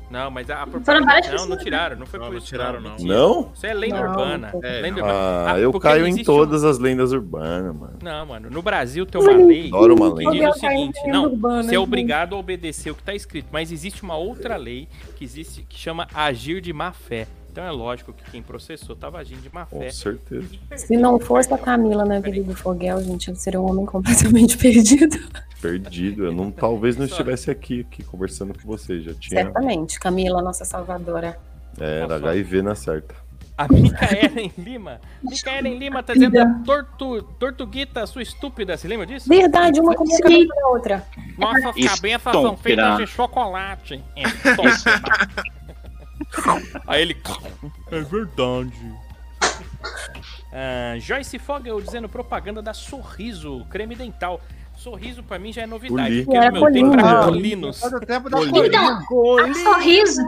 Speaker 2: Não, mas a, a
Speaker 8: Foram várias
Speaker 2: propaganda. Não, não
Speaker 8: pessoas, né?
Speaker 2: tiraram. Não foi
Speaker 9: Não,
Speaker 2: por
Speaker 9: não
Speaker 2: isso.
Speaker 9: tiraram, não.
Speaker 2: tinha.
Speaker 5: Não?
Speaker 2: Isso é lenda
Speaker 7: Não.
Speaker 2: urbana.
Speaker 9: É,
Speaker 2: lenda
Speaker 9: não.
Speaker 2: urbana.
Speaker 5: Ah,
Speaker 2: Ah,
Speaker 5: eu
Speaker 2: porque
Speaker 5: caio em
Speaker 2: existe um-
Speaker 5: todas as lendas urbanas, mano.
Speaker 2: Não, mano. No Brasil tem uma lei
Speaker 5: Adoro uma
Speaker 2: que diz
Speaker 5: lenda.
Speaker 2: o seguinte: não,
Speaker 7: né?
Speaker 2: você é obrigado a obedecer o que tá escrito. Mas existe uma outra lei que existe que chama agir de má fé. Então é lógico que quem processou tava agindo de má fé.
Speaker 5: Com certeza.
Speaker 7: Se não fosse a Camila na Avenida do Foguel, gente, eu seria um homem completamente perdido.
Speaker 5: Perdido. Eu não, talvez não
Speaker 2: Só.
Speaker 5: estivesse aqui, aqui conversando com vocês. Já tinha. é,
Speaker 7: Certamente, Camila, nossa salvadora.
Speaker 2: Tá
Speaker 5: Era HIV na certa.
Speaker 2: A Micaelen Lima. Micaelen Lima tá dizendo tortu, tortuguita, sua estúpida. Você lembra disso?
Speaker 7: Verdade, uma comia a cabeça da outra.
Speaker 2: Nossas cabeças são feitas de chocolate. É, Estúpida. Aí ele. É verdade. Ah, Joyce Fogel dizendo propaganda da Sorriso, creme dental. Sorriso pra mim já é novidade.
Speaker 5: Poli.
Speaker 2: Porque no
Speaker 7: É
Speaker 2: meu tempo era
Speaker 5: Colina.
Speaker 2: Colinos.
Speaker 6: Todo o É tempo da
Speaker 5: Olha.
Speaker 6: colina.
Speaker 8: A sorriso.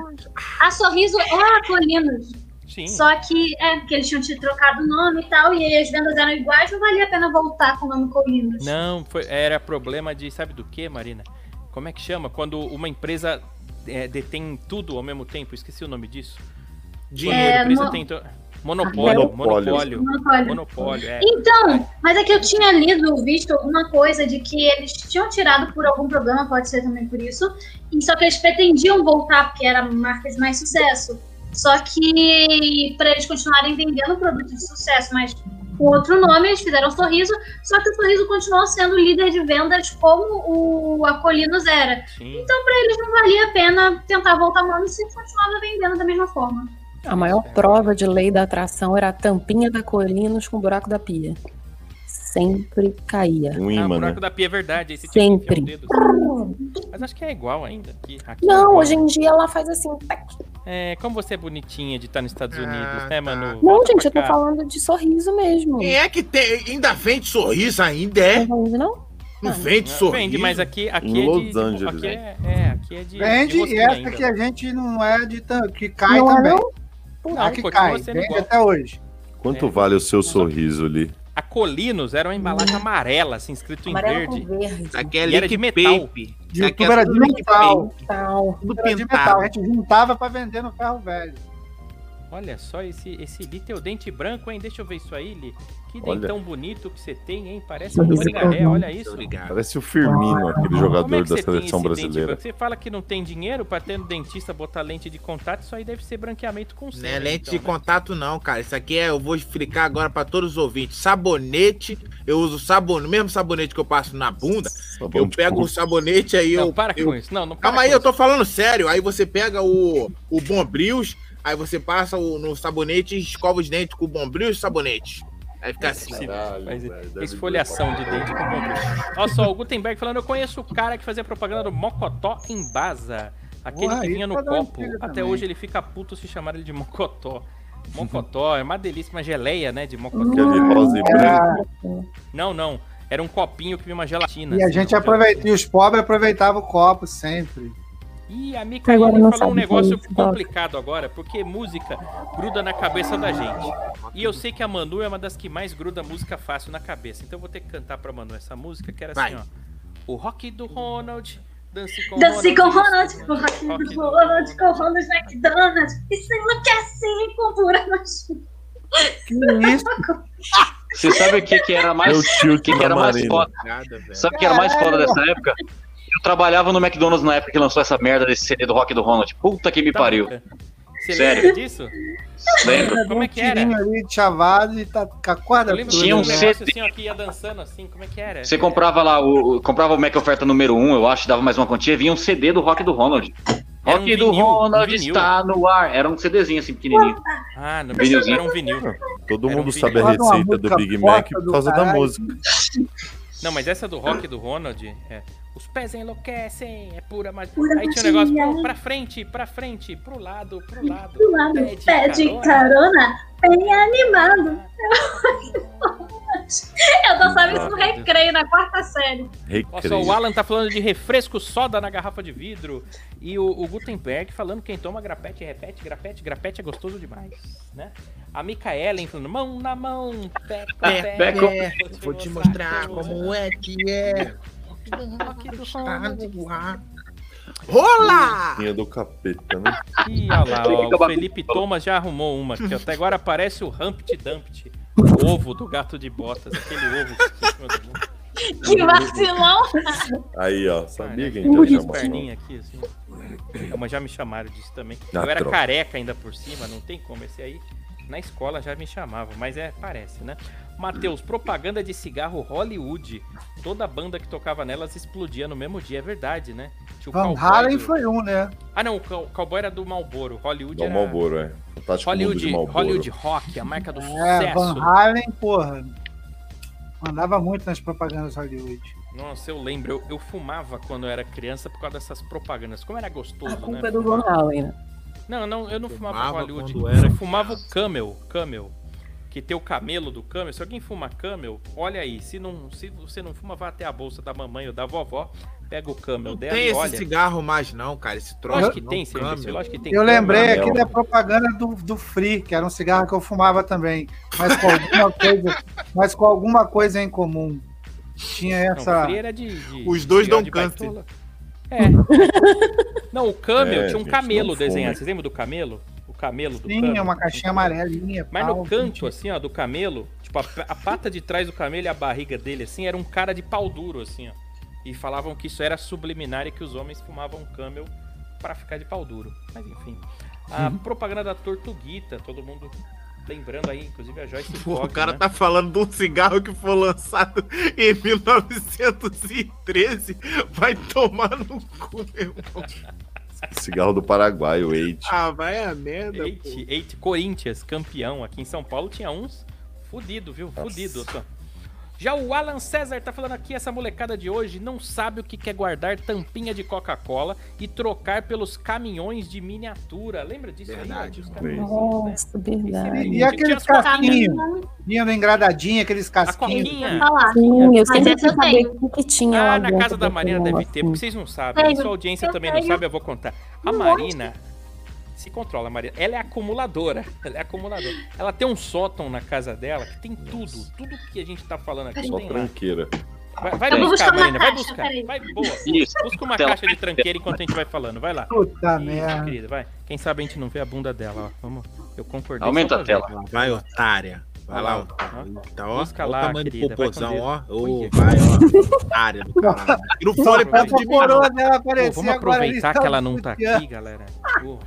Speaker 8: A sorriso é a Colinos.
Speaker 2: Sim.
Speaker 8: Só que é que eles tinham te trocado o nome e tal, e aí as vendas eram iguais, não valia a pena voltar com o nome Colinos.
Speaker 2: Não, foi, era problema de. Sabe do que, Marina? Como é que chama? Quando uma empresa é, detém tudo ao mesmo tempo. Esqueci o nome disso. Quando
Speaker 9: Dinheiro.
Speaker 2: a
Speaker 8: É,
Speaker 2: empresa
Speaker 8: mo-
Speaker 2: tem. to- Monopólio.
Speaker 5: Monopólio.
Speaker 2: Monopólio.
Speaker 8: Monopólio.
Speaker 2: Monopólio, é.
Speaker 8: Então, mas é que eu tinha lido ou visto alguma coisa de que eles tinham tirado por algum problema, pode ser também por isso, e só que eles pretendiam voltar porque era marca de mais sucesso. Só que pra eles continuarem vendendo produto de sucesso, mas com outro nome, eles fizeram o Sorriso. Só que o Sorriso continuou sendo líder de vendas como o Acolinos era.
Speaker 2: Sim. Ah,
Speaker 8: Então pra eles não valia a pena tentar voltar mano se continuava vendendo da mesma forma.
Speaker 7: A maior prova de lei da atração era a tampinha da Colinos com o buraco da pia. Sempre caía.
Speaker 5: Um
Speaker 2: Ah, o
Speaker 5: imã, né?
Speaker 2: buraco da pia é verdade. Aí você
Speaker 7: Sempre.
Speaker 2: tinha que enfiar o dedo. Mas acho que é igual ainda. Aqui, aqui é
Speaker 7: Não,
Speaker 2: igual.
Speaker 7: hoje em dia ela faz assim. tac.
Speaker 2: É, como você é bonitinha de estar nos Estados
Speaker 9: Ah,
Speaker 2: Unidos, né,
Speaker 9: tá.
Speaker 2: Manu?
Speaker 7: Não,
Speaker 2: Volta pra
Speaker 7: gente, eu tô
Speaker 2: cá.
Speaker 7: falando de sorriso mesmo.
Speaker 9: Quem é que tem, ainda vende sorriso ainda, é?
Speaker 7: Não vende, não?
Speaker 9: Não
Speaker 7: Ah,
Speaker 9: vende
Speaker 2: Não,
Speaker 9: sorriso.
Speaker 2: Vende, mas aqui, aqui
Speaker 5: Em
Speaker 2: é
Speaker 5: Los
Speaker 2: de, tipo,
Speaker 5: Angeles, né?
Speaker 2: aqui é, é, aqui é de de
Speaker 6: Vende e
Speaker 2: rosquinha
Speaker 6: essa
Speaker 2: ainda.
Speaker 6: que a gente não é de tan- que cai
Speaker 7: Não é
Speaker 6: também. A
Speaker 7: Não,
Speaker 6: que
Speaker 2: Ah, continua
Speaker 6: cai,
Speaker 2: sendo
Speaker 6: vende
Speaker 2: igual.
Speaker 6: até hoje.
Speaker 5: Quanto
Speaker 2: É.
Speaker 5: vale o seu sorriso ali?
Speaker 2: A Colinos era uma embalagem amarela, assim, escrito em
Speaker 7: Amarelo
Speaker 2: verde.
Speaker 7: com verde.
Speaker 9: Aqui é
Speaker 2: E era de metal.
Speaker 9: Pape.
Speaker 6: De YouTube era de metal.
Speaker 7: Tal.
Speaker 9: Tudo
Speaker 6: Era de metal. A gente juntava pra vender no ferro velho.
Speaker 2: Olha só esse, esse Li, teu dente branco, hein? Deixa eu ver isso aí, Li. Que
Speaker 5: Olha.
Speaker 2: dentão bonito que você tem, hein? Parece um
Speaker 7: Sorriso
Speaker 2: Maringaré,
Speaker 7: com-
Speaker 2: olha isso.
Speaker 9: Obrigado.
Speaker 5: Parece o Firmino, aquele
Speaker 2: Como é
Speaker 5: jogador
Speaker 2: que
Speaker 5: da
Speaker 2: você tem
Speaker 5: seleção
Speaker 2: esse dente
Speaker 5: brasileira.
Speaker 2: branco? Você fala que não tem dinheiro pra ter no dentista botar lente de contato, isso aí deve ser branqueamento com
Speaker 9: Não é
Speaker 2: cera,
Speaker 9: lente
Speaker 2: então,
Speaker 9: de
Speaker 2: né?
Speaker 9: contato, não, cara. Isso aqui é, eu vou explicar agora pra todos os ouvintes. Sabonete, eu uso sabonete, o mesmo sabonete que eu passo na bunda,
Speaker 5: Tá bom,
Speaker 9: eu
Speaker 5: tipo,
Speaker 9: pego o sabonete aí
Speaker 2: Não,
Speaker 9: eu.
Speaker 2: para
Speaker 9: eu-
Speaker 2: com isso. Não, não para
Speaker 9: Calma aí,
Speaker 2: com
Speaker 9: eu tô falando sério. Aí você pega o, o Bombrios, aí você passa o, no sabonete e escova os dentes com o Bombrios e sabonete. Aí fica assim.
Speaker 2: isso.
Speaker 5: Caralho,
Speaker 2: Mas
Speaker 5: velho, deve
Speaker 2: Esfoliação de dente com bombom. Olha só, o Gutenberg falando, eu conheço o cara que fazia propaganda do Mocotó em Baza. Aquele
Speaker 6: Porra,
Speaker 2: que vinha
Speaker 6: isso
Speaker 2: no
Speaker 6: é da
Speaker 2: copo.
Speaker 6: antiga
Speaker 2: Até
Speaker 6: também.
Speaker 2: hoje ele fica puto se chamarem ele de Mocotó. Mocotó é uma delícia, uma geleia, né, de Mocotó.
Speaker 5: Aquele é rosa e branco.
Speaker 2: Não, não. Era um copinho que vinha uma gelatina.
Speaker 6: E a
Speaker 2: assim,
Speaker 6: gente
Speaker 2: uma
Speaker 6: aproveitava, e os pobres aproveitavam o copo sempre.
Speaker 2: Ih, a
Speaker 7: Agora não
Speaker 2: Micaela falou um
Speaker 7: sabe é
Speaker 2: negócio
Speaker 7: fazer isso,
Speaker 2: complicado agora, porque música gruda na cabeça da gente. E eu sei que a Manu é uma das que mais gruda música fácil na cabeça. Então eu vou ter que cantar pra Manu essa música, que era assim,
Speaker 9: Vai.
Speaker 2: ó. O rock do Ronald, dance com
Speaker 8: Dance com Ronald,
Speaker 2: isso,
Speaker 8: com Rock
Speaker 2: rock
Speaker 8: do Ronald, com Ronald McDonald. E se enlouquece assim, com buramas.
Speaker 6: Que isso?
Speaker 4: Você sabe o que, que era mais,
Speaker 5: Meu tio
Speaker 4: o que, que era
Speaker 5: É da
Speaker 4: mais
Speaker 5: Marina.
Speaker 4: foda?
Speaker 9: Nada, velho.
Speaker 4: Sabe o que era mais foda dessa época? Eu trabalhava no McDonald's na época que lançou essa merda desse CD do Rock do Ronald. Puta que me
Speaker 2: Tá
Speaker 4: pariu.
Speaker 2: louca? Você
Speaker 4: Sério.
Speaker 2: lembra disso?
Speaker 4: Lembro.
Speaker 2: Como é
Speaker 6: Um
Speaker 2: que era?
Speaker 6: tirinho ali de chavado e tá com a corda
Speaker 2: Eu lembro
Speaker 4: Tinha
Speaker 2: de um
Speaker 4: um
Speaker 2: negócio
Speaker 4: CD.
Speaker 2: assim, ó, que ia dançando assim, como é que era?
Speaker 4: Você comprava lá, o, o- comprava o Mac Oferta número 1, eu acho, dava mais uma quantia, vinha um CD do Rock do Ronald.
Speaker 2: Era um
Speaker 4: Rock do
Speaker 2: vinil, um
Speaker 4: Ronald
Speaker 2: vinil.
Speaker 4: está no ar. Era um CDzinho assim, pequenininho.
Speaker 2: Ah, no
Speaker 4: Vinilzinho.
Speaker 2: era um vinil.
Speaker 5: Todo
Speaker 2: Era um
Speaker 5: mundo sabe a
Speaker 6: vídeo. Roda uma
Speaker 5: receita do
Speaker 6: música
Speaker 5: Big Mac
Speaker 6: foda
Speaker 5: por
Speaker 6: do
Speaker 5: causa da
Speaker 6: caralho.
Speaker 5: música.
Speaker 2: Não, mas essa do rock do Ronald é. Os pés enlouquecem, é pura magia.
Speaker 8: Pura
Speaker 2: Aí tinha um negócio,
Speaker 8: magia.
Speaker 2: pô, pra frente, pra frente, pro lado, pro lado.
Speaker 8: Do lado, pé de carona, bem animado. Eu dançava isso no um recreio, na quarta série.
Speaker 2: Olha só,
Speaker 5: Recreio.
Speaker 2: o Alan tá falando de refresco soda na garrafa de vidro. E o, o Gutenberg falando quem toma grapete, repete, grapete, grapete é gostoso demais, né? A Micaelen falando mão na mão, pé, pé,
Speaker 4: pé,
Speaker 2: pé,
Speaker 9: Vou te mostrar
Speaker 2: um
Speaker 9: como é que é.
Speaker 2: Rock do
Speaker 9: Tá
Speaker 2: Ronald.
Speaker 9: no ar. Rola!
Speaker 5: Tinha do capeta, né?
Speaker 2: Ih, olha lá, ó,
Speaker 4: Fica
Speaker 2: o
Speaker 4: bagunçado.
Speaker 2: Felipe Thomas já arrumou uma aqui, ó. Até agora parece o Humpty Dumpty, o ovo do gato de botas, aquele ovo que fica em cima do mundo.
Speaker 8: Que vacilão!
Speaker 5: Aí, ó, sabia que a
Speaker 2: Tem
Speaker 5: gente ia
Speaker 2: duas
Speaker 5: chamar
Speaker 2: perninhas aqui, assim. Mas já me chamaram disso também.
Speaker 5: Na
Speaker 2: Eu era
Speaker 5: troca.
Speaker 2: careca ainda por cima, não tem como. Esse aí, na escola já me chamava, mas é, parece, né? Matheus, propaganda de cigarro Hollywood. Toda banda que tocava nelas explodia no mesmo dia, é verdade, né? Tinha o
Speaker 6: Van
Speaker 2: cowboy
Speaker 6: Halen
Speaker 2: do-
Speaker 6: foi um, né?
Speaker 2: Ah, não, o cow- cowboy era do Malboro. Hollywood
Speaker 5: Dá um
Speaker 2: era...
Speaker 5: Malboro, é. Fantástico mundo
Speaker 2: Hollywood,
Speaker 5: de Malboro.
Speaker 2: Hollywood Rock, a marca do
Speaker 6: É, Van
Speaker 2: sucesso.
Speaker 6: Halen, porra. Mandava muito nas propagandas Hollywood.
Speaker 2: Nossa, eu lembro, eu, eu fumava quando eu era criança por causa dessas propagandas. Como era gostoso,
Speaker 7: A culpa
Speaker 2: né?
Speaker 7: é do Van Halen, né?
Speaker 2: Não, não, eu não fumava,
Speaker 9: Ah, Fumava
Speaker 2: Hollywood.
Speaker 9: quando era
Speaker 2: eu fumava o Camel, Camel. Que tem o camelo do Camel. Se alguém fuma Camel, olha aí. Se, não, se você não fuma, vá até a bolsa da mamãe ou da vovó, pega o Camel
Speaker 9: Não
Speaker 2: dela
Speaker 9: tem
Speaker 2: e
Speaker 9: esse
Speaker 2: olha.
Speaker 9: cigarro mais, não, cara. Esse troço.
Speaker 2: Lógico que
Speaker 9: não,
Speaker 2: tem, seu
Speaker 9: câmbio.
Speaker 2: imbecil, lógico que tem.
Speaker 6: Eu lembrei
Speaker 2: Camel.
Speaker 5: Caramel.
Speaker 6: aqui da propaganda do, do Free, que era um cigarro que eu fumava também, mas com alguma coisa, mas com alguma coisa em comum. Tinha
Speaker 2: Não,
Speaker 6: essa.
Speaker 2: o Free é era de, de-
Speaker 9: Os dois
Speaker 2: era
Speaker 9: dão
Speaker 2: de
Speaker 9: câncer.
Speaker 2: baitola. É. não, o Camel
Speaker 5: É,
Speaker 2: tinha um
Speaker 5: gente,
Speaker 2: camelo
Speaker 5: não fume.
Speaker 2: desenhado. Vocês lembram do camelo? O camelo do
Speaker 6: Sim,
Speaker 2: Camel.
Speaker 6: é uma caixinha amarelinha.
Speaker 2: Mas
Speaker 6: tal,
Speaker 2: no canto, assim, ó, do camelo, tipo, a, a pata de trás do camelo e a barriga dele, assim, era um cara de pau duro, assim, ó. E falavam que isso era subliminar e que os homens fumavam camel pra ficar de pau duro. Mas enfim. A propaganda da Tortuguita, todo mundo lembrando aí, inclusive a Joyce
Speaker 9: Pô, o
Speaker 2: Fox,
Speaker 9: cara
Speaker 2: né?
Speaker 9: tá falando de um cigarro que foi lançado em 1913. Vai tomar no cu, meu irmão.
Speaker 5: Cigarro do Paraguai, o Eite.
Speaker 9: Ah, vai a merda, pô.
Speaker 2: Eight, eight Corinthians, campeão. Aqui em São Paulo tinha uns fudido, viu? Fudido. só. Já o Alan César tá falando aqui, essa molecada de hoje não sabe o que quer guardar tampinha de Coca-Cola e trocar pelos caminhões de miniatura. Lembra disso? aí?
Speaker 9: Verdade,
Speaker 2: Os
Speaker 9: mano.
Speaker 2: caminhões, né?
Speaker 7: Nossa, verdade.
Speaker 6: E,
Speaker 2: Tinha
Speaker 6: aqueles
Speaker 2: as coquinhas.
Speaker 8: tá
Speaker 6: casquinhos, vinha no engradadinho, aqueles
Speaker 2: Tá A
Speaker 6: casquinhos.
Speaker 2: coquinha.
Speaker 8: Falar.
Speaker 7: Sim, eu
Speaker 8: Mas
Speaker 7: sempre
Speaker 8: essa
Speaker 7: quis
Speaker 8: eu
Speaker 7: saber o que que tinha lá
Speaker 2: Ah, na
Speaker 7: dentro
Speaker 2: casa da
Speaker 7: daquele
Speaker 2: Marina deve ter, porque
Speaker 8: assim.
Speaker 7: negocinho.
Speaker 2: vocês não sabem.
Speaker 8: Tem,
Speaker 2: Sua audiência
Speaker 8: eu
Speaker 2: também não
Speaker 8: tenho.
Speaker 2: sabe, eu vou contar. A
Speaker 8: Um monte.
Speaker 2: Marina se controla, Marina. Ela é acumuladora. Ela é acumuladora. Ela tem um sótão na casa dela que tem tudo. Tudo que a gente tá falando aqui
Speaker 5: Só
Speaker 2: tem lá.
Speaker 5: tranqueira.
Speaker 2: Vai, vai
Speaker 8: Eu vou buscar
Speaker 2: buscar,
Speaker 8: uma
Speaker 2: Marina. Vai
Speaker 8: caixa,
Speaker 2: buscar.
Speaker 8: peraí.
Speaker 2: Vai, boa.
Speaker 4: Isso.
Speaker 2: Busca uma
Speaker 4: Tela.
Speaker 2: caixa de tranqueira enquanto a gente vai falando. Vai lá.
Speaker 6: Puta
Speaker 2: Isso,
Speaker 6: merda.
Speaker 2: querida, vai. Quem sabe a gente não vê a bunda dela, ó. Vamos. Eu concordei.
Speaker 4: Aumenta
Speaker 2: só
Speaker 4: a
Speaker 2: pra
Speaker 4: tela.
Speaker 2: ver.
Speaker 9: Vai, otária. Vai lá, otária. Tá, ó.
Speaker 2: Busca
Speaker 9: Olha
Speaker 2: lá,
Speaker 9: o tamanho
Speaker 2: querida,
Speaker 9: do popozão, ó.
Speaker 2: vai com
Speaker 9: Ô,
Speaker 2: Deus.
Speaker 9: vai, ó. Otária do caralho. Tira o fone pra
Speaker 6: Essa
Speaker 9: de mim,
Speaker 6: coroa
Speaker 9: não.
Speaker 6: dela
Speaker 2: Pô,
Speaker 6: aparecer
Speaker 2: vamos
Speaker 6: agora. eles
Speaker 2: aproveitar
Speaker 6: tão
Speaker 2: que ela não tá
Speaker 6: fudiando.
Speaker 2: aqui, galera. Pô.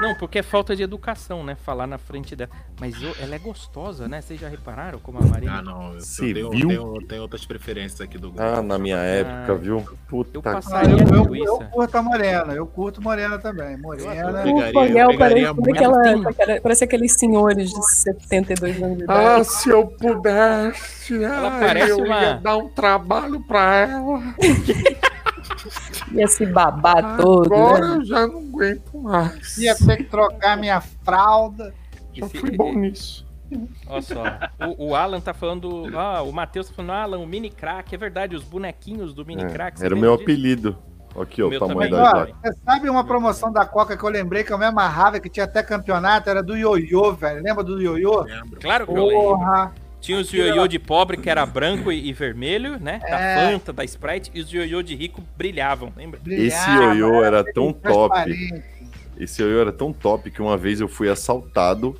Speaker 2: Não, porque é falta de educação, né? Falar na frente dela. Mas eu- ela é gostosa, né? Vocês já repararam como a
Speaker 9: Ah,
Speaker 2: Marina?
Speaker 9: não. Eu
Speaker 5: Se
Speaker 9: tenho,
Speaker 5: viu?
Speaker 9: tenho, tenho outras preferências aqui do
Speaker 5: Ah, na minha época, viu?
Speaker 2: Eu
Speaker 5: Puta
Speaker 6: Ah,
Speaker 2: passaria
Speaker 6: eu,
Speaker 2: a
Speaker 6: eu, eu
Speaker 2: linguiça.
Speaker 6: curto a morena, eu curto morena também. Morena.
Speaker 9: Eu
Speaker 7: O
Speaker 9: pegaria- eu
Speaker 7: Daniel
Speaker 9: pegaria
Speaker 7: parece,
Speaker 9: muito.
Speaker 7: aquela-
Speaker 2: Ela tem-
Speaker 7: aquela- parece aqueles senhores de 72 anos de idade.
Speaker 5: Ah, se eu pudesse,
Speaker 2: Ela
Speaker 5: ai,
Speaker 2: parece
Speaker 5: Ah, eu
Speaker 2: uma-
Speaker 5: ia dar um trabalho pra ela.
Speaker 7: E esse babá todo,
Speaker 5: Agora
Speaker 7: né?
Speaker 5: eu já não aguento mais.
Speaker 6: Ia ter que trocar minha fralda.
Speaker 5: Já
Speaker 2: Esse-
Speaker 5: um fui bom nisso.
Speaker 2: Olha só, o, o Alan tá falando. Ah, o Matheus tá falando, Alan, o mini crack. É verdade, os bonequinhos do mini crack. você
Speaker 5: É, era o
Speaker 2: lembra
Speaker 5: meu
Speaker 2: disso?
Speaker 5: apelido. Aqui, ó,
Speaker 2: Meu
Speaker 5: o
Speaker 2: também.
Speaker 5: tamanho da
Speaker 2: Ó,
Speaker 5: jaca.
Speaker 6: Ó, você sabe uma promoção da Coca que eu lembrei que eu me amarrava, que tinha até campeonato? Era do ioiô, velho. Lembra do ioiô?
Speaker 9: Lembro.
Speaker 2: Claro que eu lembro.
Speaker 6: Porra!
Speaker 2: Tinha os ioiô de pobre, que era branco e, e vermelho, né? Da
Speaker 6: É.
Speaker 2: Fanta, da Sprite. E os ioiô de rico brilhavam, lembra?
Speaker 5: Esse
Speaker 6: brilhava,
Speaker 5: ioiô era
Speaker 9: é
Speaker 5: tão
Speaker 9: um
Speaker 5: top.
Speaker 6: transparente.
Speaker 5: Esse ioiô era tão top que uma vez eu fui assaltado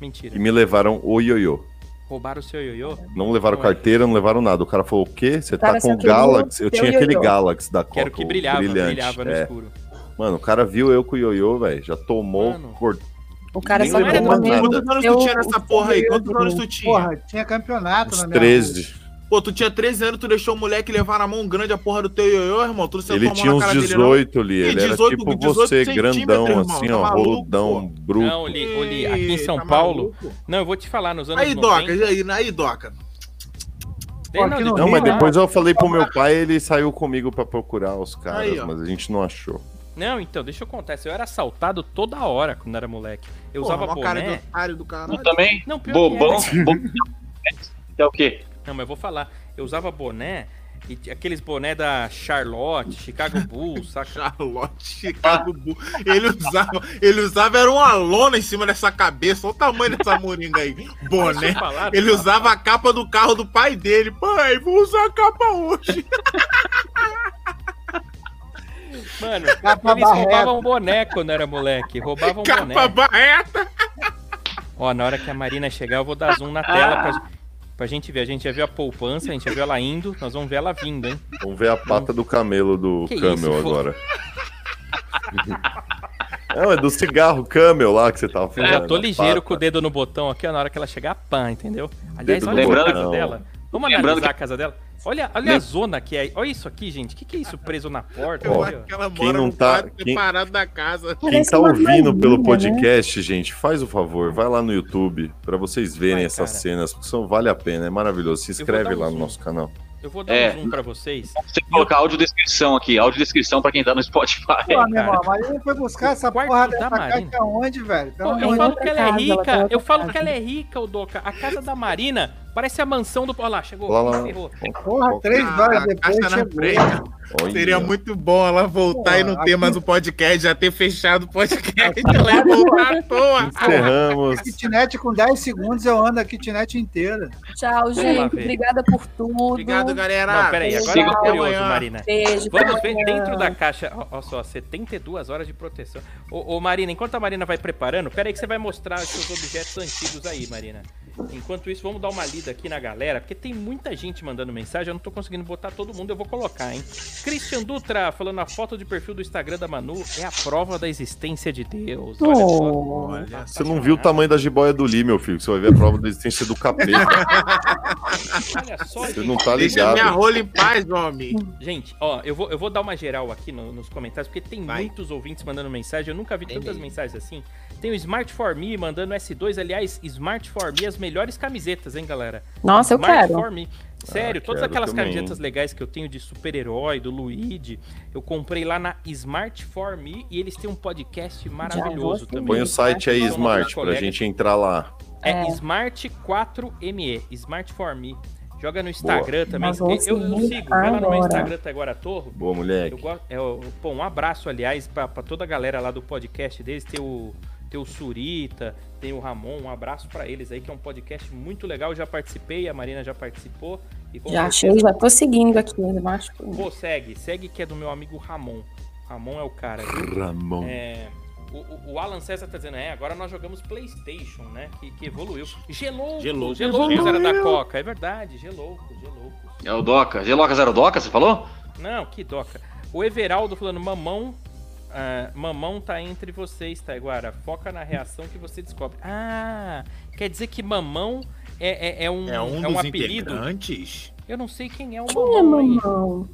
Speaker 2: Mentira.
Speaker 5: e me levaram o ioiô.
Speaker 2: Roubaram o seu ioiô?
Speaker 5: Não levaram
Speaker 2: Ué.
Speaker 5: carteira, não levaram nada. O cara falou: o quê? Você tá
Speaker 7: Cara,
Speaker 5: com
Speaker 7: só
Speaker 5: o
Speaker 7: queria
Speaker 5: Galaxy? Eu
Speaker 7: ter o
Speaker 5: tinha aquele
Speaker 7: ioiô.
Speaker 5: Galaxy da Copa.
Speaker 2: Que era o que
Speaker 5: o
Speaker 2: brilhava,
Speaker 5: brilhante.
Speaker 2: brilhava no
Speaker 5: É.
Speaker 2: escuro.
Speaker 5: Mano, o cara viu eu com o ioiô, velho. Já tomou,
Speaker 2: Mano.
Speaker 5: cortou.
Speaker 7: O cara
Speaker 5: Nem
Speaker 7: só
Speaker 5: lembrou
Speaker 7: lembrou
Speaker 5: mais
Speaker 7: mesmo.
Speaker 5: nada.
Speaker 9: Quantos anos
Speaker 7: Eu-
Speaker 9: tu tinha nessa porra aí? Quantos anos tu tinha?
Speaker 6: Porra, tinha campeonato
Speaker 5: Uns
Speaker 6: na minha
Speaker 5: 13.
Speaker 9: Pô, tu tinha 13 anos, tu deixou o moleque levar na mão grande a porra do teu ioiô, irmão? Tu não sentou a
Speaker 5: Ele
Speaker 9: mão
Speaker 5: tinha
Speaker 9: na
Speaker 5: uns
Speaker 9: cara dele, não?
Speaker 5: 18 ali. Ele era
Speaker 9: 18,
Speaker 5: tipo
Speaker 9: 18
Speaker 5: você,
Speaker 9: centímetros,
Speaker 5: grandão,
Speaker 9: irmão,
Speaker 5: assim,
Speaker 9: tá
Speaker 5: ó.
Speaker 9: maluco,
Speaker 5: Roludão, bruto.
Speaker 2: Não, Li, ô, Li, aqui em São
Speaker 9: Tá
Speaker 2: Paulo.
Speaker 9: maluco?
Speaker 2: Não, eu vou te falar, nos anos
Speaker 9: Aí,
Speaker 2: 90.
Speaker 9: Doca, aí, aí, Doca.
Speaker 2: Tem,
Speaker 6: Aqui no
Speaker 2: deixa eu
Speaker 5: Não, mas
Speaker 2: falar.
Speaker 5: depois eu falei pro meu pai, ele saiu comigo pra procurar os caras,
Speaker 9: Aí, ó.
Speaker 5: mas a gente não achou.
Speaker 2: Não, então, deixa eu contar. isso. Eu era assaltado toda hora quando era moleque. Eu usava
Speaker 9: uma
Speaker 2: boné.
Speaker 9: cara de otário do caralho.
Speaker 4: Eu também,
Speaker 2: Não, pior que
Speaker 4: bobão.
Speaker 2: era.
Speaker 4: bobão. É o quê?
Speaker 2: Não, mas eu vou falar. Eu usava boné, e t- aqueles boné da Charlotte, Chicago Bulls, saca?
Speaker 9: Charlotte, Chicago Bull. Ele usava, ele usava, era uma lona em cima dessa cabeça. Olha o tamanho dessa moringa aí. Boné.
Speaker 2: Falaram,
Speaker 9: Ele usava a capa do carro do pai dele. Pai, vou usar a capa hoje.
Speaker 2: Mano,
Speaker 6: Capa
Speaker 2: eles
Speaker 6: barreta.
Speaker 2: roubavam um boné quando era moleque. Roubavam um boné.
Speaker 9: Capa barreta.
Speaker 2: Ó, na hora que a Marina chegar, eu vou dar zoom na tela pra, pra gente ver. A gente já viu a poupança, a gente já viu ela indo, nós vamos ver ela vindo, hein?
Speaker 5: Vamos ver a pata do camelo do
Speaker 2: Que
Speaker 5: Camel
Speaker 2: isso, pô?
Speaker 5: agora. não, é do cigarro Camel lá que você tava falando.
Speaker 2: Eu tô
Speaker 5: a
Speaker 2: ligeiro
Speaker 5: pata.
Speaker 2: com o dedo no botão aqui, ó, na hora que ela chegar, pã, entendeu? Aliás,
Speaker 5: Dedo
Speaker 2: olha
Speaker 4: no
Speaker 2: a casa
Speaker 5: botão.
Speaker 2: dela. Vamos
Speaker 4: Lembrando
Speaker 2: analisar a casa dela. Olha, olha a zona que é. Olha isso aqui, gente. O que, que é isso preso na porta?
Speaker 5: Ó,
Speaker 2: Olha,
Speaker 9: Ela
Speaker 5: quem
Speaker 9: mora
Speaker 5: não
Speaker 9: num
Speaker 5: tá-
Speaker 9: quarto
Speaker 5: quem-
Speaker 9: separado da casa.
Speaker 5: Quem
Speaker 7: Parece
Speaker 5: tá
Speaker 7: uma
Speaker 5: ouvindo
Speaker 7: galinha,
Speaker 5: pelo
Speaker 7: né?
Speaker 5: podcast, gente, faz o favor, vai lá no YouTube pra vocês verem
Speaker 2: Vai,
Speaker 5: essas
Speaker 2: cara.
Speaker 5: cenas, porque são, vale a pena, é maravilhoso. Se
Speaker 2: Eu vou
Speaker 5: inscreve
Speaker 2: dar um
Speaker 5: lá no
Speaker 2: zoom.
Speaker 5: nosso canal.
Speaker 2: Eu vou dar
Speaker 4: É.
Speaker 2: um zoom pra vocês.
Speaker 4: Você colocar audiodescrição aqui, audiodescrição pra quem tá no Spotify.
Speaker 6: Pô, meu
Speaker 2: cara.
Speaker 6: irmão, mas ele foi buscar essa
Speaker 2: quarto
Speaker 6: porra
Speaker 2: da
Speaker 6: dessa
Speaker 2: Marina.
Speaker 6: caixa onde, velho? Pelo
Speaker 2: Pô, eu
Speaker 6: amor de
Speaker 2: falo
Speaker 7: Então, outra
Speaker 2: que ela é
Speaker 7: casa, ela
Speaker 2: rica.
Speaker 7: tá em outra
Speaker 2: eu falo
Speaker 7: casa.
Speaker 2: que ela é rica, o Doca. A casa da Marina parece a mansão do. Olha lá, chegou.
Speaker 5: Olha lá.
Speaker 2: ferrou.
Speaker 6: Porra, três
Speaker 9: Ah,
Speaker 6: horas
Speaker 9: a
Speaker 6: depois
Speaker 9: caixa na frente.
Speaker 6: chegou.
Speaker 5: Olha.
Speaker 9: Seria muito bom ela voltar
Speaker 6: Pô,
Speaker 9: e não ter
Speaker 6: aqui-
Speaker 9: mais o podcast, já ter fechado o podcast. Ela ia voltar à toa.
Speaker 5: Encerramos.
Speaker 6: Kitnet com 10 segundos eu ando a kitnet inteira.
Speaker 7: Tchau,
Speaker 2: lá
Speaker 7: gente.
Speaker 2: ver.
Speaker 7: Obrigada por tudo.
Speaker 9: Obrigado, galera.
Speaker 2: Não, peraí, agora eu
Speaker 7: Siga
Speaker 2: tô
Speaker 7: até
Speaker 2: curioso,
Speaker 9: amanhã.
Speaker 2: Marina.
Speaker 7: Beijo. até
Speaker 2: Vamos ver
Speaker 7: amanhã.
Speaker 2: dentro da caixa. Ó, ó só, 72 horas de proteção. Ô, ô, Marina, enquanto a Marina vai preparando, pera aí que você vai mostrar os seus objetos antigos aí, Marina. Enquanto isso, vamos dar uma lida aqui na galera, porque tem muita gente mandando mensagem, eu não tô conseguindo botar todo mundo, eu vou colocar, hein? Christian Dutra falando a foto de perfil do Instagram da Manu é a prova da existência de Deus. Olha
Speaker 7: Oh.
Speaker 2: só.
Speaker 9: Olha,
Speaker 5: Você não viu tá? o tamanho da jiboia do Lee, meu filho, que você vai ver a prova da existência do capeta.
Speaker 2: Olha só,
Speaker 5: Você
Speaker 2: gente.
Speaker 5: não tá
Speaker 9: Deixa minha
Speaker 5: ligado.
Speaker 9: rola em paz, homem.
Speaker 2: Gente, ó, eu vou, eu vou dar uma geral aqui no- nos comentários, porque tem
Speaker 9: Vai.
Speaker 2: muitos ouvintes mandando mensagem. Eu nunca vi
Speaker 9: Tem
Speaker 2: tantas
Speaker 9: mesmo.
Speaker 2: mensagens assim. Tem o Smart For Me mandando S2. Aliás, Smart For Me, as melhores camisetas, hein, galera?
Speaker 7: Nossa, eu
Speaker 2: Smart
Speaker 7: quero.
Speaker 2: For Me. Sério,
Speaker 5: Ah,
Speaker 2: todas
Speaker 5: quero
Speaker 2: aquelas
Speaker 5: também.
Speaker 2: camisetas legais que eu tenho de super-herói, do Luigi, eu comprei lá na Smart For Me e eles têm um podcast maravilhoso
Speaker 7: vou
Speaker 2: também.
Speaker 5: Põe o site aí,
Speaker 2: São nossos
Speaker 5: Smart, pra
Speaker 2: colegas.
Speaker 5: gente entrar lá.
Speaker 2: É,
Speaker 7: É.
Speaker 2: Smart 4ME, Smart For Me. Joga no Instagram também.
Speaker 7: Mas vou
Speaker 2: Eu, eu
Speaker 7: seguir
Speaker 2: sigo, vai lá no meu
Speaker 7: agora.
Speaker 2: Instagram até agora, Torro.
Speaker 5: Boa,
Speaker 2: Eu
Speaker 5: moleque.
Speaker 2: gosto, é, eu- pô, um abraço, aliás, pra, pra toda a galera lá do podcast deles. Tem o, tem o Surita, tem o Ramon. Um abraço pra eles aí, que é um podcast muito legal. Eu já participei, a Marina já participou. E com
Speaker 7: Já
Speaker 2: certeza-
Speaker 7: achei, já tô seguindo aqui. né? eu acho que-
Speaker 2: Pô, segue, segue que é do meu amigo Ramon. Ramon é o cara. viu?
Speaker 5: Ramon.
Speaker 2: É, o- o, o Alan César tá dizendo, é, agora nós jogamos PlayStation, né? Que, que evoluiu. Geloucos,
Speaker 9: Geloucos.
Speaker 2: Geloucos era da Coca, é verdade, Geloucos, Geloucos.
Speaker 4: É o Doca. Geloca Zero Doca, você falou?
Speaker 2: Não, que doca. O Everaldo falando, mamão. ah, mamão tá entre vocês, Taiguara. Foca na reação que você descobre. Ah, quer dizer que mamão é, é- é um,
Speaker 9: É um
Speaker 2: é
Speaker 9: dos
Speaker 2: apelido?
Speaker 9: integrantes.
Speaker 2: Eu não sei quem é o
Speaker 7: Quem é
Speaker 2: mamão. hein?
Speaker 7: mamão?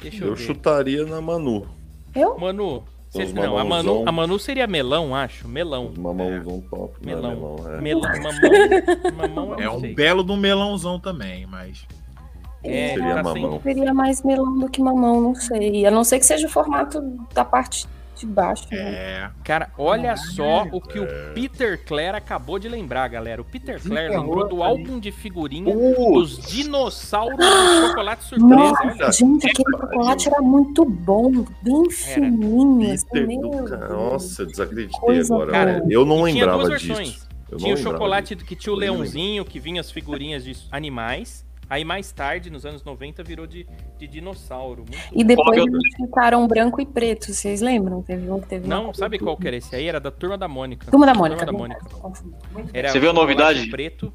Speaker 2: Deixa eu,
Speaker 5: Eu
Speaker 2: ver.
Speaker 5: chutaria na Manu.
Speaker 7: Eu?
Speaker 2: Manu, vocês-
Speaker 5: Os
Speaker 2: não, a Manu,
Speaker 5: mamãozão.
Speaker 2: a Manu seria melão, acho. Melão.
Speaker 5: Os mamãozão top. né,
Speaker 2: É. Melão.
Speaker 5: meu irmão? É.
Speaker 2: Melão, mamão, mamão eu
Speaker 9: É
Speaker 2: não
Speaker 9: um
Speaker 2: sei.
Speaker 9: belo do melãozão também, mas.
Speaker 2: É,
Speaker 5: Seria
Speaker 2: tá
Speaker 5: mamão.
Speaker 2: sem-
Speaker 7: Seria mais melão do que mamão, não sei. A não ser que seja o formato da parte de baixo. né?
Speaker 9: É.
Speaker 2: Cara, olha
Speaker 7: é.
Speaker 2: só o que o Peter Clare acabou de lembrar, galera. O Peter Clare
Speaker 7: é
Speaker 6: Desenterrou
Speaker 2: lembrou do
Speaker 6: ali.
Speaker 2: álbum de figurinha
Speaker 4: Uh,
Speaker 5: Putz,
Speaker 2: Os dinossauros do chocolate surpresa.
Speaker 7: Nossa,
Speaker 2: Olha,
Speaker 9: É.
Speaker 7: gente, aquele chocolate era muito bom, bem
Speaker 2: né?
Speaker 7: fininho, assim,
Speaker 5: Peter
Speaker 7: meu
Speaker 5: do
Speaker 7: Deus.
Speaker 5: cara. Nossa, desacreditei
Speaker 7: Coisa
Speaker 5: agora.
Speaker 2: boa.
Speaker 5: velho. Eu não
Speaker 2: E tinha
Speaker 5: lembrava
Speaker 2: duas versões.
Speaker 5: disso. Eu
Speaker 2: tinha
Speaker 5: não
Speaker 2: o
Speaker 5: lembrava
Speaker 2: chocolate que tinha o
Speaker 5: Eu não lembro.
Speaker 2: leãozinho, que vinha as figurinhas de animais. Aí mais tarde, nos anos 90, virou de, de dinossauro. Muito
Speaker 7: E
Speaker 2: bom.
Speaker 7: depois
Speaker 4: Coloquei
Speaker 7: eles ficaram branco e preto, vocês lembram? Teve um que teve uma-
Speaker 2: Não, sabe qual que era esse aí? Era da Turma da Mônica.
Speaker 7: Turma da Mônica.
Speaker 2: Turma da
Speaker 7: bem,
Speaker 2: Mônica. É,
Speaker 7: confundi.
Speaker 2: Era
Speaker 4: Você viu
Speaker 2: chocolate
Speaker 4: a novidade?
Speaker 2: preto.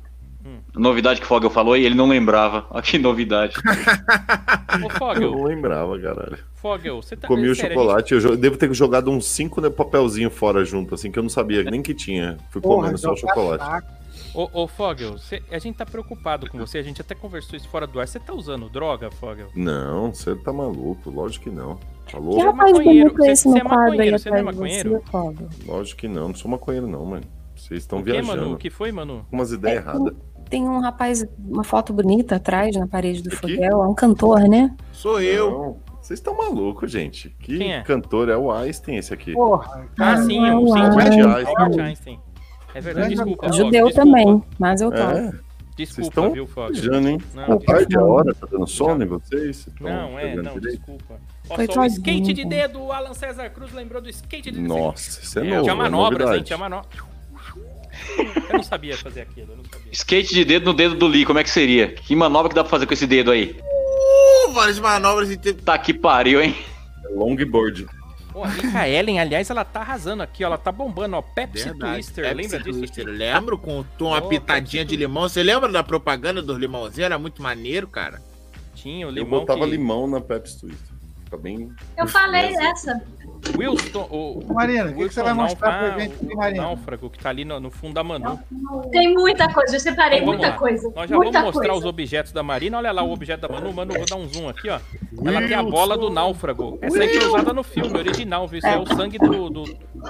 Speaker 4: Novidade que o Fogel falou e ele não lembrava. Olha que novidade.
Speaker 2: Ô,
Speaker 5: disso. Eu
Speaker 2: Fogel,
Speaker 5: não lembrava, caralho.
Speaker 2: Fogel, você tá...
Speaker 5: Comi o
Speaker 2: sério,
Speaker 5: chocolate, eu jo- devo ter jogado uns cinco né, papelzinho fora junto, assim, que eu não sabia nem que tinha. Fui comendo só o
Speaker 6: jogar
Speaker 5: chocolate.
Speaker 6: saco.
Speaker 2: gente- Ô, ô, Fogel, você- a gente tá preocupado com você. A gente até conversou isso fora do ar. Você tá usando droga, Fogel?
Speaker 5: Não, você tá maluco, lógico que não.
Speaker 7: Que
Speaker 5: Falou?
Speaker 2: Porra,
Speaker 7: rapaz
Speaker 2: maconheiro.
Speaker 7: bonito é esse
Speaker 2: Você-
Speaker 7: no
Speaker 2: você é
Speaker 7: quadro aí
Speaker 2: maconheiro, você não é
Speaker 7: atrás de você,
Speaker 2: maconheiro?
Speaker 7: Fábio?
Speaker 5: Lógico que não, não sou maconheiro não, mano. Vocês estão
Speaker 2: O que, Manu? O
Speaker 5: viajando.
Speaker 2: que foi, Manu?
Speaker 5: Umas
Speaker 8: É,
Speaker 5: ideias erradas.
Speaker 7: Tem um rapaz, uma foto bonita atrás na parede do
Speaker 5: Aqui?
Speaker 7: Fogel, é um cantor, né?
Speaker 9: Sou eu.
Speaker 5: Não, Vocês estão malucos, gente. Que
Speaker 2: Quem é?
Speaker 5: cantor é o Einstein esse aqui?
Speaker 6: Porra,
Speaker 2: Ah,
Speaker 6: cara.
Speaker 2: sim,
Speaker 7: não,
Speaker 2: o sim,
Speaker 7: não,
Speaker 2: Albert
Speaker 5: não.
Speaker 2: Einstein. Albert Einstein. É verdade,
Speaker 6: Grande
Speaker 2: desculpa.
Speaker 6: Não,
Speaker 7: Judeu
Speaker 2: Fog,
Speaker 7: também, mas eu tô.
Speaker 5: É,
Speaker 2: Desculpa,
Speaker 5: tão
Speaker 2: viu, Fog?
Speaker 5: viajando, hein?
Speaker 2: Não,
Speaker 5: Pô,
Speaker 2: desculpa.
Speaker 5: tarde a hora, tá dando sono em vocês? Vocês tão
Speaker 2: Não, é,
Speaker 5: pegando
Speaker 2: não,
Speaker 5: direito?
Speaker 2: desculpa. Ó, só o
Speaker 7: Coitadinho.
Speaker 2: skate de dedo, o Alan César Cruz lembrou do skate de dedo.
Speaker 5: Nossa, isso é,
Speaker 2: É,
Speaker 5: novo,
Speaker 2: tinha
Speaker 5: é
Speaker 2: manobras, hein?
Speaker 5: novidade.
Speaker 2: Tinha manobra. Eu não sabia fazer aquilo, eu não sabia.
Speaker 4: Skate de dedo no dedo do Lee, como é que seria? Que manobra que dá pra fazer com esse dedo aí?
Speaker 9: Uh, várias manobras de tempo.
Speaker 4: Tá que pariu, hein?
Speaker 5: É Longboard.
Speaker 2: Ó, a Mika Ellen, aliás, ela tá arrasando aqui, ó, ela tá bombando, ó. Pepsi Twister,
Speaker 9: Pepsi
Speaker 2: lembra disso?
Speaker 9: Twister. Lembro com com uma
Speaker 2: Pô,
Speaker 9: pitadinha de
Speaker 2: Pepsi
Speaker 9: limão. Você lembra da propaganda dos limãozinhos? Era muito maneiro, cara.
Speaker 2: Tinha o
Speaker 5: Eu
Speaker 2: limão
Speaker 5: botava
Speaker 2: que-
Speaker 5: limão na Pepsi Twister. Fica bem.
Speaker 8: Eu falei né?
Speaker 5: Beleza.
Speaker 8: dessa.
Speaker 2: Wilson, o...
Speaker 6: Marina, o que, que você vai
Speaker 2: Wilson
Speaker 6: mostrar
Speaker 2: Nau-
Speaker 6: pra gente
Speaker 2: ah,
Speaker 6: aqui,
Speaker 2: o
Speaker 6: Marina?
Speaker 2: Náufrago, que tá ali no, no fundo da Manu.
Speaker 8: Tem muita coisa, eu separei
Speaker 2: Então, vamos
Speaker 8: muita
Speaker 2: lá.
Speaker 8: coisa.
Speaker 2: Nós já
Speaker 8: muita
Speaker 2: vamos mostrar
Speaker 8: coisa.
Speaker 2: os objetos da Marina. Olha lá o objeto da Manu. Manu, vou dar um zoom aqui, ó. Ela tem a bola do náufrago. Essa aí foi usada no filme original, viu? Isso é, o sangue do, do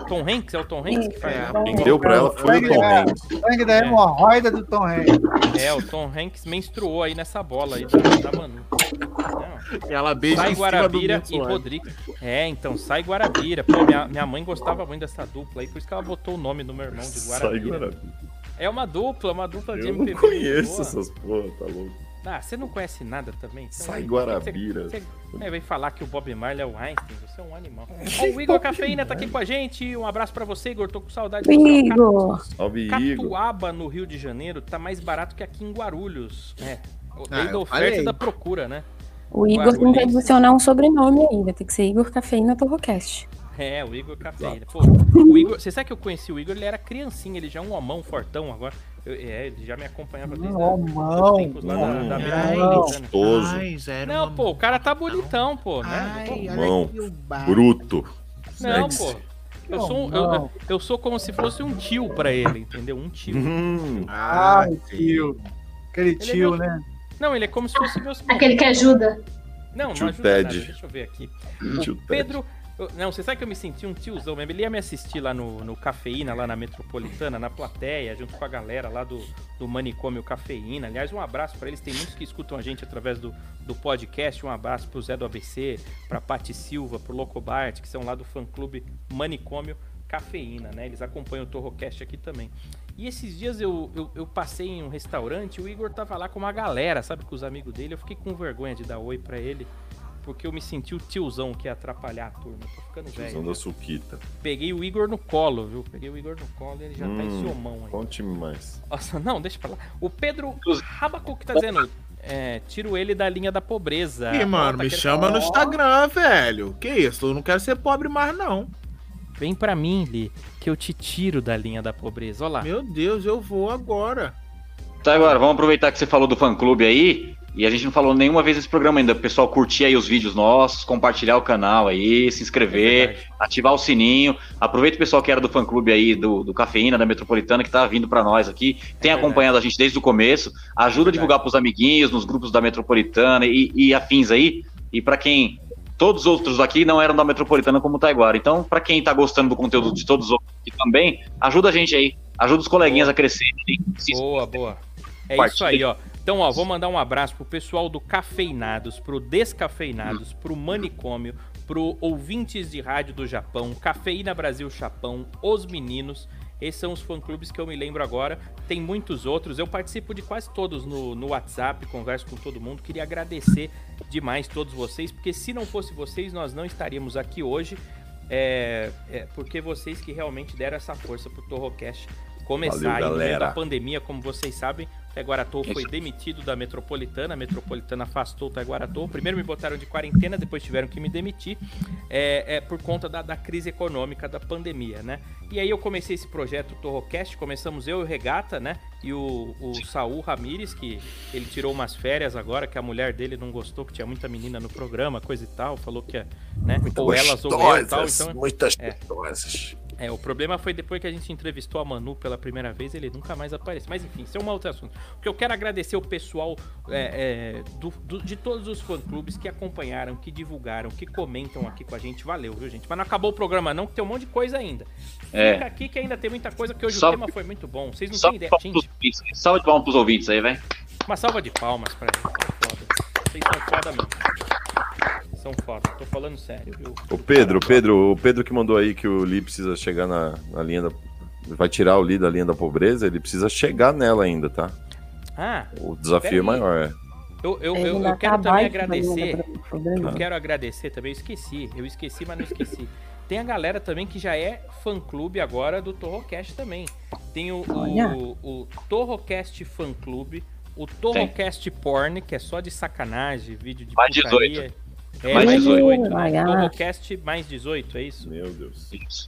Speaker 2: Tom Hanks. É o Tom Hanks que faz?
Speaker 9: É.
Speaker 5: Quem deu pra ela foi o Tom Hanks.
Speaker 6: Sangue da hemorroida do Tom Hanks.
Speaker 2: É, o Tom Hanks menstruou aí nessa bola aí da, da Manu. Não.
Speaker 9: Ela beija
Speaker 2: Sai
Speaker 9: em cima
Speaker 2: Guarabira
Speaker 9: do
Speaker 2: e
Speaker 9: Wilson, né?
Speaker 2: Rodrigues. É, então, Sai Guarabira. Pô, minha, minha mãe gostava muito dessa dupla aí, por isso que ela botou o nome do meu irmão de
Speaker 5: Sai,
Speaker 2: Guarabira.
Speaker 5: Guarabira.
Speaker 2: É uma dupla, uma dupla de
Speaker 5: Eu não
Speaker 2: MPB
Speaker 5: conheço
Speaker 2: boa.
Speaker 5: essas porra, tá louco.
Speaker 2: Ah, você não conhece nada também? Então,
Speaker 5: Sai
Speaker 2: aí,
Speaker 5: Guarabira.
Speaker 2: Você, você é, vem falar que o Bob Marley é o Einstein, você é um animal. Ó, o Igor Cafeína tá aqui com a gente. Um abraço pra você, Igor. Tô com saudade de você.
Speaker 7: Igor,
Speaker 5: Salve, Igor.
Speaker 2: Catuaba, no Rio de Janeiro, tá mais barato que aqui em Guarulhos. É. o-
Speaker 9: Ah,
Speaker 2: Lei da
Speaker 9: eu
Speaker 2: oferta e
Speaker 9: falei.
Speaker 2: da procura, né?
Speaker 7: o Igor tem que
Speaker 2: Guarulhense.
Speaker 7: adicionar um sobrenome aí, vai ter que ser Igor Cafeína Torrocast.
Speaker 2: É, o Igor Cafeína. Pô, o Igor, você sabe que eu conheci o Igor? Ele era criancinha, ele já é um homão fortão agora. Eu- é, ele já me acompanhava desde a-
Speaker 6: Não, mão.
Speaker 2: tempos lá da- da Vila
Speaker 6: Ai,
Speaker 2: Americana.
Speaker 5: Gostoso,
Speaker 9: um
Speaker 2: Não, pô, o cara tá bonitão, pô, né?
Speaker 5: Mão. bruto.
Speaker 2: Não,
Speaker 5: sexy.
Speaker 2: pô. Eu sou, um- eu- eu, eu sou como se fosse um tio pra ele, entendeu? Um tio.
Speaker 5: Hum,
Speaker 6: Ah, o tio. Aquele
Speaker 2: é
Speaker 6: tio,
Speaker 2: meu-
Speaker 6: né?
Speaker 2: Não, ele é como se fosse meu...
Speaker 8: Aquele que ajuda.
Speaker 2: Não,
Speaker 5: Tio
Speaker 2: não ajuda nada.
Speaker 5: Ted.
Speaker 2: Deixa eu ver aqui.
Speaker 5: tio
Speaker 2: O
Speaker 5: Ted.
Speaker 2: Pedro... eu- Não, você sabe que eu me senti um tiozão mesmo. Ele ia me assistir lá no, no Cafeína, lá na Metropolitana, na plateia, junto com a galera lá do, do Manicômio Cafeína. Aliás, um abraço pra eles. Tem muitos que escutam a gente através do, do podcast. Um abraço pro Zé do ABC, pra Pati Silva, pro Locobart, que são lá do fã-clube Manicômio Cafeína, né? Eles acompanham o Torrocast aqui também. E esses dias eu, eu, eu passei em um restaurante, o Igor tava lá com uma galera, sabe, com os amigos dele. Eu fiquei com vergonha de dar oi pra ele, porque eu me senti o tiozão que ia atrapalhar a turma. Eu Tô ficando velho.
Speaker 5: Tiozão da Suquita.
Speaker 2: Peguei o Igor no colo, viu? Peguei o Igor no colo e ele já tá em
Speaker 5: Hum.
Speaker 2: seu mão aí.
Speaker 5: Conte mais.
Speaker 2: Nossa, não, deixa pra lá. O Pedro Rabacu que tá dizendo. É, tiro ele da linha da pobreza.
Speaker 9: Ih, mano,
Speaker 2: Tá
Speaker 9: me
Speaker 2: querendo-
Speaker 9: chama no Instagram, velho. Que isso? Eu não quero ser pobre mais, não.
Speaker 2: Vem pra mim, Li, que eu te tiro da linha da pobreza. Olha lá.
Speaker 9: Meu Deus, eu vou agora.
Speaker 4: Tá, agora, vamos aproveitar que você falou do fã-clube aí. E a gente não falou nenhuma vez nesse programa ainda. Pessoal, curtir aí os vídeos nossos, compartilhar o canal aí, se
Speaker 2: É
Speaker 4: inscrever,
Speaker 2: verdade.
Speaker 4: ativar o sininho. Aproveita o pessoal que era do fã-clube aí, do, do Cafeína, da Metropolitana, que tá vindo pra nós aqui. Tem
Speaker 2: É verdade.
Speaker 4: acompanhado a gente desde o começo. Ajuda a divulgar pros amiguinhos, nos grupos da Metropolitana e, e afins aí. E pra quem... Todos os outros aqui não eram da Metropolitana como o Taiguara. Então, pra quem tá gostando do conteúdo de todos os outros aqui também, ajuda a gente aí. Ajuda os coleguinhas a crescerem. Se
Speaker 2: Boa, boa. É
Speaker 4: Compartilha.
Speaker 2: isso aí, ó. Então, ó, vou mandar um abraço pro pessoal do Cafeinados, pro Descafeinados, pro Manicômio, pro Ouvintes de Rádio do Japão, Cafeína Brasil Chapão, Os Meninos. Esses são os fã-clubes que eu me lembro agora. Tem muitos outros. Eu participo de quase todos no, no WhatsApp, converso com todo mundo. Queria agradecer demais todos vocês, porque se não fosse vocês, nós não estaríamos aqui hoje. É, é, porque vocês que realmente deram essa força pro Torrocast começar.
Speaker 5: Valeu,
Speaker 2: aí no meio da
Speaker 5: galera.
Speaker 2: pandemia, como vocês sabem, Taguaratou foi
Speaker 4: Isso.
Speaker 2: demitido da Metropolitana. A Metropolitana afastou o Taguaratou. Primeiro me botaram de quarentena, depois tiveram que me demitir é, é, por conta da, da crise econômica, da pandemia, né? E aí eu comecei esse projeto Torrocast, começamos eu e o Regata, né? E o, o Saul Ramires, que ele tirou umas férias agora, que a mulher dele não gostou, que tinha muita menina no programa, coisa e tal, falou que, é, né? ou elas ou eu e tal, então...
Speaker 5: muitas
Speaker 2: é.
Speaker 5: gostosas.
Speaker 2: É, o problema foi depois que a gente entrevistou a Manu pela primeira vez, ele nunca mais aparece. Mas enfim, isso é um outro assunto. O que eu quero agradecer o pessoal é, é, do- do- de todos os fã-clubes que acompanharam, que divulgaram, que comentam aqui com a gente. Valeu, viu, gente? Mas não acabou o programa, não, que tem um monte de coisa ainda.
Speaker 4: É.
Speaker 2: Fica aqui que ainda tem muita coisa, que hoje
Speaker 4: Só-
Speaker 2: o tema foi muito bom. Vocês não
Speaker 4: Só
Speaker 2: têm
Speaker 4: de
Speaker 2: ideia.
Speaker 4: palmas pros
Speaker 2: Gente,
Speaker 4: ouvintes. Salve de palmas pros ouvintes aí, velho.
Speaker 2: uma salva de palmas pra eles. São foda. Vocês são foda mesmo. São foda, tô falando sério, viu?
Speaker 5: O Pedro, o Pedro, o Pedro que mandou aí que o Lee precisa chegar na, na linha da. Vai tirar o Lee da linha da pobreza, ele precisa chegar nela ainda, tá?
Speaker 2: Ah,
Speaker 5: O desafio
Speaker 2: Peraí.
Speaker 5: é maior, é.
Speaker 2: eu, eu,
Speaker 7: Ele
Speaker 2: eu,
Speaker 7: ainda
Speaker 2: eu quero
Speaker 7: tá
Speaker 2: também
Speaker 7: abaixo da
Speaker 2: agradecer.
Speaker 7: linha do programa.
Speaker 2: Eu quero agradecer também, eu esqueci. Eu esqueci, mas não esqueci. Tem a galera também que já é fã-clube agora do Torrocast também. Tem o,
Speaker 7: Olha.
Speaker 2: o, o Torrocast Fã Clube, o Torrocast Porn, que é só de sacanagem, vídeo de
Speaker 4: Mais
Speaker 2: putaria. É,
Speaker 4: Mais
Speaker 2: mais 18.
Speaker 7: 18,
Speaker 2: né?
Speaker 7: vai, ah.
Speaker 2: Torrocast mais 18, é isso?
Speaker 5: Meu Deus.
Speaker 4: Isso.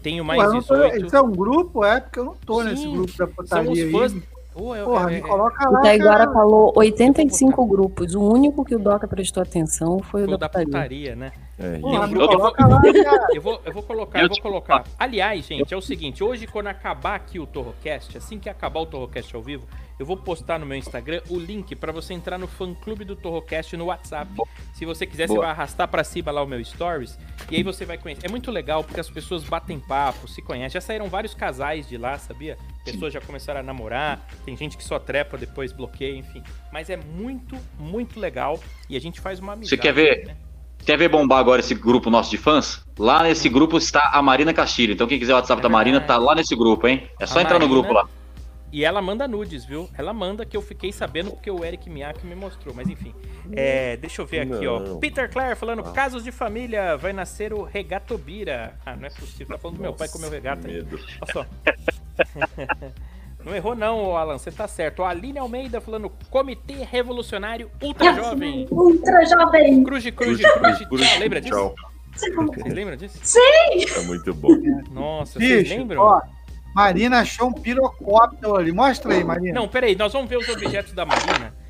Speaker 2: Tem o
Speaker 6: Pô,
Speaker 2: mais
Speaker 6: eu não tô-
Speaker 2: 18.
Speaker 6: Isso é um grupo? É, porque eu não tô
Speaker 2: Sim,
Speaker 6: nesse grupo da
Speaker 2: São os
Speaker 6: putaria
Speaker 2: fãs.
Speaker 6: aí.
Speaker 2: Ué, eu-
Speaker 6: Porra,
Speaker 2: é-
Speaker 6: me
Speaker 2: é-
Speaker 6: coloca lá,
Speaker 7: O tá Taiguara
Speaker 6: cara.
Speaker 7: falou 85 grupos. O único que o Doca prestou atenção foi o
Speaker 2: foi o da
Speaker 7: da putaria.
Speaker 2: putaria, né?
Speaker 5: É, e
Speaker 6: Porra,
Speaker 4: Eu-
Speaker 6: me
Speaker 4: eu-
Speaker 6: coloca lá, cara.
Speaker 2: Eu vou, eu vou colocar, eu vou colocar. Aliás, gente, é o seguinte, hoje quando acabar aqui o Torrocast, assim que acabar o Torrocast ao vivo, eu vou postar no meu Instagram o link pra você entrar no fã clube do Torrocast no WhatsApp. Se você quiser, você
Speaker 4: Boa.
Speaker 2: vai arrastar pra cima lá o meu stories e aí você vai conhecer. É muito legal porque as pessoas batem papo, se conhecem. Já saíram vários casais de lá, sabia? Pessoas já começaram a namorar, tem gente que só trepa, depois bloqueia, enfim. Mas é muito, muito legal e a gente faz uma amizade.
Speaker 4: Você quer ver?
Speaker 2: né?
Speaker 4: Quer ver bombar agora esse grupo nosso de fãs? Lá nesse grupo está a Marina Castilho. Então quem quiser o WhatsApp da Marina, tá lá nesse grupo, hein? É só
Speaker 2: É A
Speaker 4: entrar no
Speaker 2: Marina-
Speaker 4: grupo lá.
Speaker 2: E ela manda nudes, viu? Ela manda que eu fiquei sabendo porque o Eric Miyake me mostrou, mas enfim. É, deixa eu ver aqui, ó.
Speaker 5: Não.
Speaker 2: Peter Clare falando,
Speaker 5: Ah.
Speaker 2: casos de família, vai nascer o Regatobira. Ah, não é possível, tá falando do meu pai
Speaker 5: Nossa,
Speaker 2: comeu regata.
Speaker 5: que Medo.
Speaker 2: Olha só. não errou não, ô Alan, você tá certo. A Aline Almeida falando, Comitê Revolucionário Ultra Jovem.
Speaker 8: Ultra jovem.
Speaker 2: Cruz de cruz
Speaker 5: Cruz,
Speaker 2: de cruz de
Speaker 5: cruz, cruz,
Speaker 2: tchau. Lembra disso?
Speaker 5: Tchau.
Speaker 2: Vocês lembram disso?
Speaker 5: É muito bom.
Speaker 2: Nossa, vocês
Speaker 6: Bicho,
Speaker 2: lembram?
Speaker 6: ó, Marina achou um pirocóptero ali. Mostra aí, Marina.
Speaker 2: Não, peraí, nós vamos ver os objetos da Marina.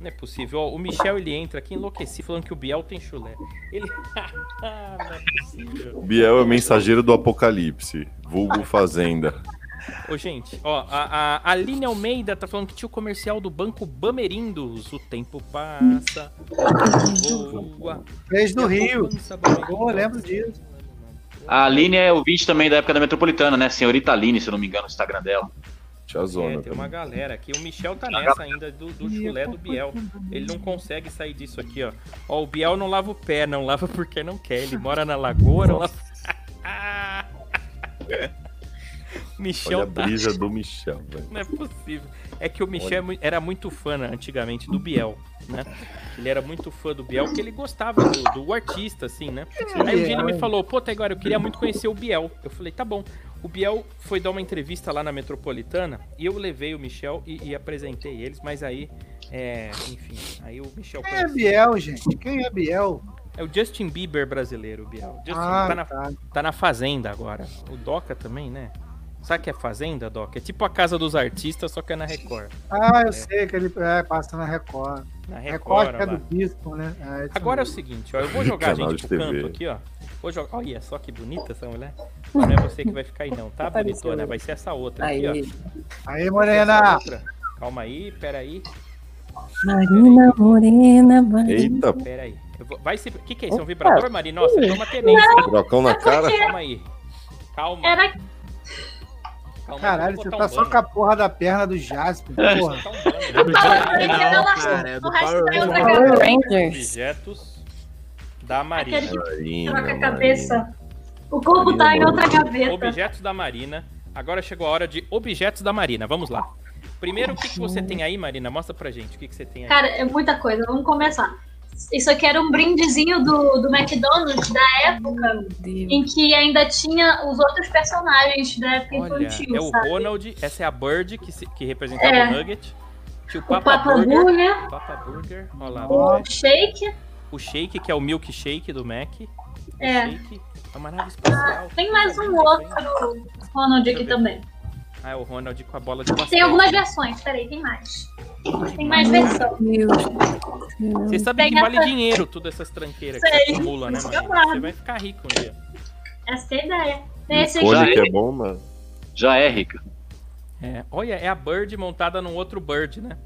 Speaker 2: Não é possível. Ó, o Michel ele entra aqui enlouquecido falando que o Biel tem chulé. Ele. Não é possível.
Speaker 5: Biel é o mensageiro do apocalipse, vulgo fazenda.
Speaker 2: Ô, gente, ó, a, a Aline Almeida tá falando que tinha o comercial do banco Bamerindos. O tempo passa. Voa.
Speaker 6: Três do Rio. Boa, lembro disso.
Speaker 4: A Aline é ouvinte também da época da Metropolitana, né? Senhorita Aline, se eu não me engano, o Instagram dela.
Speaker 5: Tiazona.
Speaker 2: É, tem uma galera aqui. O Michel tá nessa ainda do, do chulé do Biel. Ele não consegue sair disso aqui, ó. Ó, o Biel não lava o pé, não lava porque não quer. Ele mora na lagoa, não lava.
Speaker 5: Olha a
Speaker 2: Michel tá.
Speaker 5: brisa do Michel, velho.
Speaker 2: Não é possível. É que o Michel é mui- era muito fã né, antigamente do Biel, né? Ele era muito fã do Biel, porque ele gostava do, do artista, assim, né? Aí um dia ele me falou, pô, agora eu queria muito conhecer o Biel. Eu falei, tá bom. O Biel foi dar uma entrevista lá na Metropolitana e eu levei o Michel e, e apresentei eles, mas aí, é, enfim, aí o Michel
Speaker 6: Quem é
Speaker 2: conheceu.
Speaker 6: Biel, gente? Quem é Biel?
Speaker 2: É o Justin Bieber brasileiro, o Biel. Justin tá, na,
Speaker 6: Ah, tá.
Speaker 2: tá na Fazenda agora. O Doca também, né? Sabe o que é Fazenda, Doca? É tipo a Casa dos Artistas, só que é na Record.
Speaker 6: Ah, eu sei que ele é, passa na Record.
Speaker 2: Na
Speaker 6: Record,
Speaker 2: Record,
Speaker 6: que é
Speaker 2: lá.
Speaker 6: do Bispo, né? É, isso
Speaker 2: Agora é o
Speaker 6: mesmo.
Speaker 2: seguinte, ó, eu vou jogar a
Speaker 5: Canal
Speaker 2: gente
Speaker 5: de
Speaker 2: pro
Speaker 5: TV.
Speaker 2: canto aqui, ó. Vou jogar. Olha só que bonita essa mulher. Não é você que vai ficar aí não, tá,
Speaker 7: Apareceu.
Speaker 2: bonitona? Vai ser essa outra
Speaker 7: Aí,
Speaker 2: aqui, ó.
Speaker 6: Aí,
Speaker 2: Essa
Speaker 6: Morena!
Speaker 2: outra. Calma aí, peraí,
Speaker 7: Marina Morena, Marina.
Speaker 5: Eita,
Speaker 2: peraí. Eu vou- Vai se. O que, que é isso? É um
Speaker 7: Opa.
Speaker 2: vibrador, Mari? Nossa, é uma tenência.
Speaker 5: buracão na cara.
Speaker 2: Calma aí. Calma,
Speaker 8: Era
Speaker 2: calma.
Speaker 6: Caralho,
Speaker 2: Vou
Speaker 6: você
Speaker 2: botar
Speaker 6: tá
Speaker 2: um
Speaker 6: só
Speaker 2: banner.
Speaker 6: com a porra da perna do Jasper,
Speaker 2: Vou
Speaker 6: porra.
Speaker 2: botar um banner.
Speaker 9: Não, cara, é do
Speaker 8: o resto
Speaker 9: Power
Speaker 8: da outra
Speaker 9: Rangers.
Speaker 8: cabeça.
Speaker 7: Rangers.
Speaker 2: Objetos da Marina.
Speaker 8: Aquele-
Speaker 5: Marina,
Speaker 8: Troca a
Speaker 5: Marina.
Speaker 8: cabeça. O corpo tá em outra cabeça.
Speaker 2: Objetos da Marina. Agora chegou a hora de objetos da Marina. Vamos lá. Primeiro, o que, que você tem aí, Marina? Mostra pra gente o que, que você tem aí.
Speaker 8: Cara, é muita coisa. Vamos começar. Isso aqui era um brindezinho do, do McDonald's da época,
Speaker 7: Meu Deus.
Speaker 8: em que ainda tinha os outros personagens da época
Speaker 2: Olha,
Speaker 8: infantil,
Speaker 2: é o
Speaker 8: sabe?
Speaker 2: Ronald, essa é a Bird, que, se- que representava
Speaker 8: É.
Speaker 2: o Nugget. Tinha o
Speaker 8: O
Speaker 2: Papa,
Speaker 8: Papa
Speaker 2: Burger.
Speaker 8: Burger,
Speaker 2: Papa Burger, olha lá.
Speaker 8: o Shake.
Speaker 2: O Shake, que é o milkshake do Mac. O
Speaker 8: É.
Speaker 2: Shake é uma nave espacial.
Speaker 8: Tem mais um outro Ronald aqui também.
Speaker 2: Ah, é o Ronald com a bola de basquete.
Speaker 8: Tem algumas versões, peraí, tem mais. Tem mais versões.
Speaker 7: Meu Deus.
Speaker 2: Vocês sabem
Speaker 8: Tem
Speaker 2: que vale
Speaker 8: essa-
Speaker 2: dinheiro todas essas tranqueiras
Speaker 8: Sei.
Speaker 2: que acumula, né,
Speaker 8: Isso que é eu
Speaker 2: Marina? Você
Speaker 8: falo.
Speaker 2: vai ficar rico um dia.
Speaker 8: Essa é a ideia. Tem esse aqui.
Speaker 5: Icone que é bom, mano.
Speaker 4: Já é, Rica.
Speaker 2: É, olha, é a Bird montada num outro Bird, né?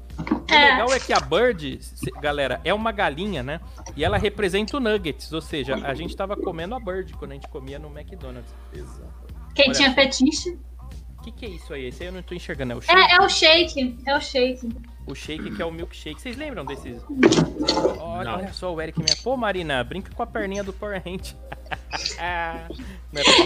Speaker 2: O
Speaker 8: É.
Speaker 2: legal é que a Bird, se- galera, é uma galinha, né? E ela representa o Nuggets, ou seja, a gente tava comendo a Bird quando a gente comia no McDonald's.
Speaker 8: Quem
Speaker 2: Olha.
Speaker 8: tinha fetiche?
Speaker 2: O que, que é isso aí? Esse aí eu não tô enxergando, é o shake?
Speaker 8: É, é o shake. É o shake.
Speaker 2: O shake que é o milkshake. Vocês lembram desses? Olha, olha só o Eric me... Pô, Marina, brinca com a perninha do Power Hand.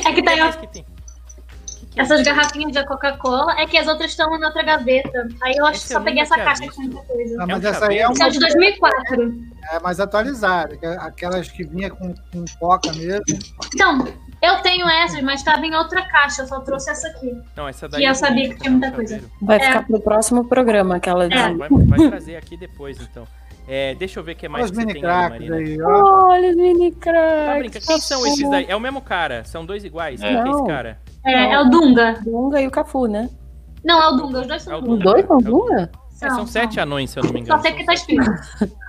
Speaker 8: É que tá aí, ó.
Speaker 2: que tem. Que que é
Speaker 8: Essas
Speaker 2: isso?
Speaker 8: garrafinhas da Coca-Cola é que as outras estão na outra gaveta. Aí eu acho
Speaker 2: Esse é
Speaker 8: que só
Speaker 2: eu
Speaker 8: peguei
Speaker 2: nunca
Speaker 8: essa
Speaker 2: tinha
Speaker 8: caixa
Speaker 2: visto.
Speaker 8: com muita coisa.
Speaker 6: Não, mas
Speaker 2: É um
Speaker 6: essa aí é
Speaker 2: chaveiro?
Speaker 8: Essa
Speaker 6: uma
Speaker 8: é de 2004.
Speaker 6: é mais atualizada. que é Aquelas que vinha com, com coca mesmo.
Speaker 8: Então, eu tenho essas, mas tava em outra caixa. Eu só trouxe essa aqui.
Speaker 2: Não, essa daí
Speaker 8: E eu
Speaker 2: é
Speaker 8: sabia
Speaker 2: bonita,
Speaker 8: que tinha muita
Speaker 2: tá no
Speaker 8: coisa.
Speaker 2: chaveiro.
Speaker 7: Vai ficar pro próximo programa, aquela de.
Speaker 8: É.
Speaker 2: Vai, vai trazer aqui depois, então. É, deixa eu ver o que
Speaker 6: Olha
Speaker 2: mais
Speaker 6: os
Speaker 2: que você
Speaker 6: mini
Speaker 2: tem aí,
Speaker 6: cracks
Speaker 2: Marina.
Speaker 6: aí, ó.
Speaker 7: Olha, os mini
Speaker 2: Tá
Speaker 7: cracks.
Speaker 2: brincando? Quem são esses daí? É o mesmo cara, são dois iguais. Quem que é
Speaker 7: Não.
Speaker 2: esse cara?
Speaker 8: É, é o Dunga.
Speaker 7: Dunga e o Cafu, né?
Speaker 8: Não, é o Dunga. Os dois
Speaker 2: É o
Speaker 8: são
Speaker 7: Os
Speaker 2: Dunga.
Speaker 8: Dunga.
Speaker 7: dois são
Speaker 2: É o Dunga.
Speaker 7: Dunga?
Speaker 2: É, são sete anões, se eu não me engano.
Speaker 8: tá. Só sei
Speaker 2: São
Speaker 8: que tá
Speaker 2: sete.
Speaker 8: escrito.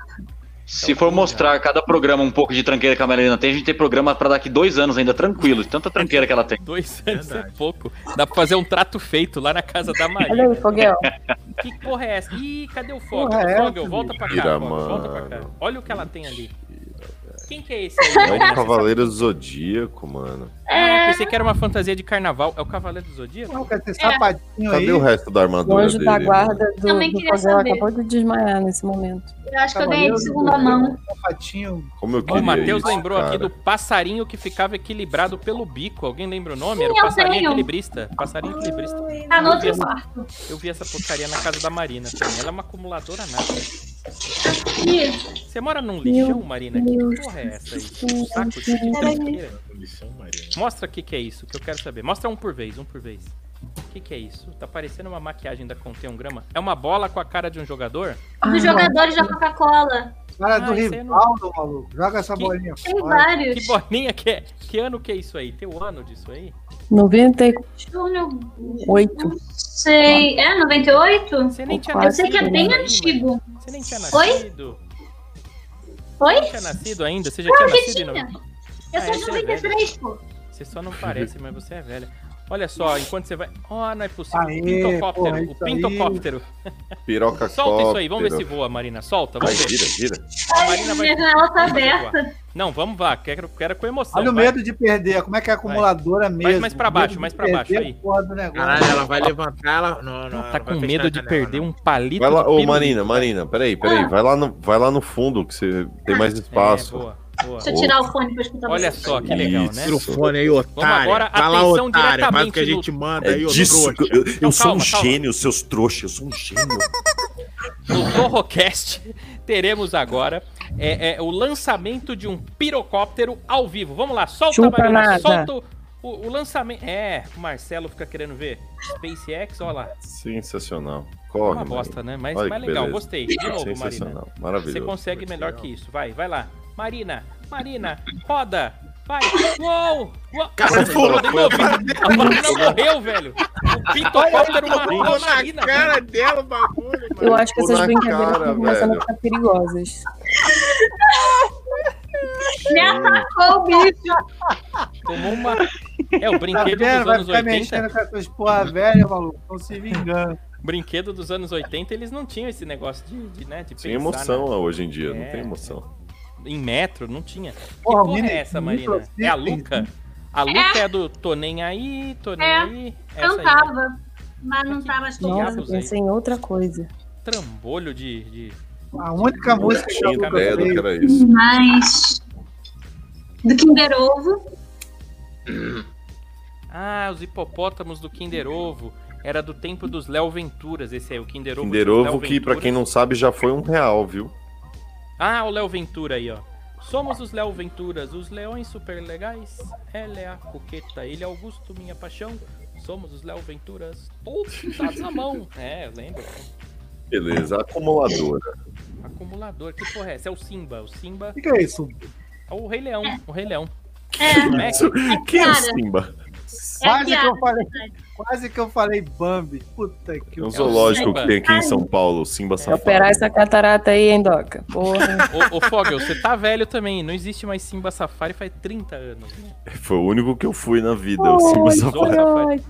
Speaker 4: Se for
Speaker 2: né?
Speaker 4: mostrar cada programa um pouco de tranqueira que a Marina tem, a gente tem programa pra daqui dois anos ainda, tranquilo, de tanta tranqueira que ela tem.
Speaker 2: Dois anos é
Speaker 9: Verdade.
Speaker 2: pouco. Dá pra fazer um trato feito lá na casa da
Speaker 7: Olha
Speaker 2: Maria.
Speaker 7: aí, Foguel.
Speaker 2: Que porra é essa? Ih, cadê o Fogel?
Speaker 6: Porra é
Speaker 2: Fogel,
Speaker 6: essa,
Speaker 2: volta pra cá.
Speaker 5: Mentira,
Speaker 2: Fogel, volta pra cá.
Speaker 5: mano.
Speaker 2: Olha o que ela tem ali. Quem que é esse
Speaker 5: É
Speaker 2: aí?
Speaker 5: o
Speaker 2: Marina?
Speaker 5: Cavaleiro do Zodíaco, mano.
Speaker 2: Ah,
Speaker 8: É,
Speaker 2: pensei que era uma fantasia de carnaval. É o Cavaleiro do Zodíaco?
Speaker 6: Não, com esse sapatinho aí.
Speaker 5: Cadê o resto da
Speaker 7: O
Speaker 5: armadura
Speaker 7: anjo
Speaker 5: dele?
Speaker 7: da
Speaker 5: mano?
Speaker 7: guarda do,
Speaker 8: Também
Speaker 7: do
Speaker 8: queria
Speaker 7: Foguel
Speaker 8: saber.
Speaker 7: acabou de desmaiar nesse momento.
Speaker 8: Eu acho que
Speaker 2: tá
Speaker 8: eu ganhei de
Speaker 6: Cavaleiro,
Speaker 8: segunda mão.
Speaker 6: Sapatinho.
Speaker 5: Como eu
Speaker 2: Ó,
Speaker 5: queria
Speaker 2: o Matheus
Speaker 5: isso,
Speaker 2: lembrou aqui
Speaker 5: cara.
Speaker 2: do passarinho que ficava equilibrado pelo bico. Alguém lembra o nome? Era o
Speaker 8: Sim, eu
Speaker 2: passarinho
Speaker 8: tenho.
Speaker 2: equilibrista. Passarinho equilibrista.
Speaker 8: Tá no
Speaker 2: Eu
Speaker 8: outro
Speaker 2: vi
Speaker 8: quarto.
Speaker 2: essa- Eu vi essa porcaria na casa da Marina também. Ela é uma acumuladora nada.
Speaker 8: Ih,
Speaker 2: Você mora num lixão, Marina?
Speaker 7: Deus
Speaker 2: Que porra é essa aí? Um saco cheio de
Speaker 7: Peraí.
Speaker 2: tranqueira?
Speaker 9: Lição, Marina.
Speaker 2: Mostra o que, que é isso, que eu quero saber. Mostra um por vez, um por vez. O que, que é isso? Tá parecendo uma maquiagem da Contém um Grama? É uma bola com a cara de um jogador?
Speaker 7: Ah,
Speaker 8: Dos jogadores da Coca-Cola.
Speaker 6: Cara é
Speaker 2: Ah,
Speaker 6: do
Speaker 2: isso aí eu não-
Speaker 6: Rivaldo, maluco. Joga essa
Speaker 2: Que-
Speaker 6: bolinha
Speaker 8: Tem
Speaker 6: fora.
Speaker 2: Que
Speaker 8: vários.
Speaker 2: bolinha que é? Que ano que é isso aí? Tem o ano disso aí?
Speaker 7: 98.
Speaker 8: Júnior, não sei. É, 98?
Speaker 2: Você nem tinha
Speaker 7: Eu
Speaker 8: Eu
Speaker 2: nascido.
Speaker 8: sei que é bem
Speaker 2: ainda, hein,
Speaker 8: antigo.
Speaker 2: mano? Você nem tinha
Speaker 8: Oi?
Speaker 2: nascido.
Speaker 8: Oi?
Speaker 2: Você nem tinha nascido ainda? Você já tinha
Speaker 8: já
Speaker 2: nascido? em
Speaker 8: tinha.
Speaker 2: nove-
Speaker 8: Eu
Speaker 2: Ah,
Speaker 8: sou
Speaker 2: esse
Speaker 8: de
Speaker 2: é velho.
Speaker 8: 93, pô.
Speaker 2: Você só não parece, mas você é velha. Olha só, enquanto você vai. Ó, não é possível.
Speaker 6: Aê,
Speaker 2: o pintocóptero.
Speaker 6: porra,
Speaker 2: o
Speaker 6: isso aí.
Speaker 2: pintocóptero.
Speaker 5: Piroca
Speaker 2: Solta isso aí, vamos ver se voa, Marina. Solta,
Speaker 5: Vai,
Speaker 2: vamos ver.
Speaker 5: gira, gira.
Speaker 2: A
Speaker 8: Ai,
Speaker 2: Marina vai.
Speaker 8: minha janela tá
Speaker 2: vai voar.
Speaker 8: aberta.
Speaker 2: Não, vamos vá. Quero, quero com emoção.
Speaker 6: Olha o
Speaker 2: vai.
Speaker 6: medo de perder. Como é que é acumuladora mesmo?
Speaker 2: mais pra baixo,
Speaker 6: Medo de
Speaker 2: mais pra
Speaker 6: perder
Speaker 2: baixo,
Speaker 6: a
Speaker 2: aí.
Speaker 6: Porra do negócio.
Speaker 9: Caralho, ela vai levantar, ela. Não, não.
Speaker 2: Ela tá com medo de perder um palito.
Speaker 5: Vai lá,
Speaker 2: de
Speaker 5: ô
Speaker 2: pirulito.
Speaker 5: Marina, Marina, peraí, peraí.
Speaker 8: Ah.
Speaker 5: Vai lá no, vai lá no fundo que você tem mais
Speaker 2: É,
Speaker 5: espaço.
Speaker 2: boa, boa.
Speaker 8: Deixa eu tirar o fone pra escutar
Speaker 2: Olha
Speaker 8: você.
Speaker 2: só, que legal, né?
Speaker 5: Isso.
Speaker 9: Tira o fone aí, otário.
Speaker 2: agora,
Speaker 9: vai Tá lá,
Speaker 2: atenção
Speaker 9: otário. Faz o que a
Speaker 2: diretamente
Speaker 9: gente manda
Speaker 5: É
Speaker 9: aí, ô
Speaker 5: disso. que-
Speaker 9: trouxa.
Speaker 5: Eu, eu
Speaker 2: Não, tá
Speaker 5: sou um
Speaker 2: calma, calma.
Speaker 5: gênio, seus trouxas, eu sou um gênio.
Speaker 2: No Torrocast, teremos agora é, é, o lançamento de um pirocóptero ao vivo. Vamos lá, solta,
Speaker 7: Chupa
Speaker 2: Marina,
Speaker 7: nada.
Speaker 2: solta o, o- o lançamento. É, o Marcelo fica querendo ver. SpaceX, olha lá.
Speaker 5: Sensacional.
Speaker 2: Uma
Speaker 5: Corre. Marina.
Speaker 2: bosta, né? Mas,
Speaker 5: Olha
Speaker 2: mas
Speaker 5: que
Speaker 2: legal,
Speaker 5: beleza.
Speaker 2: gostei. De novo, Marina.
Speaker 5: Sensacional.
Speaker 2: Você
Speaker 5: Maravilhoso.
Speaker 2: consegue melhor que isso. Vai, vai lá. Marina, Marina, roda. Vai. Uou! Uou!
Speaker 9: Cara,
Speaker 2: Rodou de novo. A Marina morreu, velho. O pitocóptero matou a Marina. velho.
Speaker 9: dela o bagulho,
Speaker 7: Eu acho que
Speaker 5: Pô,
Speaker 7: essas
Speaker 5: na
Speaker 7: brincadeiras
Speaker 5: cara,
Speaker 7: estão começando
Speaker 5: velho.
Speaker 7: a ficar perigosas.
Speaker 8: Me atacou o bicho.
Speaker 2: Tomou uma. É o
Speaker 6: Tá
Speaker 2: brinquedo
Speaker 6: vendo?
Speaker 2: dos
Speaker 6: Vai
Speaker 2: anos
Speaker 6: ficar
Speaker 2: 80.
Speaker 6: mexendo com essas porra velha, maluco. Estão se vingando.
Speaker 2: brinquedo dos anos 80, eles não tinham esse negócio de, de, né, de
Speaker 5: Sem
Speaker 2: pensar,
Speaker 5: emoção ó, hoje em dia,
Speaker 2: É.
Speaker 5: não tem emoção.
Speaker 2: né, em metro, não tinha.
Speaker 6: Porra,
Speaker 2: que porra
Speaker 6: mini-
Speaker 2: é essa,
Speaker 6: mini
Speaker 2: Marina? É a
Speaker 6: assim,
Speaker 2: Luca? A Luca é, do Tô Nem Aí, Tô Nem
Speaker 8: É,
Speaker 2: Aí. Essa aí.
Speaker 8: Cantava. Mas não tá tava acho que
Speaker 2: Nossa.
Speaker 7: Nossa,
Speaker 2: diabos
Speaker 7: pensei em outra coisa.
Speaker 2: Trambolho de... de-
Speaker 6: A única música que a
Speaker 5: tinha
Speaker 6: Luca
Speaker 5: ideia do que
Speaker 6: fez.
Speaker 5: era isso.
Speaker 8: mais do Kinder Ovo.
Speaker 2: Ah, os hipopótamos do Kinder Ovo. Era do tempo dos Léo Venturas, esse aí, o Kinder Ovo.
Speaker 5: Kinder
Speaker 2: dos Léo
Speaker 5: Ovo, que pra
Speaker 2: Ventura.
Speaker 5: quem não sabe, já foi um real, viu?
Speaker 2: Ah, o Léo Ventura aí, ó. Somos os Léo Venturas, os leões super legais. Ela é a coqueta, ele é Augusto, minha paixão. Somos os Léo Venturas, todos pintados na mão. É, eu lembro.
Speaker 5: Beleza, acumuladora.
Speaker 2: Acumulador, que porra é essa? É o Simba, o Simba.
Speaker 6: O que que é isso?
Speaker 2: é O Rei Leão, o Rei Leão.
Speaker 8: É,
Speaker 2: Mac,
Speaker 5: Quem é o
Speaker 8: Cara.
Speaker 5: Simba?
Speaker 8: é a
Speaker 6: Quase que, eu
Speaker 8: piada.
Speaker 6: falei,
Speaker 2: né?
Speaker 6: quase que eu falei Bambi. Puta que
Speaker 5: É
Speaker 2: Então,
Speaker 5: um
Speaker 6: pariu.
Speaker 5: zoológico
Speaker 2: Simba. É
Speaker 5: que tem aqui em São Paulo, o Simba
Speaker 7: Vai
Speaker 5: Safado.
Speaker 7: operar essa catarata aí, hein, Doca? Porra.
Speaker 2: Ô, ô Fogel, você tá velho também. Não existe mais Simba Safari faz 30 anos. né?
Speaker 5: Foi o único que eu fui na vida, o Simba
Speaker 7: Oi,
Speaker 5: Safado.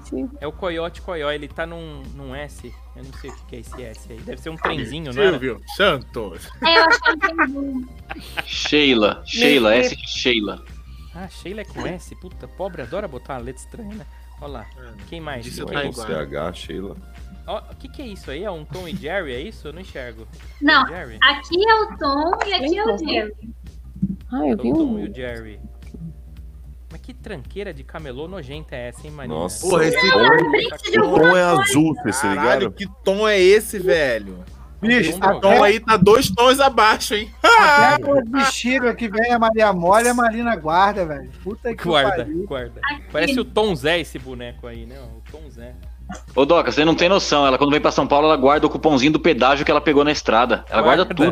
Speaker 7: filhote.
Speaker 2: É o Coyote Coyote, ele tá num, num S. Eu não sei o que que é esse S aí. Deve ser um trenzinho, não era?
Speaker 9: Silvio Santos.
Speaker 8: É, eu acho que eu entendi.
Speaker 4: Sheila, Sheila, essa é de Sheila.
Speaker 2: Ah, Sheila é com S. Puta, pobre adora botar uma letra estranha, né? Olha lá. Quem mais?
Speaker 5: é
Speaker 9: Disse
Speaker 2: Quem
Speaker 9: tá
Speaker 2: mais?
Speaker 9: igual.
Speaker 5: CH, Sheila.
Speaker 2: Ó, O que, que é isso aí? É um Tom e Jerry? É isso? Eu não enxergo.
Speaker 8: Não,
Speaker 2: Tom e Jerry?
Speaker 8: aqui é o Tom e aqui é
Speaker 2: Então.
Speaker 8: o Diego.
Speaker 7: Ah, eu
Speaker 2: É o
Speaker 7: vi
Speaker 2: Tom e
Speaker 7: um.
Speaker 2: o Jerry. Mas que tranqueira de camelô nojenta é essa, hein, Marina?
Speaker 5: Nossa.
Speaker 9: Porra, esse
Speaker 8: Então, é
Speaker 5: tom,
Speaker 8: Frente de
Speaker 5: o
Speaker 8: alguma
Speaker 5: tom é azul, vocês se
Speaker 9: Caralho,
Speaker 5: ligaram?
Speaker 9: que tom é esse, velho?
Speaker 2: Tom,
Speaker 6: Bicho,
Speaker 9: O
Speaker 6: até,
Speaker 9: tom aí tá dois tons abaixo, hein?
Speaker 6: até com os bexiga que vem a Maria Mole, a Marina guarda, velho. Puta que
Speaker 2: Guarda,
Speaker 6: pariu.
Speaker 2: guarda.
Speaker 8: Aqui.
Speaker 2: Parece o Tom Zé esse boneco aí, né? O Tom Zé.
Speaker 4: Ô, Doca, você não tem noção. Ela, quando vem pra São Paulo, ela guarda o cupomzinho do pedágio que ela pegou na estrada. Ela
Speaker 2: é
Speaker 4: guarda, tudo.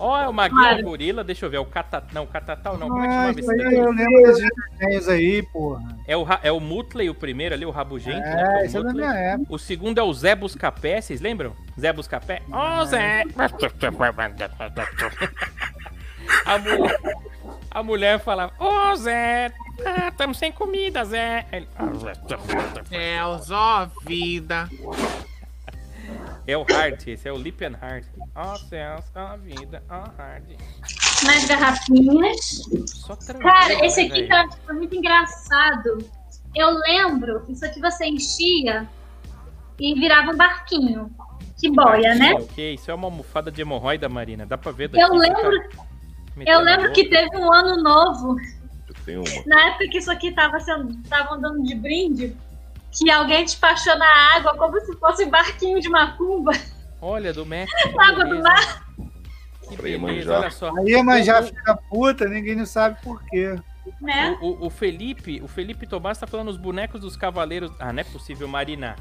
Speaker 2: Ó, é o Maguinho
Speaker 8: Claro.
Speaker 2: o gorila, deixa eu ver, é o Catatau, não, o Catatal não, como é que
Speaker 6: Ah,
Speaker 2: chamava
Speaker 6: isso
Speaker 2: esse
Speaker 6: aí
Speaker 2: daqui?
Speaker 6: eu lembro desses desenhos aí, porra.
Speaker 2: É o, Ra- é o Mutley, o primeiro ali, o Rabugento, né? que
Speaker 6: É,
Speaker 2: o
Speaker 6: isso é da
Speaker 2: Mutley.
Speaker 6: minha época.
Speaker 2: O segundo é o Zé Buscapé, vocês lembram? Zé Buscapé? Ó, Zé! A mulher, a mulher falava, ô Zé, estamos sem comida, Zé. Aí ele, "Ah, Zé."
Speaker 9: É, só vida.
Speaker 2: É o Hard, esse é o Lipian Hard. Ó céus, ó vida, ó Hard.
Speaker 8: Mais garrafinhas.
Speaker 2: Só tranquilo, né,
Speaker 8: Cara, esse aqui tá
Speaker 2: velho.
Speaker 8: que eu acho que foi muito engraçado. Eu lembro que isso aqui você enchia e virava um barquinho. Que boia, né?
Speaker 2: Ok, isso é uma almofada de hemorroida, Marina. Dá pra ver daqui.
Speaker 8: Eu
Speaker 2: você
Speaker 8: lembro,
Speaker 2: tá metendo
Speaker 8: eu
Speaker 2: a
Speaker 8: lembro
Speaker 2: boca.
Speaker 8: que teve um ano novo,
Speaker 5: Eu tenho uma.
Speaker 8: na época que isso aqui tava, sendo, tava andando de brinde, que alguém despachou na água como se fosse um barquinho de macumba.
Speaker 2: Olha, do Mac.
Speaker 8: Água do
Speaker 2: mar. Que
Speaker 5: Pra
Speaker 2: beleza,
Speaker 5: Iemanjá.
Speaker 2: olha só.
Speaker 6: Aí a mãe já fica puta, ninguém não sabe por quê.
Speaker 8: né?
Speaker 2: O, o- o Felipe, o Felipe Tomás tá falando os bonecos dos cavaleiros. Ah, não é possível, Marina.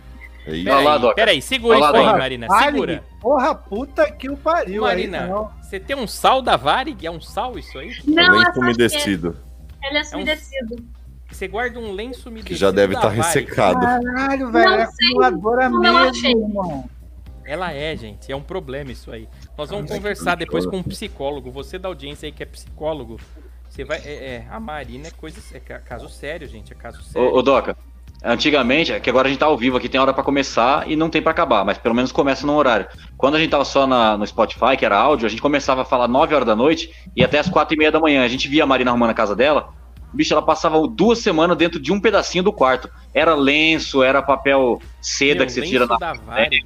Speaker 5: É isso.
Speaker 4: Olha lá,
Speaker 2: Peraí,
Speaker 4: Doca.
Speaker 2: peraí, segura
Speaker 4: Olha
Speaker 2: isso
Speaker 4: lá,
Speaker 2: aí,
Speaker 4: Doca.
Speaker 2: Marina.
Speaker 6: Varig,
Speaker 2: Né, Segura.
Speaker 6: Porra, puta que o pariu.
Speaker 2: Marina.
Speaker 6: Aí, não.
Speaker 2: Você tem um sal da Varig? É um sal isso aí?
Speaker 8: Não,
Speaker 5: Além
Speaker 8: é
Speaker 5: de
Speaker 8: só
Speaker 5: umedecido,
Speaker 8: ele é umedecido.
Speaker 2: Você guarda um lenço umedecido
Speaker 5: que já deve
Speaker 2: da
Speaker 4: tá
Speaker 5: estar
Speaker 2: Varig.
Speaker 5: ressecado.
Speaker 6: Caralho, velho.
Speaker 8: Não
Speaker 6: é
Speaker 8: sei
Speaker 6: acumuladora
Speaker 8: como eu
Speaker 6: mesmo,
Speaker 8: achei.
Speaker 6: irmão.
Speaker 2: Ela é, gente. É um problema isso aí. Nós vamos
Speaker 5: Ai,
Speaker 2: conversar
Speaker 5: que
Speaker 2: depois
Speaker 5: droga.
Speaker 2: com um psicólogo. Você da audiência aí que é psicólogo. Você vai. É, é, a Marina é coisa. É ca- caso sério, gente. É caso sério.
Speaker 4: Ô, ô, Doca, antigamente, é que agora a gente tá ao vivo aqui, tem hora pra começar e não tem pra acabar, mas pelo menos começa num horário. Quando a gente tava só na- no Spotify, que era áudio, a gente começava a falar 9 horas da noite e até as 4 e meia da manhã. A gente via a Marina arrumando a casa dela. Bicho, ela passava duas semanas dentro de um pedacinho do quarto. Era lenço, era papel seda
Speaker 2: Meu,
Speaker 4: que você
Speaker 2: um lenço Ah.
Speaker 4: tira na.
Speaker 2: da Varig.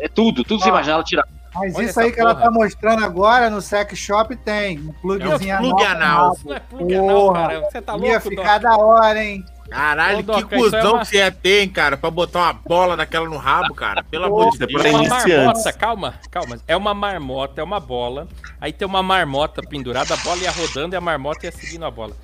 Speaker 4: É tudo, tudo você imagina, ela tirava.
Speaker 6: Mas
Speaker 2: Olha
Speaker 6: isso aí
Speaker 2: essa
Speaker 6: que ela
Speaker 2: porra.
Speaker 6: tá mostrando agora no Sex Shop tem. Um pluguezinho
Speaker 9: É um plug
Speaker 6: anal.
Speaker 9: anal.
Speaker 2: Isso não é pluga, não,
Speaker 6: Porra,
Speaker 2: cara. Você tá
Speaker 6: Ia
Speaker 2: louco,
Speaker 6: ficar
Speaker 2: Doc?
Speaker 6: da hora, hein?
Speaker 9: Caralho,
Speaker 2: Ô, Doca,
Speaker 9: que
Speaker 2: isso
Speaker 9: cuzão
Speaker 2: é uma-
Speaker 9: que você ia ter, hein, cara, pra botar uma bola daquela no rabo, cara. Pelo amor de
Speaker 5: Isso é
Speaker 9: Deus.
Speaker 5: pra
Speaker 2: É uma
Speaker 5: iniciantes.
Speaker 2: marmota, calma, calma. É uma marmota, é uma bola. Aí tem uma marmota pendurada, a bola ia rodando e a marmota ia seguindo a bola.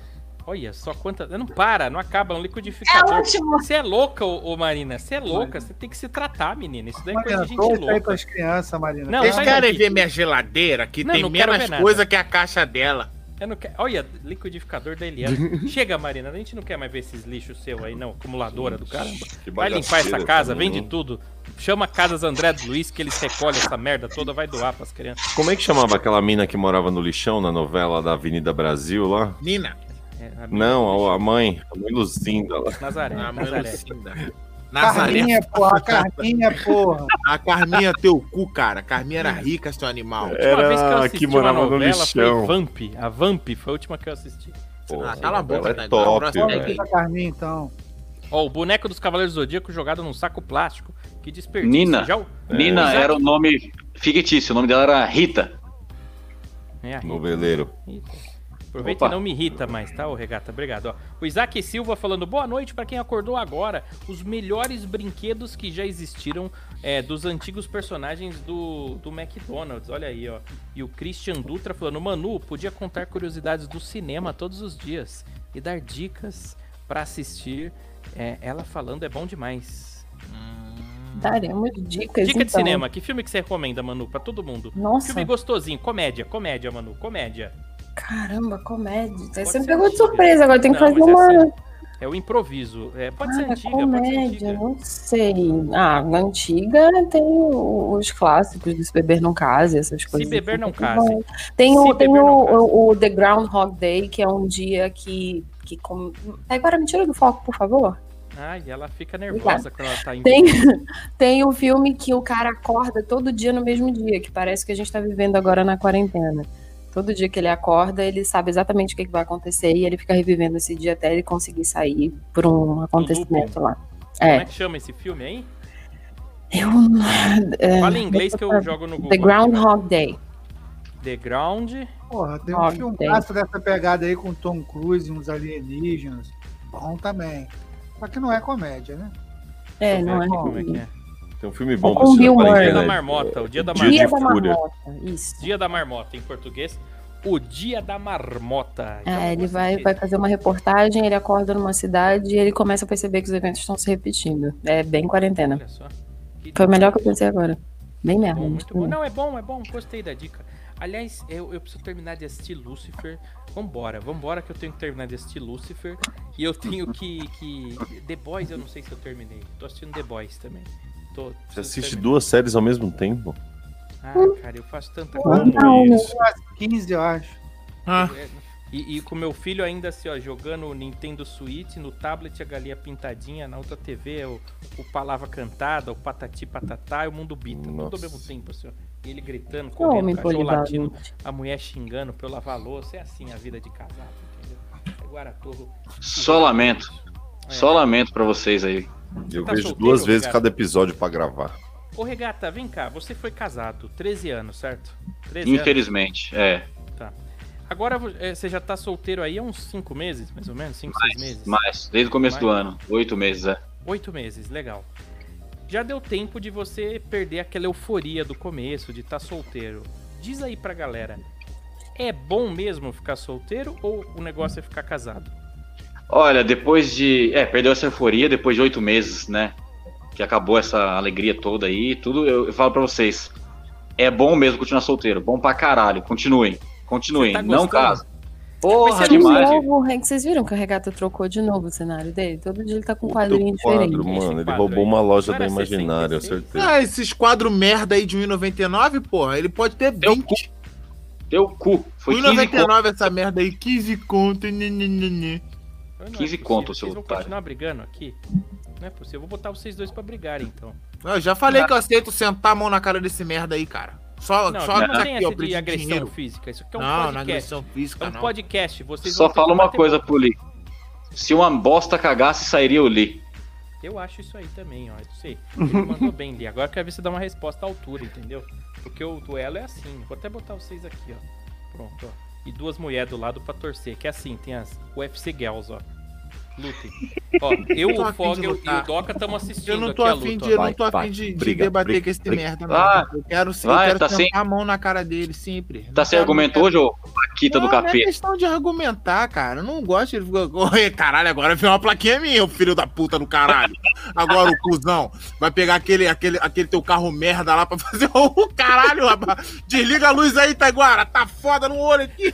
Speaker 2: Olha só quanta. Não para, não acaba, é um
Speaker 8: É
Speaker 2: liquidificador.
Speaker 8: ótimo.
Speaker 2: Você é louca, ô, ô, Marina. Você é louca, você tem que se tratar, menina. Isso daí é coisa
Speaker 6: Marina,
Speaker 2: de gente
Speaker 6: tô aí com
Speaker 2: louca.
Speaker 6: as crianças, Marina.
Speaker 2: Não, tá
Speaker 9: Vocês
Speaker 2: sai
Speaker 9: querem
Speaker 2: daqui.
Speaker 9: ver minha geladeira? Que
Speaker 2: Não,
Speaker 9: tem
Speaker 2: não quero ver
Speaker 9: menos
Speaker 2: nada.
Speaker 9: coisa que a caixa dela.
Speaker 2: Eu não quero... Olha, liquidificador da Eliana. Chega, Marina, a gente não quer mais ver esses lixos seu aí, não. Acumuladora do caramba.
Speaker 5: Que
Speaker 2: Vai limpar
Speaker 5: bagaceira
Speaker 2: essa casa,
Speaker 5: também,
Speaker 2: vende
Speaker 5: tá não.
Speaker 2: tudo. Chama Casas André do Luiz, que eles recolhem essa merda toda, vai doar pras crianças.
Speaker 5: Como é que chamava aquela mina que morava no lixão na novela da Avenida Brasil lá?
Speaker 9: Nina.
Speaker 2: É, a minha-
Speaker 5: Não, a, a mãe, a Ah, mãe Lucinda lá.
Speaker 2: Nazaré,
Speaker 9: A mãe
Speaker 2: Nazaré.
Speaker 9: Lucinda. Nazaré.
Speaker 6: Carminha, porra, a Carminha, porra.
Speaker 9: A Carminha teu cu, cara. Carminha era rica, seu animal.
Speaker 5: É. Era a que morava no
Speaker 2: foi
Speaker 5: lixão.
Speaker 2: Vamp. A Vamp foi a última que eu assisti.
Speaker 5: Porra,
Speaker 9: Ah, cala a boca, tá
Speaker 5: ela
Speaker 9: Taigara,
Speaker 5: é top,
Speaker 9: próximo.
Speaker 6: Vamos
Speaker 5: velho.
Speaker 6: aqui com a Carminha, então.
Speaker 2: Ó, o boneco dos Cavaleiros do Zodíaco jogado num saco plástico. Que desperdício.
Speaker 4: Nina.
Speaker 2: Já o-
Speaker 4: Nina era o nome fictício, o nome dela era Rita.
Speaker 2: É, a
Speaker 5: Noveleiro.
Speaker 2: Rita. Aproveita
Speaker 4: Opa.
Speaker 2: e não me irrita mais, tá, ô regata? Obrigado. Ó, o Isaac Silva falando boa noite pra quem acordou agora. Os melhores brinquedos que já existiram é, dos antigos personagens do, do McDonald's. Olha aí, ó. E o Christian Dutra falando: Manu, podia contar curiosidades do cinema todos os dias e dar dicas pra assistir. É, ela falando é bom demais.
Speaker 7: Daremos dicas.
Speaker 2: Dica
Speaker 7: então.
Speaker 2: de cinema: que filme que você recomenda, Manu, pra todo mundo?
Speaker 7: Nossa,
Speaker 2: Filme gostosinho, comédia, comédia, Manu, comédia.
Speaker 7: caramba, comédia. Aí
Speaker 2: Pode
Speaker 7: Você me
Speaker 2: ser
Speaker 7: pegou de
Speaker 2: antiga.
Speaker 7: surpresa, agora tem que
Speaker 2: Não,
Speaker 7: fazer
Speaker 2: mas é
Speaker 7: uma.
Speaker 2: assim, É o improviso. É, pode ser
Speaker 7: Ah,
Speaker 2: antiga,
Speaker 7: comédia,
Speaker 2: pode ser antiga.
Speaker 7: não sei. Ah, antiga tem o- os clássicos do Se Beber Não Case, essas coisas.
Speaker 2: Beber Não
Speaker 7: Tem
Speaker 2: Case.
Speaker 7: o- Tem,
Speaker 2: Se
Speaker 7: o, tem
Speaker 2: Beber
Speaker 7: o,
Speaker 2: Não Case.
Speaker 7: o, o The Groundhog Day, que é um dia que. que com... Agora me tira do foco, por favor.
Speaker 2: Ai, ela fica nervosa quando ela tá em.
Speaker 7: Tem, tem o filme que o cara acorda todo dia no mesmo dia, que parece que a gente tá vivendo agora na quarentena. Todo dia que ele acorda, ele sabe exatamente o que, que vai acontecer e ele fica revivendo esse dia até ele conseguir sair por um acontecimento lá.
Speaker 2: Como
Speaker 7: É.
Speaker 2: é que chama esse filme aí?
Speaker 7: Eu. é,
Speaker 2: Fala em inglês é que eu jogo no Google.
Speaker 7: The
Speaker 2: aqui,
Speaker 7: Groundhog Day.
Speaker 2: vai. The Ground.
Speaker 6: Porra, tem um
Speaker 7: Ó,
Speaker 6: filmaço dessa pegada aí com Tom Cruise e uns alienígenas. Bom também. Só que não é comédia, né?
Speaker 7: É,
Speaker 2: Deixa eu ver
Speaker 7: não é.
Speaker 2: aqui como é que é.
Speaker 5: Tem um filme bom
Speaker 7: Com Bill
Speaker 5: na
Speaker 7: Murray.
Speaker 2: Dia da
Speaker 5: internet.
Speaker 2: Marmota. O Dia da
Speaker 5: Dia de
Speaker 7: Dia
Speaker 2: Marmota.
Speaker 7: da
Speaker 5: Fúria.
Speaker 7: Marmota. Isso.
Speaker 2: Dia da Marmota, em português. O Dia da Marmota. Então, Já
Speaker 7: É, ele
Speaker 2: gostei.
Speaker 7: vai, vai fazer uma reportagem, ele acorda numa cidade e ele começa a perceber que os eventos estão se repetindo. É bem quarentena.
Speaker 2: Olha só. Que
Speaker 7: Foi o melhor que eu pensei agora. Bem merda.
Speaker 2: Bom,
Speaker 7: muito
Speaker 2: muito bom.
Speaker 7: bom.
Speaker 2: Não, é bom, é bom. Gostei da dica. Aliás, eu, eu preciso terminar de assistir Lucifer. Vambora, vambora que eu tenho que terminar de assistir Lucifer. E eu tenho que. que... The Boys, eu não sei se eu terminei. Tô assistindo The Boys também. Tô,
Speaker 5: Você
Speaker 2: preciso
Speaker 5: assiste
Speaker 2: terminar.
Speaker 5: duas séries ao mesmo tempo?
Speaker 2: Ah, cara, eu faço tanta coisa. É,
Speaker 5: Como
Speaker 7: Não, né?
Speaker 5: isso?
Speaker 6: 15, eu acho.
Speaker 9: Ah,
Speaker 2: E, e com meu filho ainda assim, ó, jogando o Nintendo Switch, no tablet a galinha pintadinha, na outra TV é o, o Palavra Cantada, o Patati Patatá e o Mundo Bita. Tudo
Speaker 5: Nossa.
Speaker 2: ao mesmo tempo, assim, ó. E ele gritando,
Speaker 7: Ô,
Speaker 2: correndo,
Speaker 7: homem
Speaker 2: cachorro latindo.
Speaker 7: polivalente.
Speaker 2: a mulher xingando pra eu lavar a louça. É assim a vida de casado, entendeu? É Guaratorro.
Speaker 4: Só lamento.
Speaker 2: É.
Speaker 4: Só lamento pra vocês aí.
Speaker 5: Eu
Speaker 2: tá
Speaker 5: vejo
Speaker 2: solteiro,
Speaker 5: duas vezes
Speaker 2: cara?
Speaker 5: cada episódio pra gravar.
Speaker 2: Ô, Regata, vem cá. Você foi casado, 13 anos, certo? 13
Speaker 4: Infelizmente, é.
Speaker 2: anos. Agora eh, você já tá solteiro aí há uns 5 meses, mais ou menos? 5, 6 meses?
Speaker 4: Mas, desde o começo do
Speaker 2: Mas-
Speaker 4: ano, oito meses, é.
Speaker 2: Oito meses, legal. Já deu tempo de você perder aquela euforia do começo, de estar solteiro. Diz aí pra galera, é bom mesmo ficar solteiro ou o negócio é ficar casado?
Speaker 4: Olha, depois de. É, perdeu essa euforia depois de oito meses, né? que acabou essa alegria toda aí, tudo, eu, eu falo pra vocês, é bom mesmo continuar solteiro, bom pra caralho, continuem, continuem,
Speaker 2: Você tá
Speaker 4: não
Speaker 2: gostando?
Speaker 4: casem.
Speaker 2: Mas
Speaker 4: Porra,
Speaker 2: você
Speaker 7: De
Speaker 4: Ah, demais.
Speaker 7: novo, é que vocês viram que o Regato trocou de novo o cenário dele? Todo dia ele tá com um
Speaker 5: Puta,
Speaker 7: quadrinho
Speaker 5: o quadro,
Speaker 7: diferente.
Speaker 2: Esse
Speaker 5: mano, ele
Speaker 2: quadro
Speaker 5: roubou
Speaker 2: aí.
Speaker 5: uma loja
Speaker 2: Não
Speaker 5: da
Speaker 2: era
Speaker 5: Imaginária, eu
Speaker 2: 66?
Speaker 5: certeza.
Speaker 9: Ah, esses quadros merda aí de 1,99, porra, ele pode ter
Speaker 4: Deu
Speaker 9: 20.
Speaker 4: Teu cu. Foi 15 conto.
Speaker 9: 1,99 essa merda aí, 15 conto. nhanhanhanhan.
Speaker 2: Eu não é
Speaker 4: 15
Speaker 2: possível,
Speaker 4: conto, seu
Speaker 2: Vocês vão
Speaker 4: otário.
Speaker 2: continuar brigando aqui? Não é possível. Eu vou botar vocês dois pra brigarem, então.
Speaker 9: Eu já falei que eu aceito sentar Tá a mão na cara desse merda aí, cara. Só,
Speaker 2: Não,
Speaker 9: só
Speaker 2: aqui não tem
Speaker 9: aqui, ó,
Speaker 2: essa de
Speaker 9: preço de
Speaker 2: agressão
Speaker 9: dinheiro.
Speaker 2: física. Isso aqui é um
Speaker 9: Não, não é
Speaker 2: podcast.
Speaker 9: agressão
Speaker 2: É
Speaker 9: física,
Speaker 2: um
Speaker 9: não.
Speaker 2: podcast. Vocês
Speaker 4: Só
Speaker 2: vão ter que
Speaker 4: fala uma
Speaker 2: bater
Speaker 4: coisa
Speaker 2: boca.
Speaker 4: pro Lee. Se uma bosta cagasse, sairia o Lee.
Speaker 2: Eu acho isso aí também, ó. Não sei. Ele mandou bem ali. Agora eu quero ver se dá uma resposta à altura, entendeu? Porque o duelo é assim. Vou até botar vocês aqui, ó. Pronto, ó. E duas mulheres do lado pra torcer. Que é assim, tem as UFC Girls, ó. Lutem. Ó, eu,
Speaker 9: Eu tô
Speaker 2: o
Speaker 9: afim de
Speaker 2: Fogel e o
Speaker 9: lutar.
Speaker 2: Doca estamos assistindo
Speaker 9: Eu não tô
Speaker 4: é
Speaker 2: aqui a
Speaker 9: afim
Speaker 2: luta.
Speaker 9: de, eu
Speaker 2: ó.
Speaker 9: não tô
Speaker 5: Vai,
Speaker 9: afim de, de
Speaker 5: briga,
Speaker 9: debater
Speaker 5: briga,
Speaker 9: com esse
Speaker 5: briga.
Speaker 9: merda,
Speaker 4: Vai.
Speaker 9: não. Eu quero sim,
Speaker 4: Vai,
Speaker 9: eu quero
Speaker 4: tá
Speaker 9: sentar
Speaker 4: sem-
Speaker 9: a mão na cara dele, sempre.
Speaker 4: Tá sem argumento hoje, ô Paquita do
Speaker 9: não,
Speaker 2: né?
Speaker 9: Não é
Speaker 4: capeta?
Speaker 9: questão de argumentar, cara. Eu não gosto de. Oi, Caralho, agora veio uma plaquinha minha, o filho da puta do caralho. Agora o cuzão vai pegar aquele, aquele, aquele teu carro merda lá pra fazer o caralho, rapaz. Desliga a luz aí, Taiguara. Tá foda no olho aqui.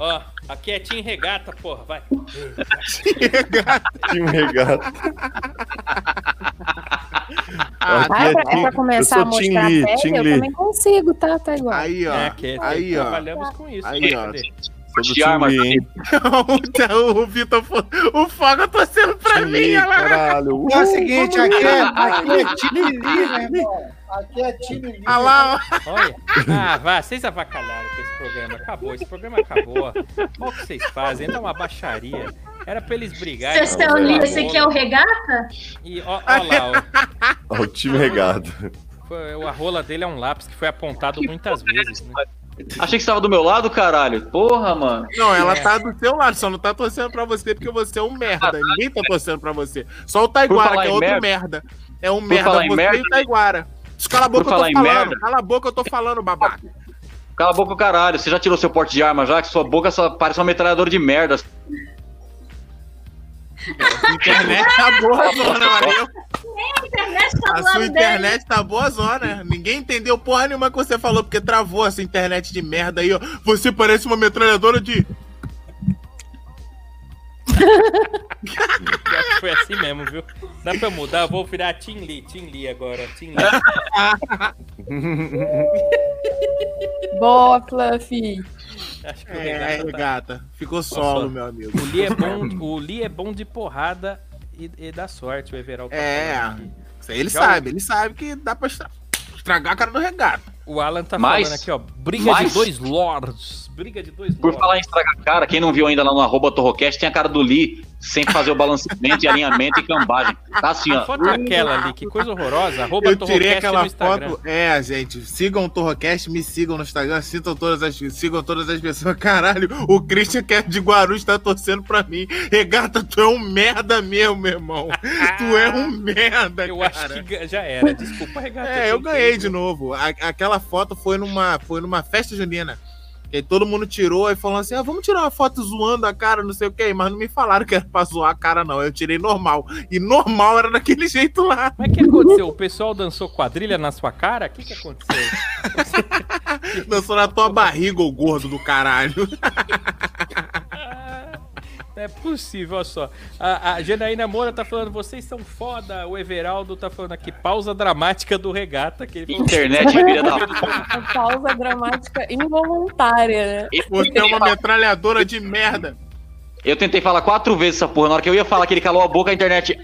Speaker 2: Ó, aqui é Team Regata, porra. Vai.
Speaker 5: Time regata.
Speaker 9: Ah,
Speaker 5: Aqui é
Speaker 7: Ah, pra,
Speaker 5: Tim-
Speaker 7: pra começar
Speaker 5: eu
Speaker 7: a
Speaker 5: sou
Speaker 7: mostrar
Speaker 5: Tim Lee,
Speaker 7: a pele,
Speaker 5: Tim
Speaker 7: eu
Speaker 5: Lee.
Speaker 7: também consigo, tá? Tá igual.
Speaker 9: Aí, ó.
Speaker 2: É, que é,
Speaker 9: aí, ó.
Speaker 2: trabalhamos com isso.
Speaker 9: Aí, ó.
Speaker 2: Cadê?
Speaker 5: Sou do
Speaker 4: De arma,
Speaker 5: time, hein?
Speaker 9: o, o Vitor, fo- o fogo torcendo pra
Speaker 5: Time,
Speaker 9: mim, olha lá.
Speaker 5: caralho. uh!
Speaker 6: E é o seguinte, aqui é, aqui é time livre, meu irmão. Aqui é time livre.
Speaker 9: Olha lá, ó.
Speaker 2: Olha. Ah, vá, vocês avacalharam com esse programa. Acabou, esse programa acabou. Olha o que vocês fazem, dá uma baixaria. Era pra eles brigarem.
Speaker 8: Vocês estão
Speaker 5: velho.
Speaker 2: Tá
Speaker 8: ali, esse aqui é o regata?
Speaker 2: E ó, ó lá,
Speaker 5: Ó, Ah, o time regado.
Speaker 2: ó, foi- a rola dele é um lápis que foi apontado muitas vezes, né?
Speaker 4: Achei que você tava do meu lado, caralho. Porra, mano.
Speaker 9: Não, ela
Speaker 2: É.
Speaker 9: tá do seu lado, só não tá torcendo pra você porque você é um merda. Ninguém tá torcendo pra você. Só o
Speaker 4: Por
Speaker 9: Taiguara,
Speaker 4: falar
Speaker 9: que é
Speaker 4: em
Speaker 9: outro merda. É um merda
Speaker 4: falar em
Speaker 9: você
Speaker 4: merda-
Speaker 9: e o Taiguara. Cala a boca,
Speaker 4: Por
Speaker 9: eu tô
Speaker 4: falar em
Speaker 9: falando.
Speaker 4: merda-
Speaker 9: Cala a boca, eu tô falando, babaca.
Speaker 4: Cala a boca, caralho. Você já tirou seu porte de arma já? Que sua boca só parece uma metralhadora de merda.
Speaker 9: Internet tá boa zona, valeu.
Speaker 8: A internet tá
Speaker 9: A
Speaker 8: do
Speaker 9: sua
Speaker 8: lado dele.
Speaker 9: internet tá boa zona. Ninguém entendeu porra nenhuma que você falou, porque travou essa internet de merda aí, ó. Você parece uma metralhadora de.
Speaker 2: Pior que Foi assim mesmo, viu? Dá pra mudar, eu vou virar Team Lee, Team Lee agora. Team Lee.
Speaker 7: Boa, Fluffy.
Speaker 2: Acho que o
Speaker 9: É,
Speaker 2: Renato tá-
Speaker 9: gata. Ficou solo,
Speaker 2: solo.
Speaker 9: meu amigo.
Speaker 2: O Lee é bom, o Lee é bom de porrada e, e dá sorte, o Everal. tá
Speaker 9: É.
Speaker 2: falando aqui.
Speaker 9: Isso aí Ele
Speaker 2: Já
Speaker 9: sabe, ele sabe que dá pra estra- estragar a cara do regato.
Speaker 2: O Alan tá
Speaker 4: Mas-
Speaker 2: falando aqui, ó. Briga
Speaker 4: mas-
Speaker 2: de dois lords. Briga de dois
Speaker 4: Por
Speaker 2: lords.
Speaker 4: falar em estragar a cara, quem não viu ainda lá no arroba Torrocast, tem a cara do Lee sem fazer o balanceamento e alinhamento e cambagem. Tá assim,
Speaker 2: A
Speaker 4: ó.
Speaker 2: foto é aquela ali, que coisa horrorosa. Arroba
Speaker 9: Eu tirei
Speaker 2: Torrocast no
Speaker 9: aquela
Speaker 2: Instagram.
Speaker 9: foto. É, gente, sigam o Torrocast, me sigam no Instagram, sintam todas as, sigam todas as pessoas. Caralho, o Christian que é de Guarulhos tá torcendo pra mim. Regata, tu é um merda mesmo, meu irmão. tu é um merda,
Speaker 2: Eu
Speaker 9: cara.
Speaker 2: acho que ga- já era. Desculpa, regata. um
Speaker 9: É, eu ganhei de novo. A- aquela foto foi numa, foi numa festa junina. E aí todo mundo tirou e falou assim: ah, vamos tirar uma foto zoando a cara, não sei o que, mas não me falaram que era pra zoar a cara, não. Eu tirei normal. E normal era daquele jeito lá.
Speaker 2: Como é que aconteceu? O pessoal dançou quadrilha na sua cara? O que, que aconteceu?
Speaker 9: Dançou na tua barriga, ô gordo do caralho.
Speaker 2: Ah, Não é possível, olha só. A, a Janaína Moura tá falando, vocês são foda. O Everaldo tá falando aqui, pausa dramática do regata. Que ele falou,
Speaker 4: Internet filha da
Speaker 7: Uma pausa dramática involuntária, né?
Speaker 9: Você é uma metralhadora de merda.
Speaker 4: Eu tentei falar quatro vezes essa porra. Na hora que eu ia falar que ele calou a boca, a internet.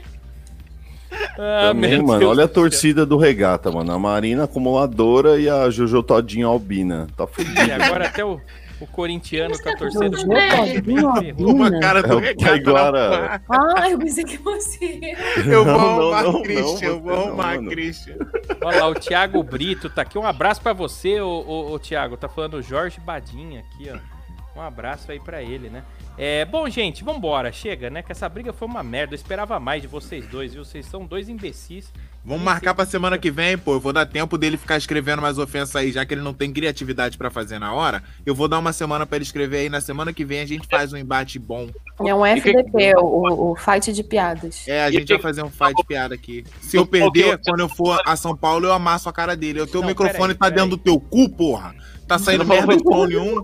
Speaker 2: ah,
Speaker 5: Também,
Speaker 2: meu
Speaker 5: mano,
Speaker 2: Deus
Speaker 5: olha a
Speaker 2: do céu."
Speaker 5: torcida do regata, mano. A Marina acumuladora e a Jojo Todinho albina. Tá fudido.
Speaker 2: E agora até o, o corintiano tá torcendo.
Speaker 7: Jojo Todinho
Speaker 2: Ferrou.
Speaker 9: Uma
Speaker 7: Albina?
Speaker 9: cara
Speaker 5: É
Speaker 9: do
Speaker 5: o
Speaker 9: regata.
Speaker 5: Taiguara.
Speaker 9: na barra.
Speaker 7: Ah, eu pensei que você.
Speaker 9: Eu vou
Speaker 5: Não, não,
Speaker 9: arrumar
Speaker 5: não,
Speaker 9: a Christian, eu
Speaker 5: não,
Speaker 9: vou
Speaker 5: você não,
Speaker 9: arrumar a
Speaker 5: mano.
Speaker 9: Christian.
Speaker 2: Olha lá, o Thiago Brito tá aqui. Um abraço pra você, ô, ô, ô, Thiago. Tá falando o Jorge Badinha aqui, ó. Um abraço aí pra ele, né? É, bom, gente, vambora. Chega, né? Que essa briga foi uma merda. Eu esperava mais de vocês dois, viu? Vocês são dois imbecis.
Speaker 9: Vamos marcar pra semana que vem, pô. Eu vou dar tempo dele ficar escrevendo mais ofensa aí, já que ele não tem criatividade pra fazer na hora. Eu vou dar uma semana pra ele escrever aí. Na semana que vem a gente faz um embate bom.
Speaker 7: É um
Speaker 4: E que-
Speaker 7: FDP, o, o fight de piadas.
Speaker 9: É, a gente vai fazer um fight de piada aqui. Se eu perder, quando eu for a São Paulo, eu amasso a cara dele. O teu
Speaker 2: Não,
Speaker 9: microfone
Speaker 2: peraí,
Speaker 9: tá
Speaker 2: peraí.
Speaker 9: dentro do teu cu, porra. Tá saindo
Speaker 4: Você não
Speaker 9: merda
Speaker 4: falou
Speaker 9: de pão nenhum.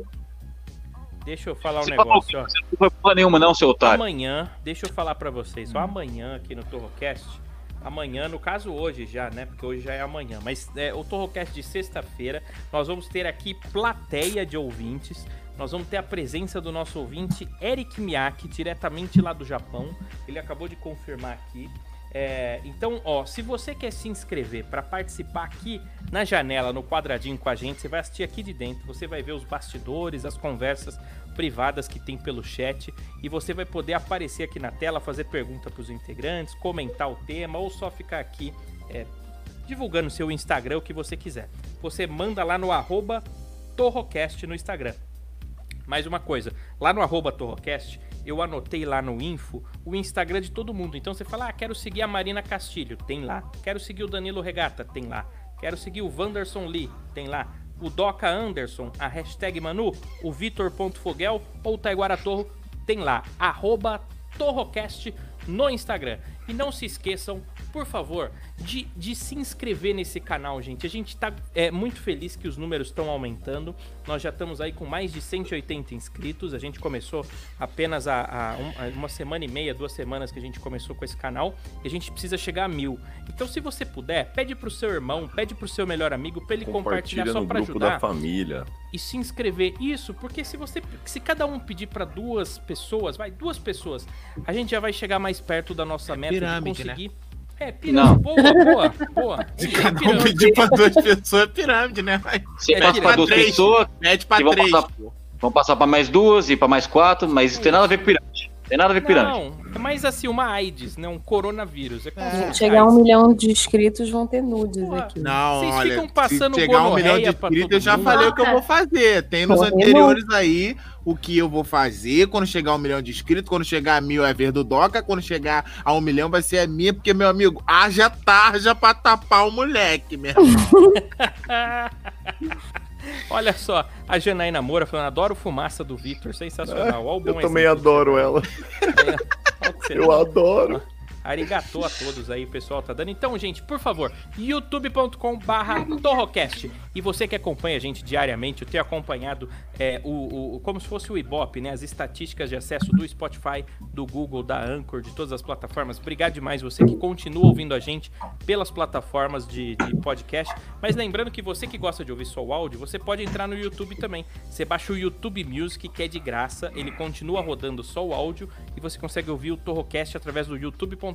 Speaker 2: Deixa eu falar um
Speaker 4: Você falou
Speaker 2: negócio, ó.
Speaker 4: Você não foi porra nenhuma, não, seu otário.
Speaker 2: Amanhã, deixa eu falar pra vocês, só amanhã aqui no Torrocast, amanhã, no caso hoje já, né? Porque hoje já é amanhã, mas é, o Torrocast de sexta-feira, nós vamos ter aqui plateia de ouvintes, nós vamos ter a presença do nosso ouvinte Eric Miyake, diretamente lá do Japão, ele acabou de confirmar aqui. É, então, ó, se você quer se inscrever pra participar aqui na janela, no quadradinho com a gente, você vai assistir aqui de dentro, você vai ver os bastidores, as conversas privadas que tem pelo chat e você vai poder aparecer aqui na tela, fazer pergunta para os integrantes, comentar o tema ou só ficar aqui é, divulgando seu Instagram, o que você quiser. Você manda lá no arroba Torrocast no Instagram. Mais uma coisa, lá no arroba Torrocast, eu anotei lá no info o Instagram de todo mundo. Então você fala, ah, quero seguir a Marina Castilho, tem lá. Quero seguir o Danilo Regata, tem lá. Quero seguir o Wanderson Lee, tem lá. O Doca Anderson, a hashtag Manu, o Vitor.fogel ou o Taiguara Torro, tem lá. Arroba Torrocast no Instagram. E não se esqueçam, por favor, de, de se inscrever nesse canal, gente. A gente tá é, muito feliz que os números estão aumentando. Nós já estamos aí com mais de 180 inscritos. A gente começou apenas há, há um- há uma semana e meia, duas semanas que a gente começou com esse canal. E a gente precisa chegar a mil. Então, se você puder, pede pro seu irmão, pede pro seu melhor amigo, pra ele compartilhar
Speaker 5: Compartilha
Speaker 2: só
Speaker 5: no
Speaker 2: pra
Speaker 5: grupo
Speaker 2: ajudar
Speaker 5: da família.
Speaker 2: e se inscrever. Isso, porque se você, se cada um pedir para duas pessoas, vai duas pessoas, a gente já vai chegar mais perto da nossa meta
Speaker 9: pirâmide,
Speaker 2: de
Speaker 9: né?
Speaker 2: conseguir. É, pirâmide. Boa, boa, boa.
Speaker 9: De
Speaker 2: É
Speaker 9: cada um
Speaker 2: pirâmide.
Speaker 9: pedir pra duas pessoas é pirâmide, né? Vai.
Speaker 4: Você
Speaker 2: É,
Speaker 4: passa
Speaker 2: tira
Speaker 4: pra duas
Speaker 9: três.
Speaker 4: pessoas,
Speaker 9: Mete pra
Speaker 4: E vão
Speaker 9: três.
Speaker 4: passar-
Speaker 9: pô.
Speaker 4: vão passar pra mais duas e pra mais quatro, mas isso tem nada a ver com pirâmide. Tem nada a ver com pirâmide.
Speaker 2: Não, é mais assim, uma AIDS, né? Um coronavírus. É como se fosse
Speaker 7: Chegar a um
Speaker 2: AIDS.
Speaker 7: milhão de inscritos vão ter nudes
Speaker 2: Porra.
Speaker 7: aqui.
Speaker 9: Não,
Speaker 2: Vocês
Speaker 9: olha,
Speaker 2: ficam passando
Speaker 9: se chegar a um
Speaker 2: gonorreia
Speaker 9: milhão de
Speaker 2: pra
Speaker 9: inscritos,
Speaker 2: todo
Speaker 9: eu já
Speaker 2: mundo.
Speaker 9: falei o
Speaker 6: Ah,
Speaker 9: que eu vou fazer. Tem nos
Speaker 7: Porra,
Speaker 9: anteriores aí o que eu vou fazer quando chegar a um milhão de inscritos. Quando chegar a mil é ver do Doca. Quando chegar a um milhão vai ser a minha, porque, meu amigo, haja tarja pra tapar o moleque, meu irmão.
Speaker 2: Olha só, a Janaína Moura falando, adoro fumaça do Vitor, sensacional. Olha o bom
Speaker 5: Eu também
Speaker 2: um exemplo.
Speaker 5: adoro ela.
Speaker 2: Olha o que você
Speaker 5: Eu adoro.
Speaker 2: Arigatô a todos aí, o pessoal tá dando. Então, gente, por favor, youtube.com barra Torrocast. E você que acompanha a gente diariamente, eu tenho acompanhado é, o, o- como se fosse o Ibope, né? As estatísticas de acesso do Spotify, do Google, da Anchor, de todas as plataformas. Obrigado demais você que continua ouvindo a gente pelas plataformas de, de podcast. Mas lembrando que você que gosta de ouvir só o áudio, você pode entrar no YouTube também. Você baixa o YouTube Music, que é de graça, ele continua rodando só o áudio e você consegue ouvir o Torrocast através do youtube.com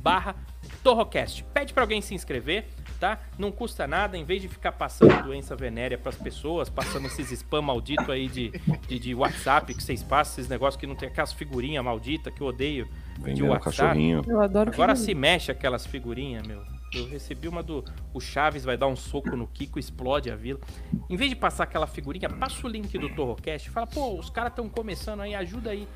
Speaker 2: barra Torrocast. Pede pra alguém se inscrever, tá? Não custa nada, em vez de ficar passando doença venérea pras pessoas, passando esses spam maldito aí de, de, de WhatsApp que vocês passam, esses negócios que não tem aquelas figurinhas malditas que eu odeio de
Speaker 5: Vendendo
Speaker 2: WhatsApp.
Speaker 5: um cachorrinho.
Speaker 7: Eu adoro
Speaker 2: Agora
Speaker 7: filme.
Speaker 2: se mexe aquelas figurinhas, meu. Eu recebi uma do. O Chaves vai dar um soco no Kiko, explode a vila. Em vez de passar aquela figurinha, passa o link do Torrocast e fala, pô, os caras estão começando aí, ajuda aí.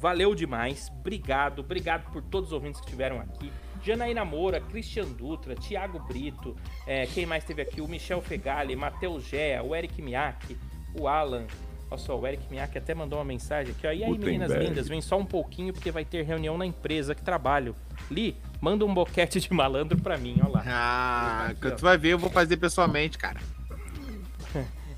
Speaker 2: Valeu demais, obrigado, obrigado por todos os ouvintes que estiveram aqui. Janaína Moura, Christian Dutra, Thiago Brito, é, quem mais teve aqui? O Michel Fegali, Matheus Gea, o Eric Miak, o Alan. Olha só, o Eric Miak até mandou uma mensagem aqui. Ó. E aí, meninas
Speaker 5: Gutenberg.
Speaker 2: lindas, vem só um pouquinho porque vai ter reunião na empresa que trabalho. Li, manda um boquete de malandro pra mim, ó lá.
Speaker 9: Ah, que tu vai ver, eu vou fazer pessoalmente, cara.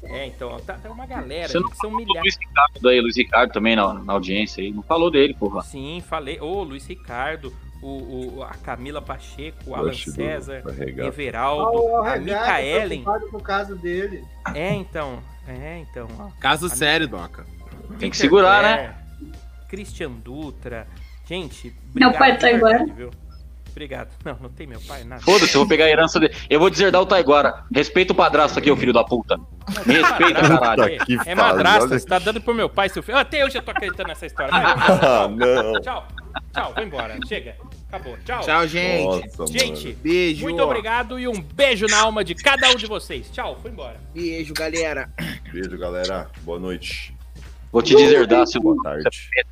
Speaker 2: É, então, ó, tá, tá uma galera,
Speaker 4: Você não
Speaker 2: gente, são
Speaker 4: O
Speaker 2: milhares.
Speaker 4: Luiz Ricardo aí, Luiz Ricardo também na, na audiência aí. Não falou dele, porra.
Speaker 2: Sim, falei. Ô, Luiz Ricardo, o, o- a Camila Pacheco, o Alan
Speaker 5: Lush um do-
Speaker 2: César,
Speaker 5: da regata.
Speaker 2: Everaldo, a Micaelen.
Speaker 6: com o caso dele.
Speaker 2: É, então. É, então. ó.
Speaker 9: Caso sério, Doca.
Speaker 4: Tem
Speaker 2: Peter
Speaker 4: que segurar, né?
Speaker 2: Blair, Christian Dutra. Gente,
Speaker 8: Meu
Speaker 2: obrigado
Speaker 8: pai tá
Speaker 2: de
Speaker 8: embora.
Speaker 2: verdade, viu? Obrigado. Não, não tem meu pai, nada.
Speaker 4: Foda-se, eu vou pegar a herança dele. Eu vou deserdar o Taiguara. Respeita o padrasto aqui, ô filho da puta. Me respeita, caralho.
Speaker 5: Puta que
Speaker 2: É
Speaker 5: pariu,
Speaker 2: madrasta,
Speaker 5: olha.
Speaker 2: você tá dando pro meu pai, seu filho. Até hoje eu tô acreditando nessa história. Vai,
Speaker 5: Ah, não.
Speaker 2: tchau, tchau, vou embora. Chega, acabou. Tchau.
Speaker 9: Tchau, gente.
Speaker 5: Nossa,
Speaker 2: Gente,
Speaker 5: mano.
Speaker 9: Beijo.
Speaker 2: muito obrigado e um beijo na alma de cada um de vocês. Tchau, fui embora.
Speaker 9: Beijo, galera.
Speaker 5: Beijo, galera. Boa noite.
Speaker 4: Vou te deserdar, seu
Speaker 5: Boa tarde.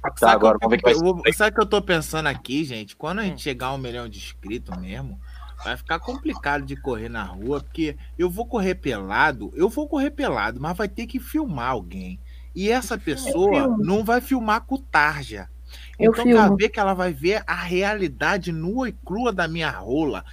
Speaker 4: Tá,
Speaker 6: Sabe
Speaker 4: agora
Speaker 6: que eu
Speaker 4: vamos ver que vai
Speaker 6: tô- eu- Sabe o que eu tô pensando aqui, gente? Quando
Speaker 7: Hum.
Speaker 6: a gente chegar a um milhão de inscritos mesmo, vai ficar complicado de correr na rua, porque eu vou correr pelado, eu vou correr pelado, mas vai ter que filmar alguém. E essa pessoa
Speaker 7: filmo.
Speaker 6: não vai filmar com tarja.
Speaker 7: Eu
Speaker 6: então
Speaker 7: filmo.
Speaker 6: quer ver que ela vai ver a realidade nua e crua da minha rola,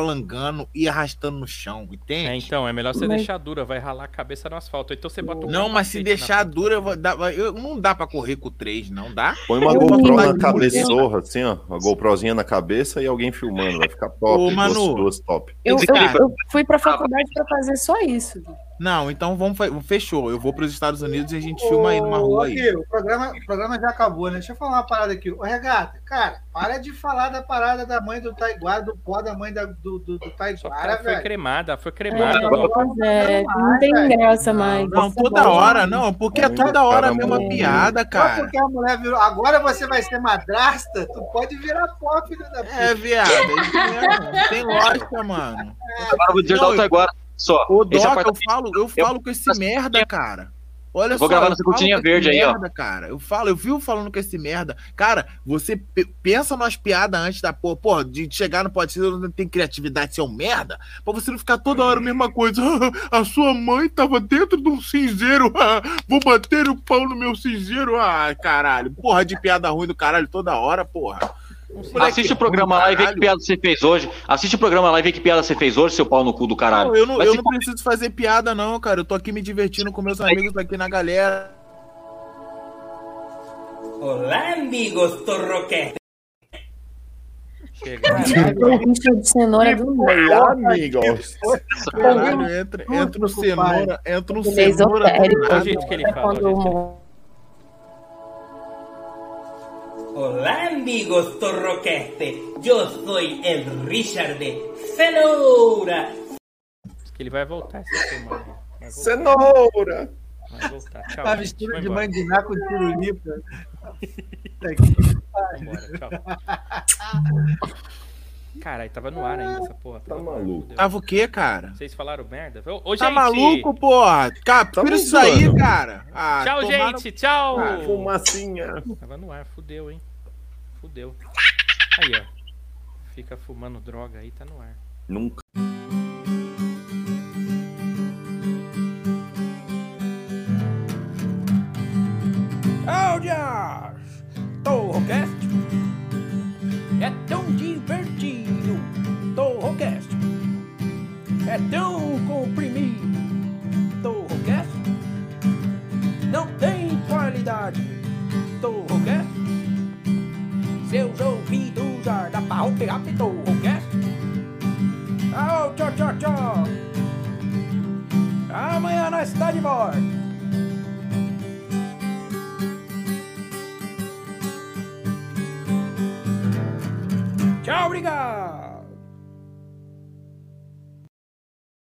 Speaker 6: balangando e arrastando no chão, entende?
Speaker 2: É, então, é melhor você
Speaker 7: Mas-
Speaker 2: deixar dura, vai ralar a cabeça no asfalto. Então você bota um
Speaker 6: Não, mas se
Speaker 2: capacete
Speaker 6: deixar
Speaker 2: na-
Speaker 6: dura, eu vou dar- eu- não dá pra correr com três, não dá?
Speaker 5: Põe uma
Speaker 7: Eu
Speaker 5: GoPro
Speaker 7: vou-
Speaker 5: na cabeçorra, assim, ó. Uma GoProzinha na cabeça e alguém filmando. Vai ficar top.
Speaker 6: Ô,
Speaker 5: duas-
Speaker 6: Manu.
Speaker 5: duas top.
Speaker 7: Eu, eu,
Speaker 6: Cara.
Speaker 7: eu fui
Speaker 6: Ah,
Speaker 7: pra faculdade pra fazer só isso.
Speaker 6: Não, então vamos fa- fechou. Eu vou para os Estados Unidos e a gente filma aí numa rua aí.
Speaker 11: Aqui, o, programa, o programa já acabou, né? Deixa eu falar uma parada aqui. Ô, Regata, cara, para de falar da parada da mãe do Taiguara, do pó da mãe da- do, do, do
Speaker 2: Só
Speaker 11: Taiguara,
Speaker 2: que ela foi
Speaker 6: é
Speaker 11: velho.
Speaker 2: cremada, foi
Speaker 6: Ah,
Speaker 2: cremada.
Speaker 6: tá
Speaker 7: É,
Speaker 2: não.
Speaker 7: pois é, não tem graça mais. é
Speaker 6: Não,
Speaker 7: Essa
Speaker 6: toda
Speaker 7: bola-
Speaker 6: hora, não, porque é toda hora a mesma
Speaker 5: Caramba.
Speaker 6: piada,
Speaker 11: Só
Speaker 6: cara.
Speaker 11: porque a mulher virou. Agora você vai ser madrasta, tu pode virar pó, filho da puta.
Speaker 6: É, viado, é isso mesmo, não tem lógica, mano.
Speaker 11: É.
Speaker 4: Agora eu vou dizer
Speaker 6: Não,
Speaker 4: da agora. Só.
Speaker 6: O
Speaker 4: Esse
Speaker 6: Doc, eu
Speaker 4: apartamento-
Speaker 6: falo, eu falo com esse merda, cara. Olha
Speaker 4: Eu vou
Speaker 6: só,
Speaker 4: gravar
Speaker 6: eu
Speaker 4: nessa
Speaker 6: falo
Speaker 4: cortininha
Speaker 6: com esse
Speaker 4: verde aí, ó.
Speaker 6: merda, Cara. Eu falo, eu vivo falando com esse merda. Cara, você pe- pensa nas piadas antes da porra. Porra, de chegar no pode ser, não tem criatividade, seu merda. Pra você não ficar toda hora a mesma coisa. a sua mãe tava dentro de um cinzeiro. vou bater o pau no meu cinzeiro. Ah, caralho. Porra de piada ruim do caralho toda hora, porra. Moleque
Speaker 4: Assiste o
Speaker 6: ruim,
Speaker 4: programa lá e vê que
Speaker 6: caralho.
Speaker 4: piada você fez hoje. Assiste o programa lá e vê que piada você fez hoje, seu pau no cu do caralho.
Speaker 6: Não, eu não,
Speaker 4: Vai
Speaker 6: eu
Speaker 4: se
Speaker 6: não preciso fazer piada, não, cara. Eu tô aqui me divertindo com meus amigos aqui na galera.
Speaker 2: Chega.
Speaker 7: Eu vi show de cenoura é do
Speaker 5: Olá,
Speaker 7: nada.
Speaker 5: amigos.
Speaker 6: Caralho, entra, entra um
Speaker 11: Tudo, papai.
Speaker 6: cenoura, Ah, entra um
Speaker 5: Tá
Speaker 7: Vocês
Speaker 6: cenoura. do
Speaker 2: Olha
Speaker 7: oféricos.
Speaker 2: o
Speaker 6: nada.
Speaker 2: jeito que ele
Speaker 7: É
Speaker 2: fala. olha o
Speaker 7: quando
Speaker 2: jeito que ele-
Speaker 7: o-
Speaker 9: Hola amigos Torroqueste, yo soy el Richard de Cenoura.
Speaker 2: Que ele vai voltar essa semana. Vai voltar,
Speaker 5: Cenoura.
Speaker 2: vai voltar. Tchau.
Speaker 11: Tá
Speaker 2: gente,
Speaker 11: mistura
Speaker 2: vou
Speaker 11: de
Speaker 2: embora,
Speaker 11: mandiná com tirulipa.
Speaker 2: vou embora, Tchau. Caralho, tava no ar ainda essa porra.
Speaker 5: Tá maluco.
Speaker 6: Tava o quê, cara?
Speaker 2: Vocês falaram merda? Ô, ô,
Speaker 6: Tá
Speaker 2: gente!
Speaker 6: maluco, porra? Cara,
Speaker 5: Tá
Speaker 6: por
Speaker 5: me
Speaker 6: isso aí,
Speaker 5: zoando.
Speaker 6: cara. Ah,
Speaker 2: Tchau,
Speaker 6: tomaram-
Speaker 2: gente! Tchau!
Speaker 5: Fumacinha.
Speaker 2: Tava no ar, fudeu, hein? Fudeu. Aí, ó. Fica fumando droga aí, tá no ar.
Speaker 5: Nunca.
Speaker 9: Olha, Torroqueste é tão divertido. Torroqueste é tão comprimido. Torroqueste não tem qualidade. Torroqueste seus ouvidos ardaparrão de rápido. Torroqueste oh, tchau, tchau, tchau. Amanhã nós está de volta. Tchau, obrigado.